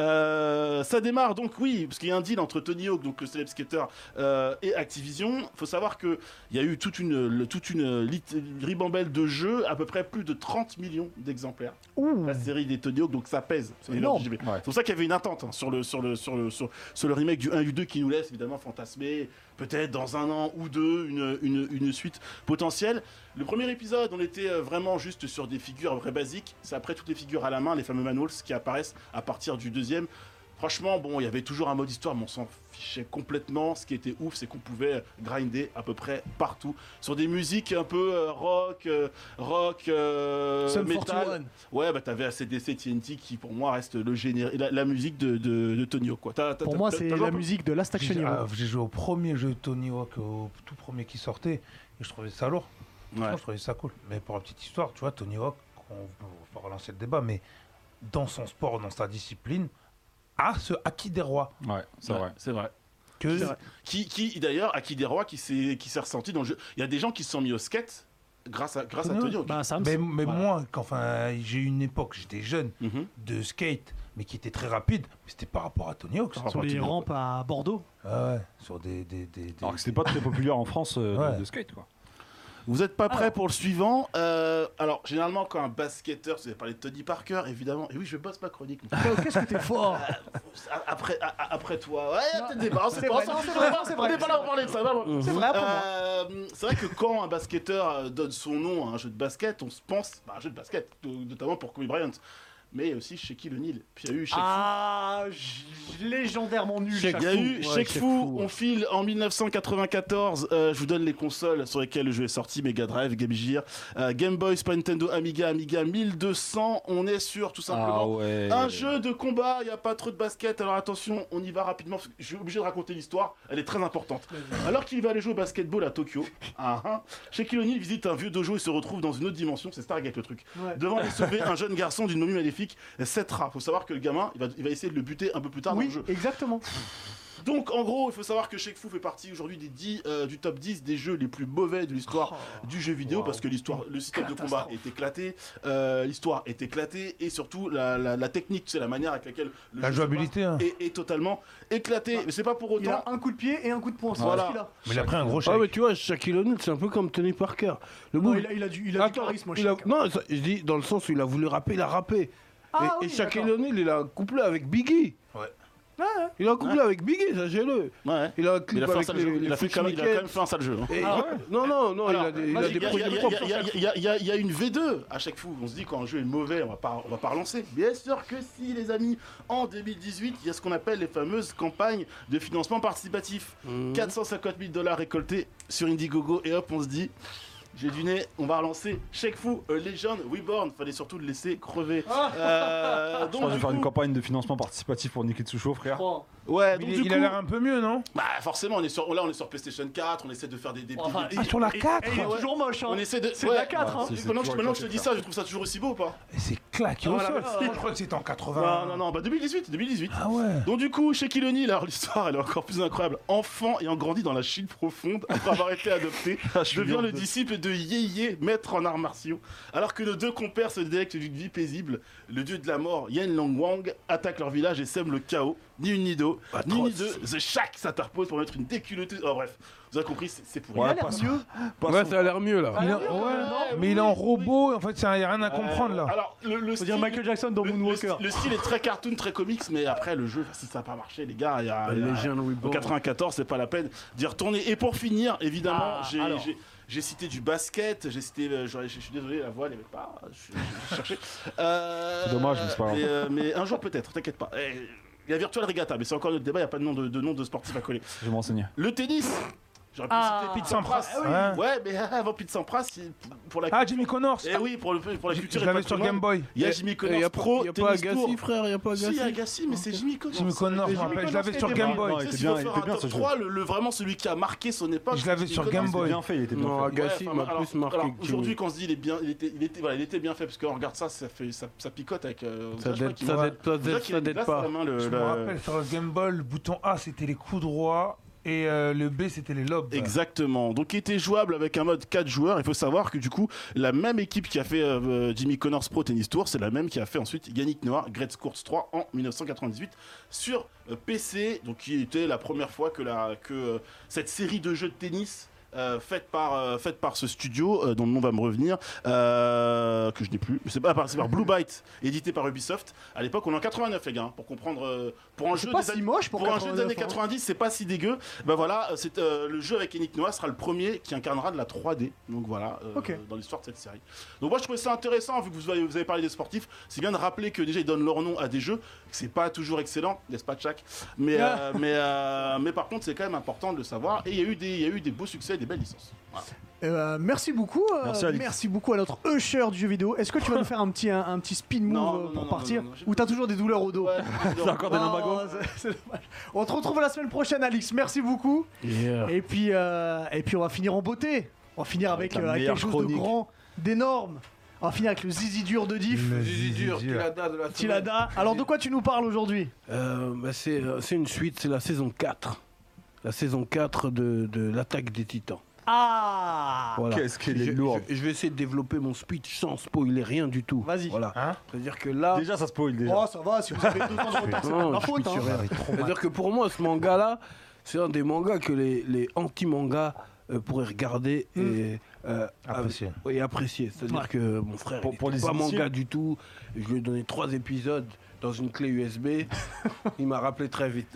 Euh, ça démarre donc oui, parce qu'il y a un deal entre Tony Hawk, donc le célèbre skater, euh, et Activision. Faut savoir que il y a eu toute une le- toute une euh, lit- ribambelle de jeux, à peu près plus de 30 millions d'exemplaires.
Ouh.
La série des Tony Hawk, donc ça pèse. C'est
énorme.
énorme, JB.
Ouais.
C'est pour ça qu'il y avait une attente hein, sur, le, sur, le, sur, le, sur, sur le remake du 1 et du 2 qui nous laisse évidemment fantasmer peut-être dans un an ou deux une, une, une suite potentielle. Le premier épisode, on était euh, vraiment juste sur des figures vraies basiques. C'est après toutes les figures à la main, les fameux manuals qui apparaissent à partir du deuxième. Franchement, bon, il y avait toujours un mode histoire, mais on s'en fichait complètement. Ce qui était ouf, c'est qu'on pouvait grinder à peu près partout. Sur des musiques un peu euh, rock, euh, rock, euh,
Sum
métal.
41.
Ouais, bah t'avais ACDC TNT qui pour moi reste le générique, la, la musique de, de, de Tonio quoi. T'as- t'as-
Pour moi,
t'as-
c'est
t'as joué un
la
peu-
musique de Last Action
J'ai ah,
Hero.
j'ai joué au premier jeu de Tony Hawk, au tout premier qui sortait, et je trouvais ça lourd. Franchement,
Ouais.
je trouvais ça cool. Mais pour la petite histoire, tu vois, Tony Hawk, on on va relancer le débat, mais dans son sport, dans sa discipline, a ce acquis des rois.
Ouais, c'est
Ouais,
vrai.
C'est vrai.
Que
C'est vrai. Qui, qui d'ailleurs, à qui des rois qui s'est qui s'est ressenti dans le jeu. Il y a des gens qui se sont mis au skate grâce à, grâce à
Tonio,
Tony Hawk.
Bah, ça me
Ah, Mais,
semble-
mais
voilà.
moi, qu'enfin, j'ai eu une époque, j'étais jeune,
Mhm.
de skate, mais qui était très rapide, mais c'était par rapport à Tony Hawk. ça.
Sur les rampes à Bordeaux.
Ah ouais, sur des. des, des, des-
Alors que c'était pas très populaire en France euh, de-
Ouais.
de skate, quoi.
Vous n'êtes pas prêt pour le suivant Euh, Alors, généralement, quand un basketteur, vous avez parlé de Tony Parker, évidemment. Et oui, je bosse ma chronique. mais-
Qu'est-ce que t'es fort
A- après, a- a- après toi, ouais, peut-être des balances,
c'est
on
vrai,
s'en
c'est
fout,
vrai,
on
c'est
est
vrai,
pas
c'est
là pour parler de ça. voilà.
C'est vrai, pour moi.
Euh, c'est vrai que quand un basketteur euh, donne son nom à un jeu de basket, on se pense bah, à un jeu de basket, no- notamment pour Kobe Bryant. Mais il y a aussi Shaquille O'Neal. Puis il y a eu Shaq
Ah, j- légendairement nul.
Fu. Il y a eu Shaq Fu, on
On
file en 1994. euh, je vous donne les consoles sur lesquelles le jeu est sorti Mega Drive, Game Gear, euh, Game Boy, Super Nintendo, Amiga, Amiga 1200. On est sur tout
Ah
simplement Ah,
ouais.
un jeu de combat, il n'y a pas trop de basket, alors attention, on y va rapidement, parce que je suis obligé de raconter l'histoire, elle est très importante. Alors qu'il va aller jouer au basketball à Tokyo, ah, ah, Shaquille O'Neal visite un vieux dojo et se retrouve dans une autre dimension, c'est Stargate le truc.
Ouais.
Devant lui sauver un jeune garçon d'une momie maléfique, Cetra. Faut savoir que le gamin, il va, il va essayer de le buter un peu plus tard dans
Oui,
le jeu.
exactement.
Donc en gros, il faut savoir que Shaq Fu fait partie aujourd'hui des 10, euh, du top 10 des jeux les plus mauvais de l'histoire du jeu vidéo parce que l'histoire, le système de combat est éclaté, euh, l'histoire est éclatée et surtout la, la- la technique, c'est la manière avec laquelle le
La
jeu se
jouabilité, hein.
passe est, est totalement éclatée. Mais c'est pas pour
Il a
autant.
un coup de pied et un coup de poing. C'est
Voilà.
tout ce qu'il a.
Mais il a pris un gros
Ah,
chèque.
mais tu vois, Shaquille O'Neal, c'est un peu comme Tony Parker. Le
Non,
bout-
il a, il a du, il a du
Attends,
charisme,
il a-
Shaq.
Non, ça- je dis dans le sens où il a voulu rapper, il a rappé.
Ah
et,
oui,
et Shaquille
d'accord. Ah, hein.
O'Neal, il a un couplé avec Biggie.
Ouais.
Ouais, ouais.
Il a un couplé avec Biggie, sachez-le.
Ouais.
Il a un
Mais Il
clip
a fait un
avec
sale
les,
jeu. Il
les
a fait quand même- il a quand même fait un sale jeu. hein.
Et- Non, non, non,
Alors,
il a des, il
moi,
a
j'ai-
des
il y a-
projets
il y a-
propres.
il y a- il y a- il y a- il y a une V2 à chaque fois. On se dit quand un jeu est mauvais, on va pas, on va pas relancer. Bien sûr que si, les amis. En 2018, il y a ce qu'on appelle les fameuses campagnes de financement participatif.
Mhm.
450 000 dollars récoltés sur Indiegogo et hop, on se dit. J'ai du nez, on va relancer. Chaque fou, a Legend, Reborn. Fallait surtout le laisser crever.
Ah.
Euh,
Je pense
donc,
que je vais
du
faire une
coup,
campagne de financement participatif pour Niketsucho, frère.
Oh.
ouais,
Mais
donc
il
du
il
coup,
a l'air un peu mieux, non
bah forcément, on est sur, là, on est sur PlayStation 4. On essaie de faire des des-
Enfin,
des-
Ah, sur la 4
Et il est
Ouais.
toujours moche. hein.
On essaie de.
C'est de la 4, hein.
Pendant
C'est-
que-
c'est
Pendant,
toujours
que je te
éclaté,
dis ça, je trouve ça toujours aussi beau ou pas
C'est claqué au
Voilà,
sol.
voilà.
Je crois que c'était en 80.
Non, non, non, bah 2018, 2018.
Ah ouais.
Donc du coup, Shaquille O'Neal, alors l'histoire elle est encore plus incroyable. Enfant ayant grandi dans la Chine profonde, après avoir été adopté,
Ah,
devient le disciple de Yeye, maître en arts martiaux. Alors que nos deux compères se délectent d'une vie paisible, le dieu de la mort, Yen Long Wang, attaque leur village et sème le chaos. Ni une ni deux, ni une ni deux, The Shack s'interpose pour mettre une déculottée. Oh bref, vous avez compris, c'est c'est pourri.
Il a
Ouais,
l'air
passe-
mieux.
Ouais, ça a l'air mieux là.
Il est en-
Ah, oui,
ouais,
euh, non,
mais il est en robot, et en fait, ça y a rien à comprendre là.
Euh, Alors, le, le
Faut dire
style-
Michael Jackson dans
le,
Moonwalker.
le- le style est très cartoon, très comics, mais après le jeu, si ça n'a pas marché, les gars, il y a. il y a-
Legend
en
Reborn.
94, c'est pas la peine d'y retourner. Et pour finir, évidemment,
Ah,
j'ai-
alors.
j'ai. j'ai cité du basket, j'ai cité. euh, j'aurais- je suis désolé, la voix, elle n'avait pas. Je, je cherchais. Euh,
C'est dommage, mais c'est pas grave.
Mais, euh, mais un jour peut-être, t'inquiète pas. Eh, Il y a Virtual Regatta, mais c'est encore notre débat, il n'y a pas de nom de, de nom de sportif à coller.
Je vais m'enseigner.
Le tennis J'aurais pu
Ah.
citer Pete
Sans
Sampras.
Pras, Ah oui.
Ouais, mais avant Pete Sampras, il- pour la
Ah, Jimmy Connors
Eh oui, pour, le, pour la
Je
culture
je
et
l'avais sur
patrimoine,
Game Boy.
Il y a Jimmy Connors
Il
Pro,
Eh, a pas
Tennis Tour.
Agassi, frère, il a pas
Si, il y a
Agassi.
Agassi, mais c'est Jimmy Connors.
Jimmy Connors, je me
Jimmy
rappelle, je l'avais
qui
sur
était
Game
marquant.
Boy.
Tu sais,
Il
si
était
on
bien-
fait
il était
un
bien,
top
ce jeu.
3, le, le- vraiment celui qui a marqué son époque.
Je l'avais
Jimmy
sur
Il
Connors.
Game
était
Boy.
bien fait, il était bien
Non,
fait.
Agassi
Ouais,
il
enfin,
m'a
alors,
plus marqué
alors,
que Jimmy.
Aujourd'hui, quand on se dit il est bien, il était, il était, voilà, il était bien fait parce que oh, regarde ça, ça fait, ça, ça picote avec. euh,
Ça
je crois
date-
qu'il-
ça
Ouais.
date- ça
Déjà
date-
qu'il
ça
a une
date
glace
pas.
à la main, le-
Je me
le-
rappelle, sur le Game Boy, le bouton A, c'était les coups droits et euh, le B, c'était les lobes.
Exactement. Donc, il était jouable avec un mode 4 joueurs. Il faut savoir que, du coup, la même équipe qui a fait euh, Jimmy Connors Pro Tennis Tour, c'est la même qui a fait ensuite Yannick Noir, Great Course 3 en 1998 sur euh, PC. Donc, qui était la première fois que, la, que euh, cette série de jeux de tennis. euh, faite par euh, faite par ce studio euh, dont le nom va me revenir euh, que je n'ai plus c'est pas par, c'est par Blue Byte édité par Ubisoft à l'époque on est en 89 les gars hein, pour comprendre euh, pour un jeu
C'est pas
des années-
si moche pour,
pour un jeu des
89,
années
hein.
90, c'est pas si dégueu. Bah voilà, euh, c'est euh, le jeu avec Yannick Noah sera le premier qui incarnera de la 3D. Donc voilà, euh,
Ok.
dans l'histoire de cette série. Donc moi je trouvais ça intéressant vu que vous avez, vous avez parlé des sportifs. C'est bien de rappeler que déjà ils donnent leur nom à des jeux. que C'est pas toujours excellent, n'est-ce pas, Tchak Mais euh, mais euh, mais par contre c'est quand même important de le savoir. Et il y a eu des il y a eu des beaux succès, des belles licences. Voilà.
Euh, merci beaucoup. euh,
Merci,
merci,
Alex.
beaucoup à notre usher du jeu vidéo. Est-ce que tu vas nous faire un petit, un, un petit spin move
Non,
euh,
non, non,
pour
non,
partir
non, non, j'ai
Ou t'as toujours des douleurs au dos
Ouais, c'est
encore des
Non,
lumbagos
c'est- c'est dommage. On te retrouve la semaine prochaine, Alix. Merci beaucoup.
Ah.
Et puis, euh, et puis on va finir en beauté. On va finir avec,
Avec la
euh, avec
meilleure
quelque chose
chronique.
de grand, d'énorme. On va finir avec le zizi dur de Diff.
Le
Zizi dur,
zizi dur.
Tilada de la semaine.
Tilada. Alors de quoi tu nous parles aujourd'hui
Euh, bah, c'est euh, c'est une suite, c'est la saison 4. La saison 4 de, de l'attaque des titans.
Ah
Voilà.
Qu'est-ce qu'elle est
Je-
lourde.
Je, je vais essayer de développer mon speech sans spoiler rien du tout.
Vas-y.
Voilà.
Hein
C'est-à-dire que là,
Déjà, ça spoil déjà.
Oh, ça va, si vous avez deux ans de retard, c'est pas de
Non,
ma
je
faute.
suis
hein.
sûr. c'est-à-dire que pour moi, ce manga-là, c'est un des mangas que les, les anti-mangas euh, pourraient regarder et euh,
Apprécié.
av- et apprécier. C'est-à-dire
Ouais.
que mon frère,
Pour-
il
pour
était
les
pas
initiés.
manga du tout. Je lui ai donné trois épisodes dans une clé USB. il m'a rappelé très vite.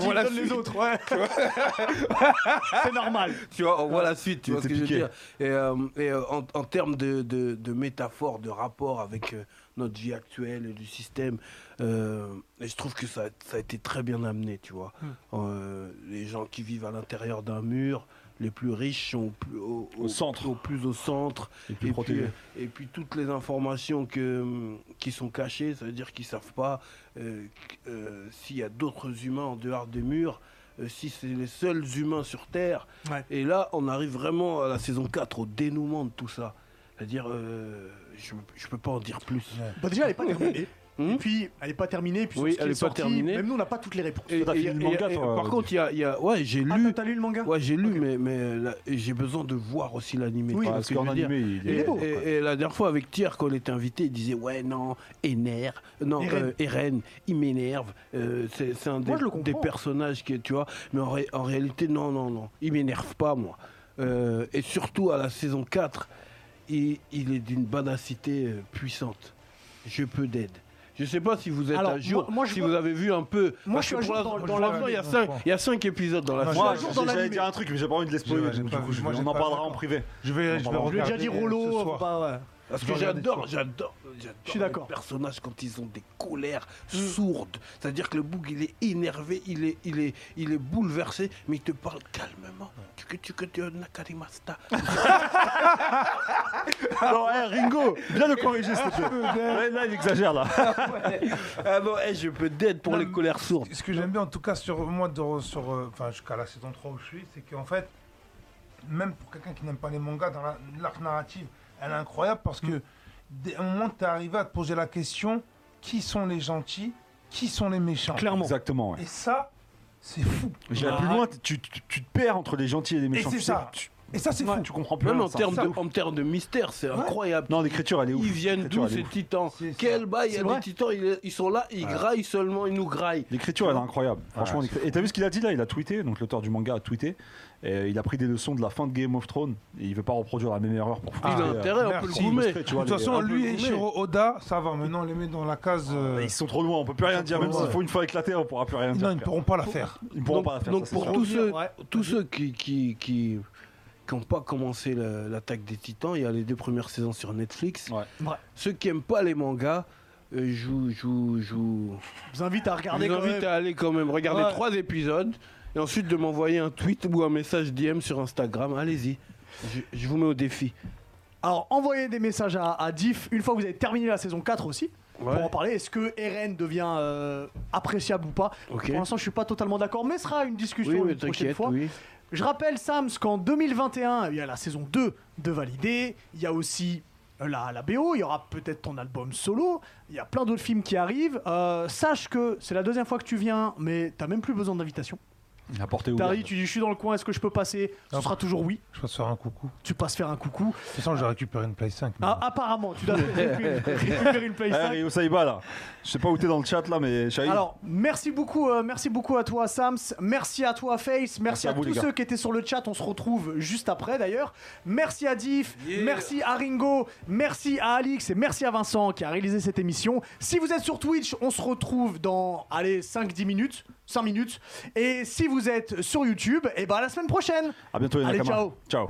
Voilà les autres, ouais. c'est normal.
tu vois, on voit la suite,
Ah,
tu
Il
vois ce
était
que je
piqué.
veux dire. Et, euh, et, euh, en, en termes de, de, de métaphore, de rapport avec euh, notre vie actuelle et du système, euh, et je trouve que ça, ça a été très bien amené, tu vois. Euh, les gens qui vivent à l'intérieur d'un mur, les plus riches sont au plus au,
Au centre.
au plus au centre,
Et puis
et puis, euh,
protégé.
et puis toutes les informations que, euh, qui sont cachées, ça veut dire qu'ils ne savent pas euh, qu- euh, s'il y a d'autres humains en dehors des murs, euh, si c'est les seuls humains sur Terre.
Ouais.
Et là, on arrive vraiment à la saison 4, au dénouement de tout ça. C'est-à-dire, euh, je ne peux pas en dire plus.
Bah déjà, elle est pas terminée.
Hmm
Et puis, elle est pas terminée. Puis
Oui,
ce qui
elle est pas
sorti,
terminée.
Même nous, on n'a pas toutes les réponses.
Et-
t'as
et-
fini le
et-
manga,
et-
toi,
par
euh,
contre, il y a, il y a- ouais, j'ai
Ah,
lu,
t'as- t'as lu le manga
ouais, j'ai lu, mais, mais là, j'ai besoin de voir aussi l'animé.
Oui,
tu vois
Parce
ce que je
qu'en
veux dire.
animé, il
Et,
est beau.
et- et la dernière fois avec Thier, quand on était invité, il disait Ouais, non, Ener, non,
Eren.
euh, Eren, il m'énerve. Euh, c'est c'est un des,
je le comprends.
des personnages qui, est- tu vois, mais en, ré- en réalité, non, non, non, il m'énerve pas, moi. Euh, et surtout à la saison 4, il, il est d'une badacité euh, puissante. Je peux d'aide. Je sais pas si vous êtes
Alors,
à jour,
moi- moi, je
si
vois-
vous avez vu un peu.
Moi,
parce
je suis à
que pour
jour
la-
dans-
pour
dans
l'instant, il y a
l'animé,
cinq-
je crois.
il y a 5 épisodes dans la
Moi,
saison.
Moi,
je suis à jour dans
j'allais
l'animé.
dire un truc, mais j'ai pas envie de les
J'ai-
spoiler.
j'ai
donc du
pas
coup,
vu.
je-
Moi, j'ai
On en
pas
parlera
vu
en privé.
Je vais,
On
je
va
vais
en
Je lui ai déjà
regarder euh,
dit
ce
Rollo,
soir.
faut pas, ouais.
Parce
Je
que
vais regarder
j'adore,
ce
j'adore, j'adore
Je suis
les
d'accord.
personnages quand ils ont des colères sourdes. C'est-à-dire que le bouc, il est énervé, il est, il est, il est bouleversé, mais il te parle calmement. Tu que tu que tu nakarimasta.
Non,
eh,
hé, Ringo, viens le corriger, s'il te plaît. Ouais, Là, il exagère, là.
Ah bon, eh, je peux d'aide pour
Non,
les
mais-
colères sourdes.
Ce que j'aime bien, en tout cas, sur moi, de- sur, euh, enfin, jusqu'à la saison 3 où je suis, c'est qu'en fait, même pour quelqu'un qui n'aime pas les mangas, dans la- l'arc narrative, elle est incroyable parce que dès un moment, tu es arrivé à te poser la question qui sont les gentils, qui sont les méchants
Clairement.
Exactement, ouais.
Et ça, c'est fou.
J'ai la plus loin, tu, tu- tu te perds entre les gentils Ah. et les méchants.
c'est
tu sais-
ça.
tu-
Et ça, c'est
Ouais,
fou.
tu comprends plus
Même
rien,
en
ça.
termes de, en termes de mystère, c'est incroyable.
Non, l'écriture, elle est ouf.
Ils viennent
L'écriture,
d'où
elle est
ces
ouf.
titans
C'est ça.
Quel bail Il y
C'est
a
vrai.
des titans, ils, ils sont là, ils graillent seulement, ils nous graillent.
L'écriture, elle est incroyable. Franchement, l'écrit- et t'as vu ce qu'il a dit là Il a tweeté, donc l'auteur du manga a tweeté. Et il a pris des leçons de la fin de Game of Thrones. Et il veut pas reproduire la même erreur pour
Il
frustrer,
a
euh,
intérêt, on peut le
merci.
groumer.
frustrer, tu
De
vois,
toute
les-
façon,
un peu
lui et
gourmets.
Shiro Oda, ça va. Maintenant, on les met dans la case. euh,
Ils sont trop loin, on peut plus rien dire. Même
Ouais.
s'il faut une fois éclater, on pourra plus rien dire.
Non, ils ne
frère.
pourront pas la faire.
Ils pourront
Donc-
pas la faire.
donc
ça, c'est
pour
sûr.
tous ceux,
Ouais.
tous ceux qui qui qui qui n'ont pas commencé la- l'attaque des Titans, il y a les deux premières saisons sur Netflix.
Ouais.
Ouais.
Ceux qui aiment pas les mangas. euh, je vous- je vous- je vous-
Je vous invite à
je
regarder
vous
quand
invite
même.
à aller quand même regarder
Ouais.
trois épisodes Et ensuite de m'envoyer un tweet ou un message DM sur Instagram. Allez-y, je, je vous mets au défi.
Alors, envoyez des messages à, à Diff une fois que vous avez terminé la saison 4 aussi.
Ouais.
Pour en parler, est-ce que RN devient euh, appréciable ou pas
Ok.
Pour l'instant, je suis pas totalement d'accord, mais ce sera une discussion
Oui, mais
une prochaine
t'inquiète,
fois.
oui.
Je rappelle, Sams, qu'en 2021, il y a la saison 2 de Validé, il y a aussi euh, la, la BO, il y aura peut-être ton album solo, il y a plein d'autres films qui arrivent. Euh, sache que c'est la deuxième fois que tu viens, mais t'as même plus besoin d'invitation.
Apportez où
T'arrives, tu dis je suis dans le coin, est-ce que je peux passer Ce
Ah.
sera toujours oui,
Je passe faire un coucou.
tu passes faire un coucou.
De toute façon, j'ai récupéré une Play 5. mais-
Ah, apparemment, tu dois récupérer récupérer une
Eh,
PlayStation.
Ryo Saiba, là. Je sais pas où t'es dans le chat, là, mais Shahid,
Alors, merci beaucoup, euh, merci beaucoup à toi, Sams. Merci à toi, Face. Merci,
à
à,
vous, les
tous
gars.
ceux qui étaient sur le chat. On se retrouve juste après, d'ailleurs. Merci à Diff. Merci à Ringo. Merci à Alix. Et merci à Vincent qui a réalisé cette émission. Si vous êtes sur Twitch, on se retrouve dans, allez, 5-10 minutes. 5 minutes. Et si vous êtes sur YouTube, et ben à la semaine prochaine.
à bientôt, les
Allez,
Nakama.
ciao.
Ciao.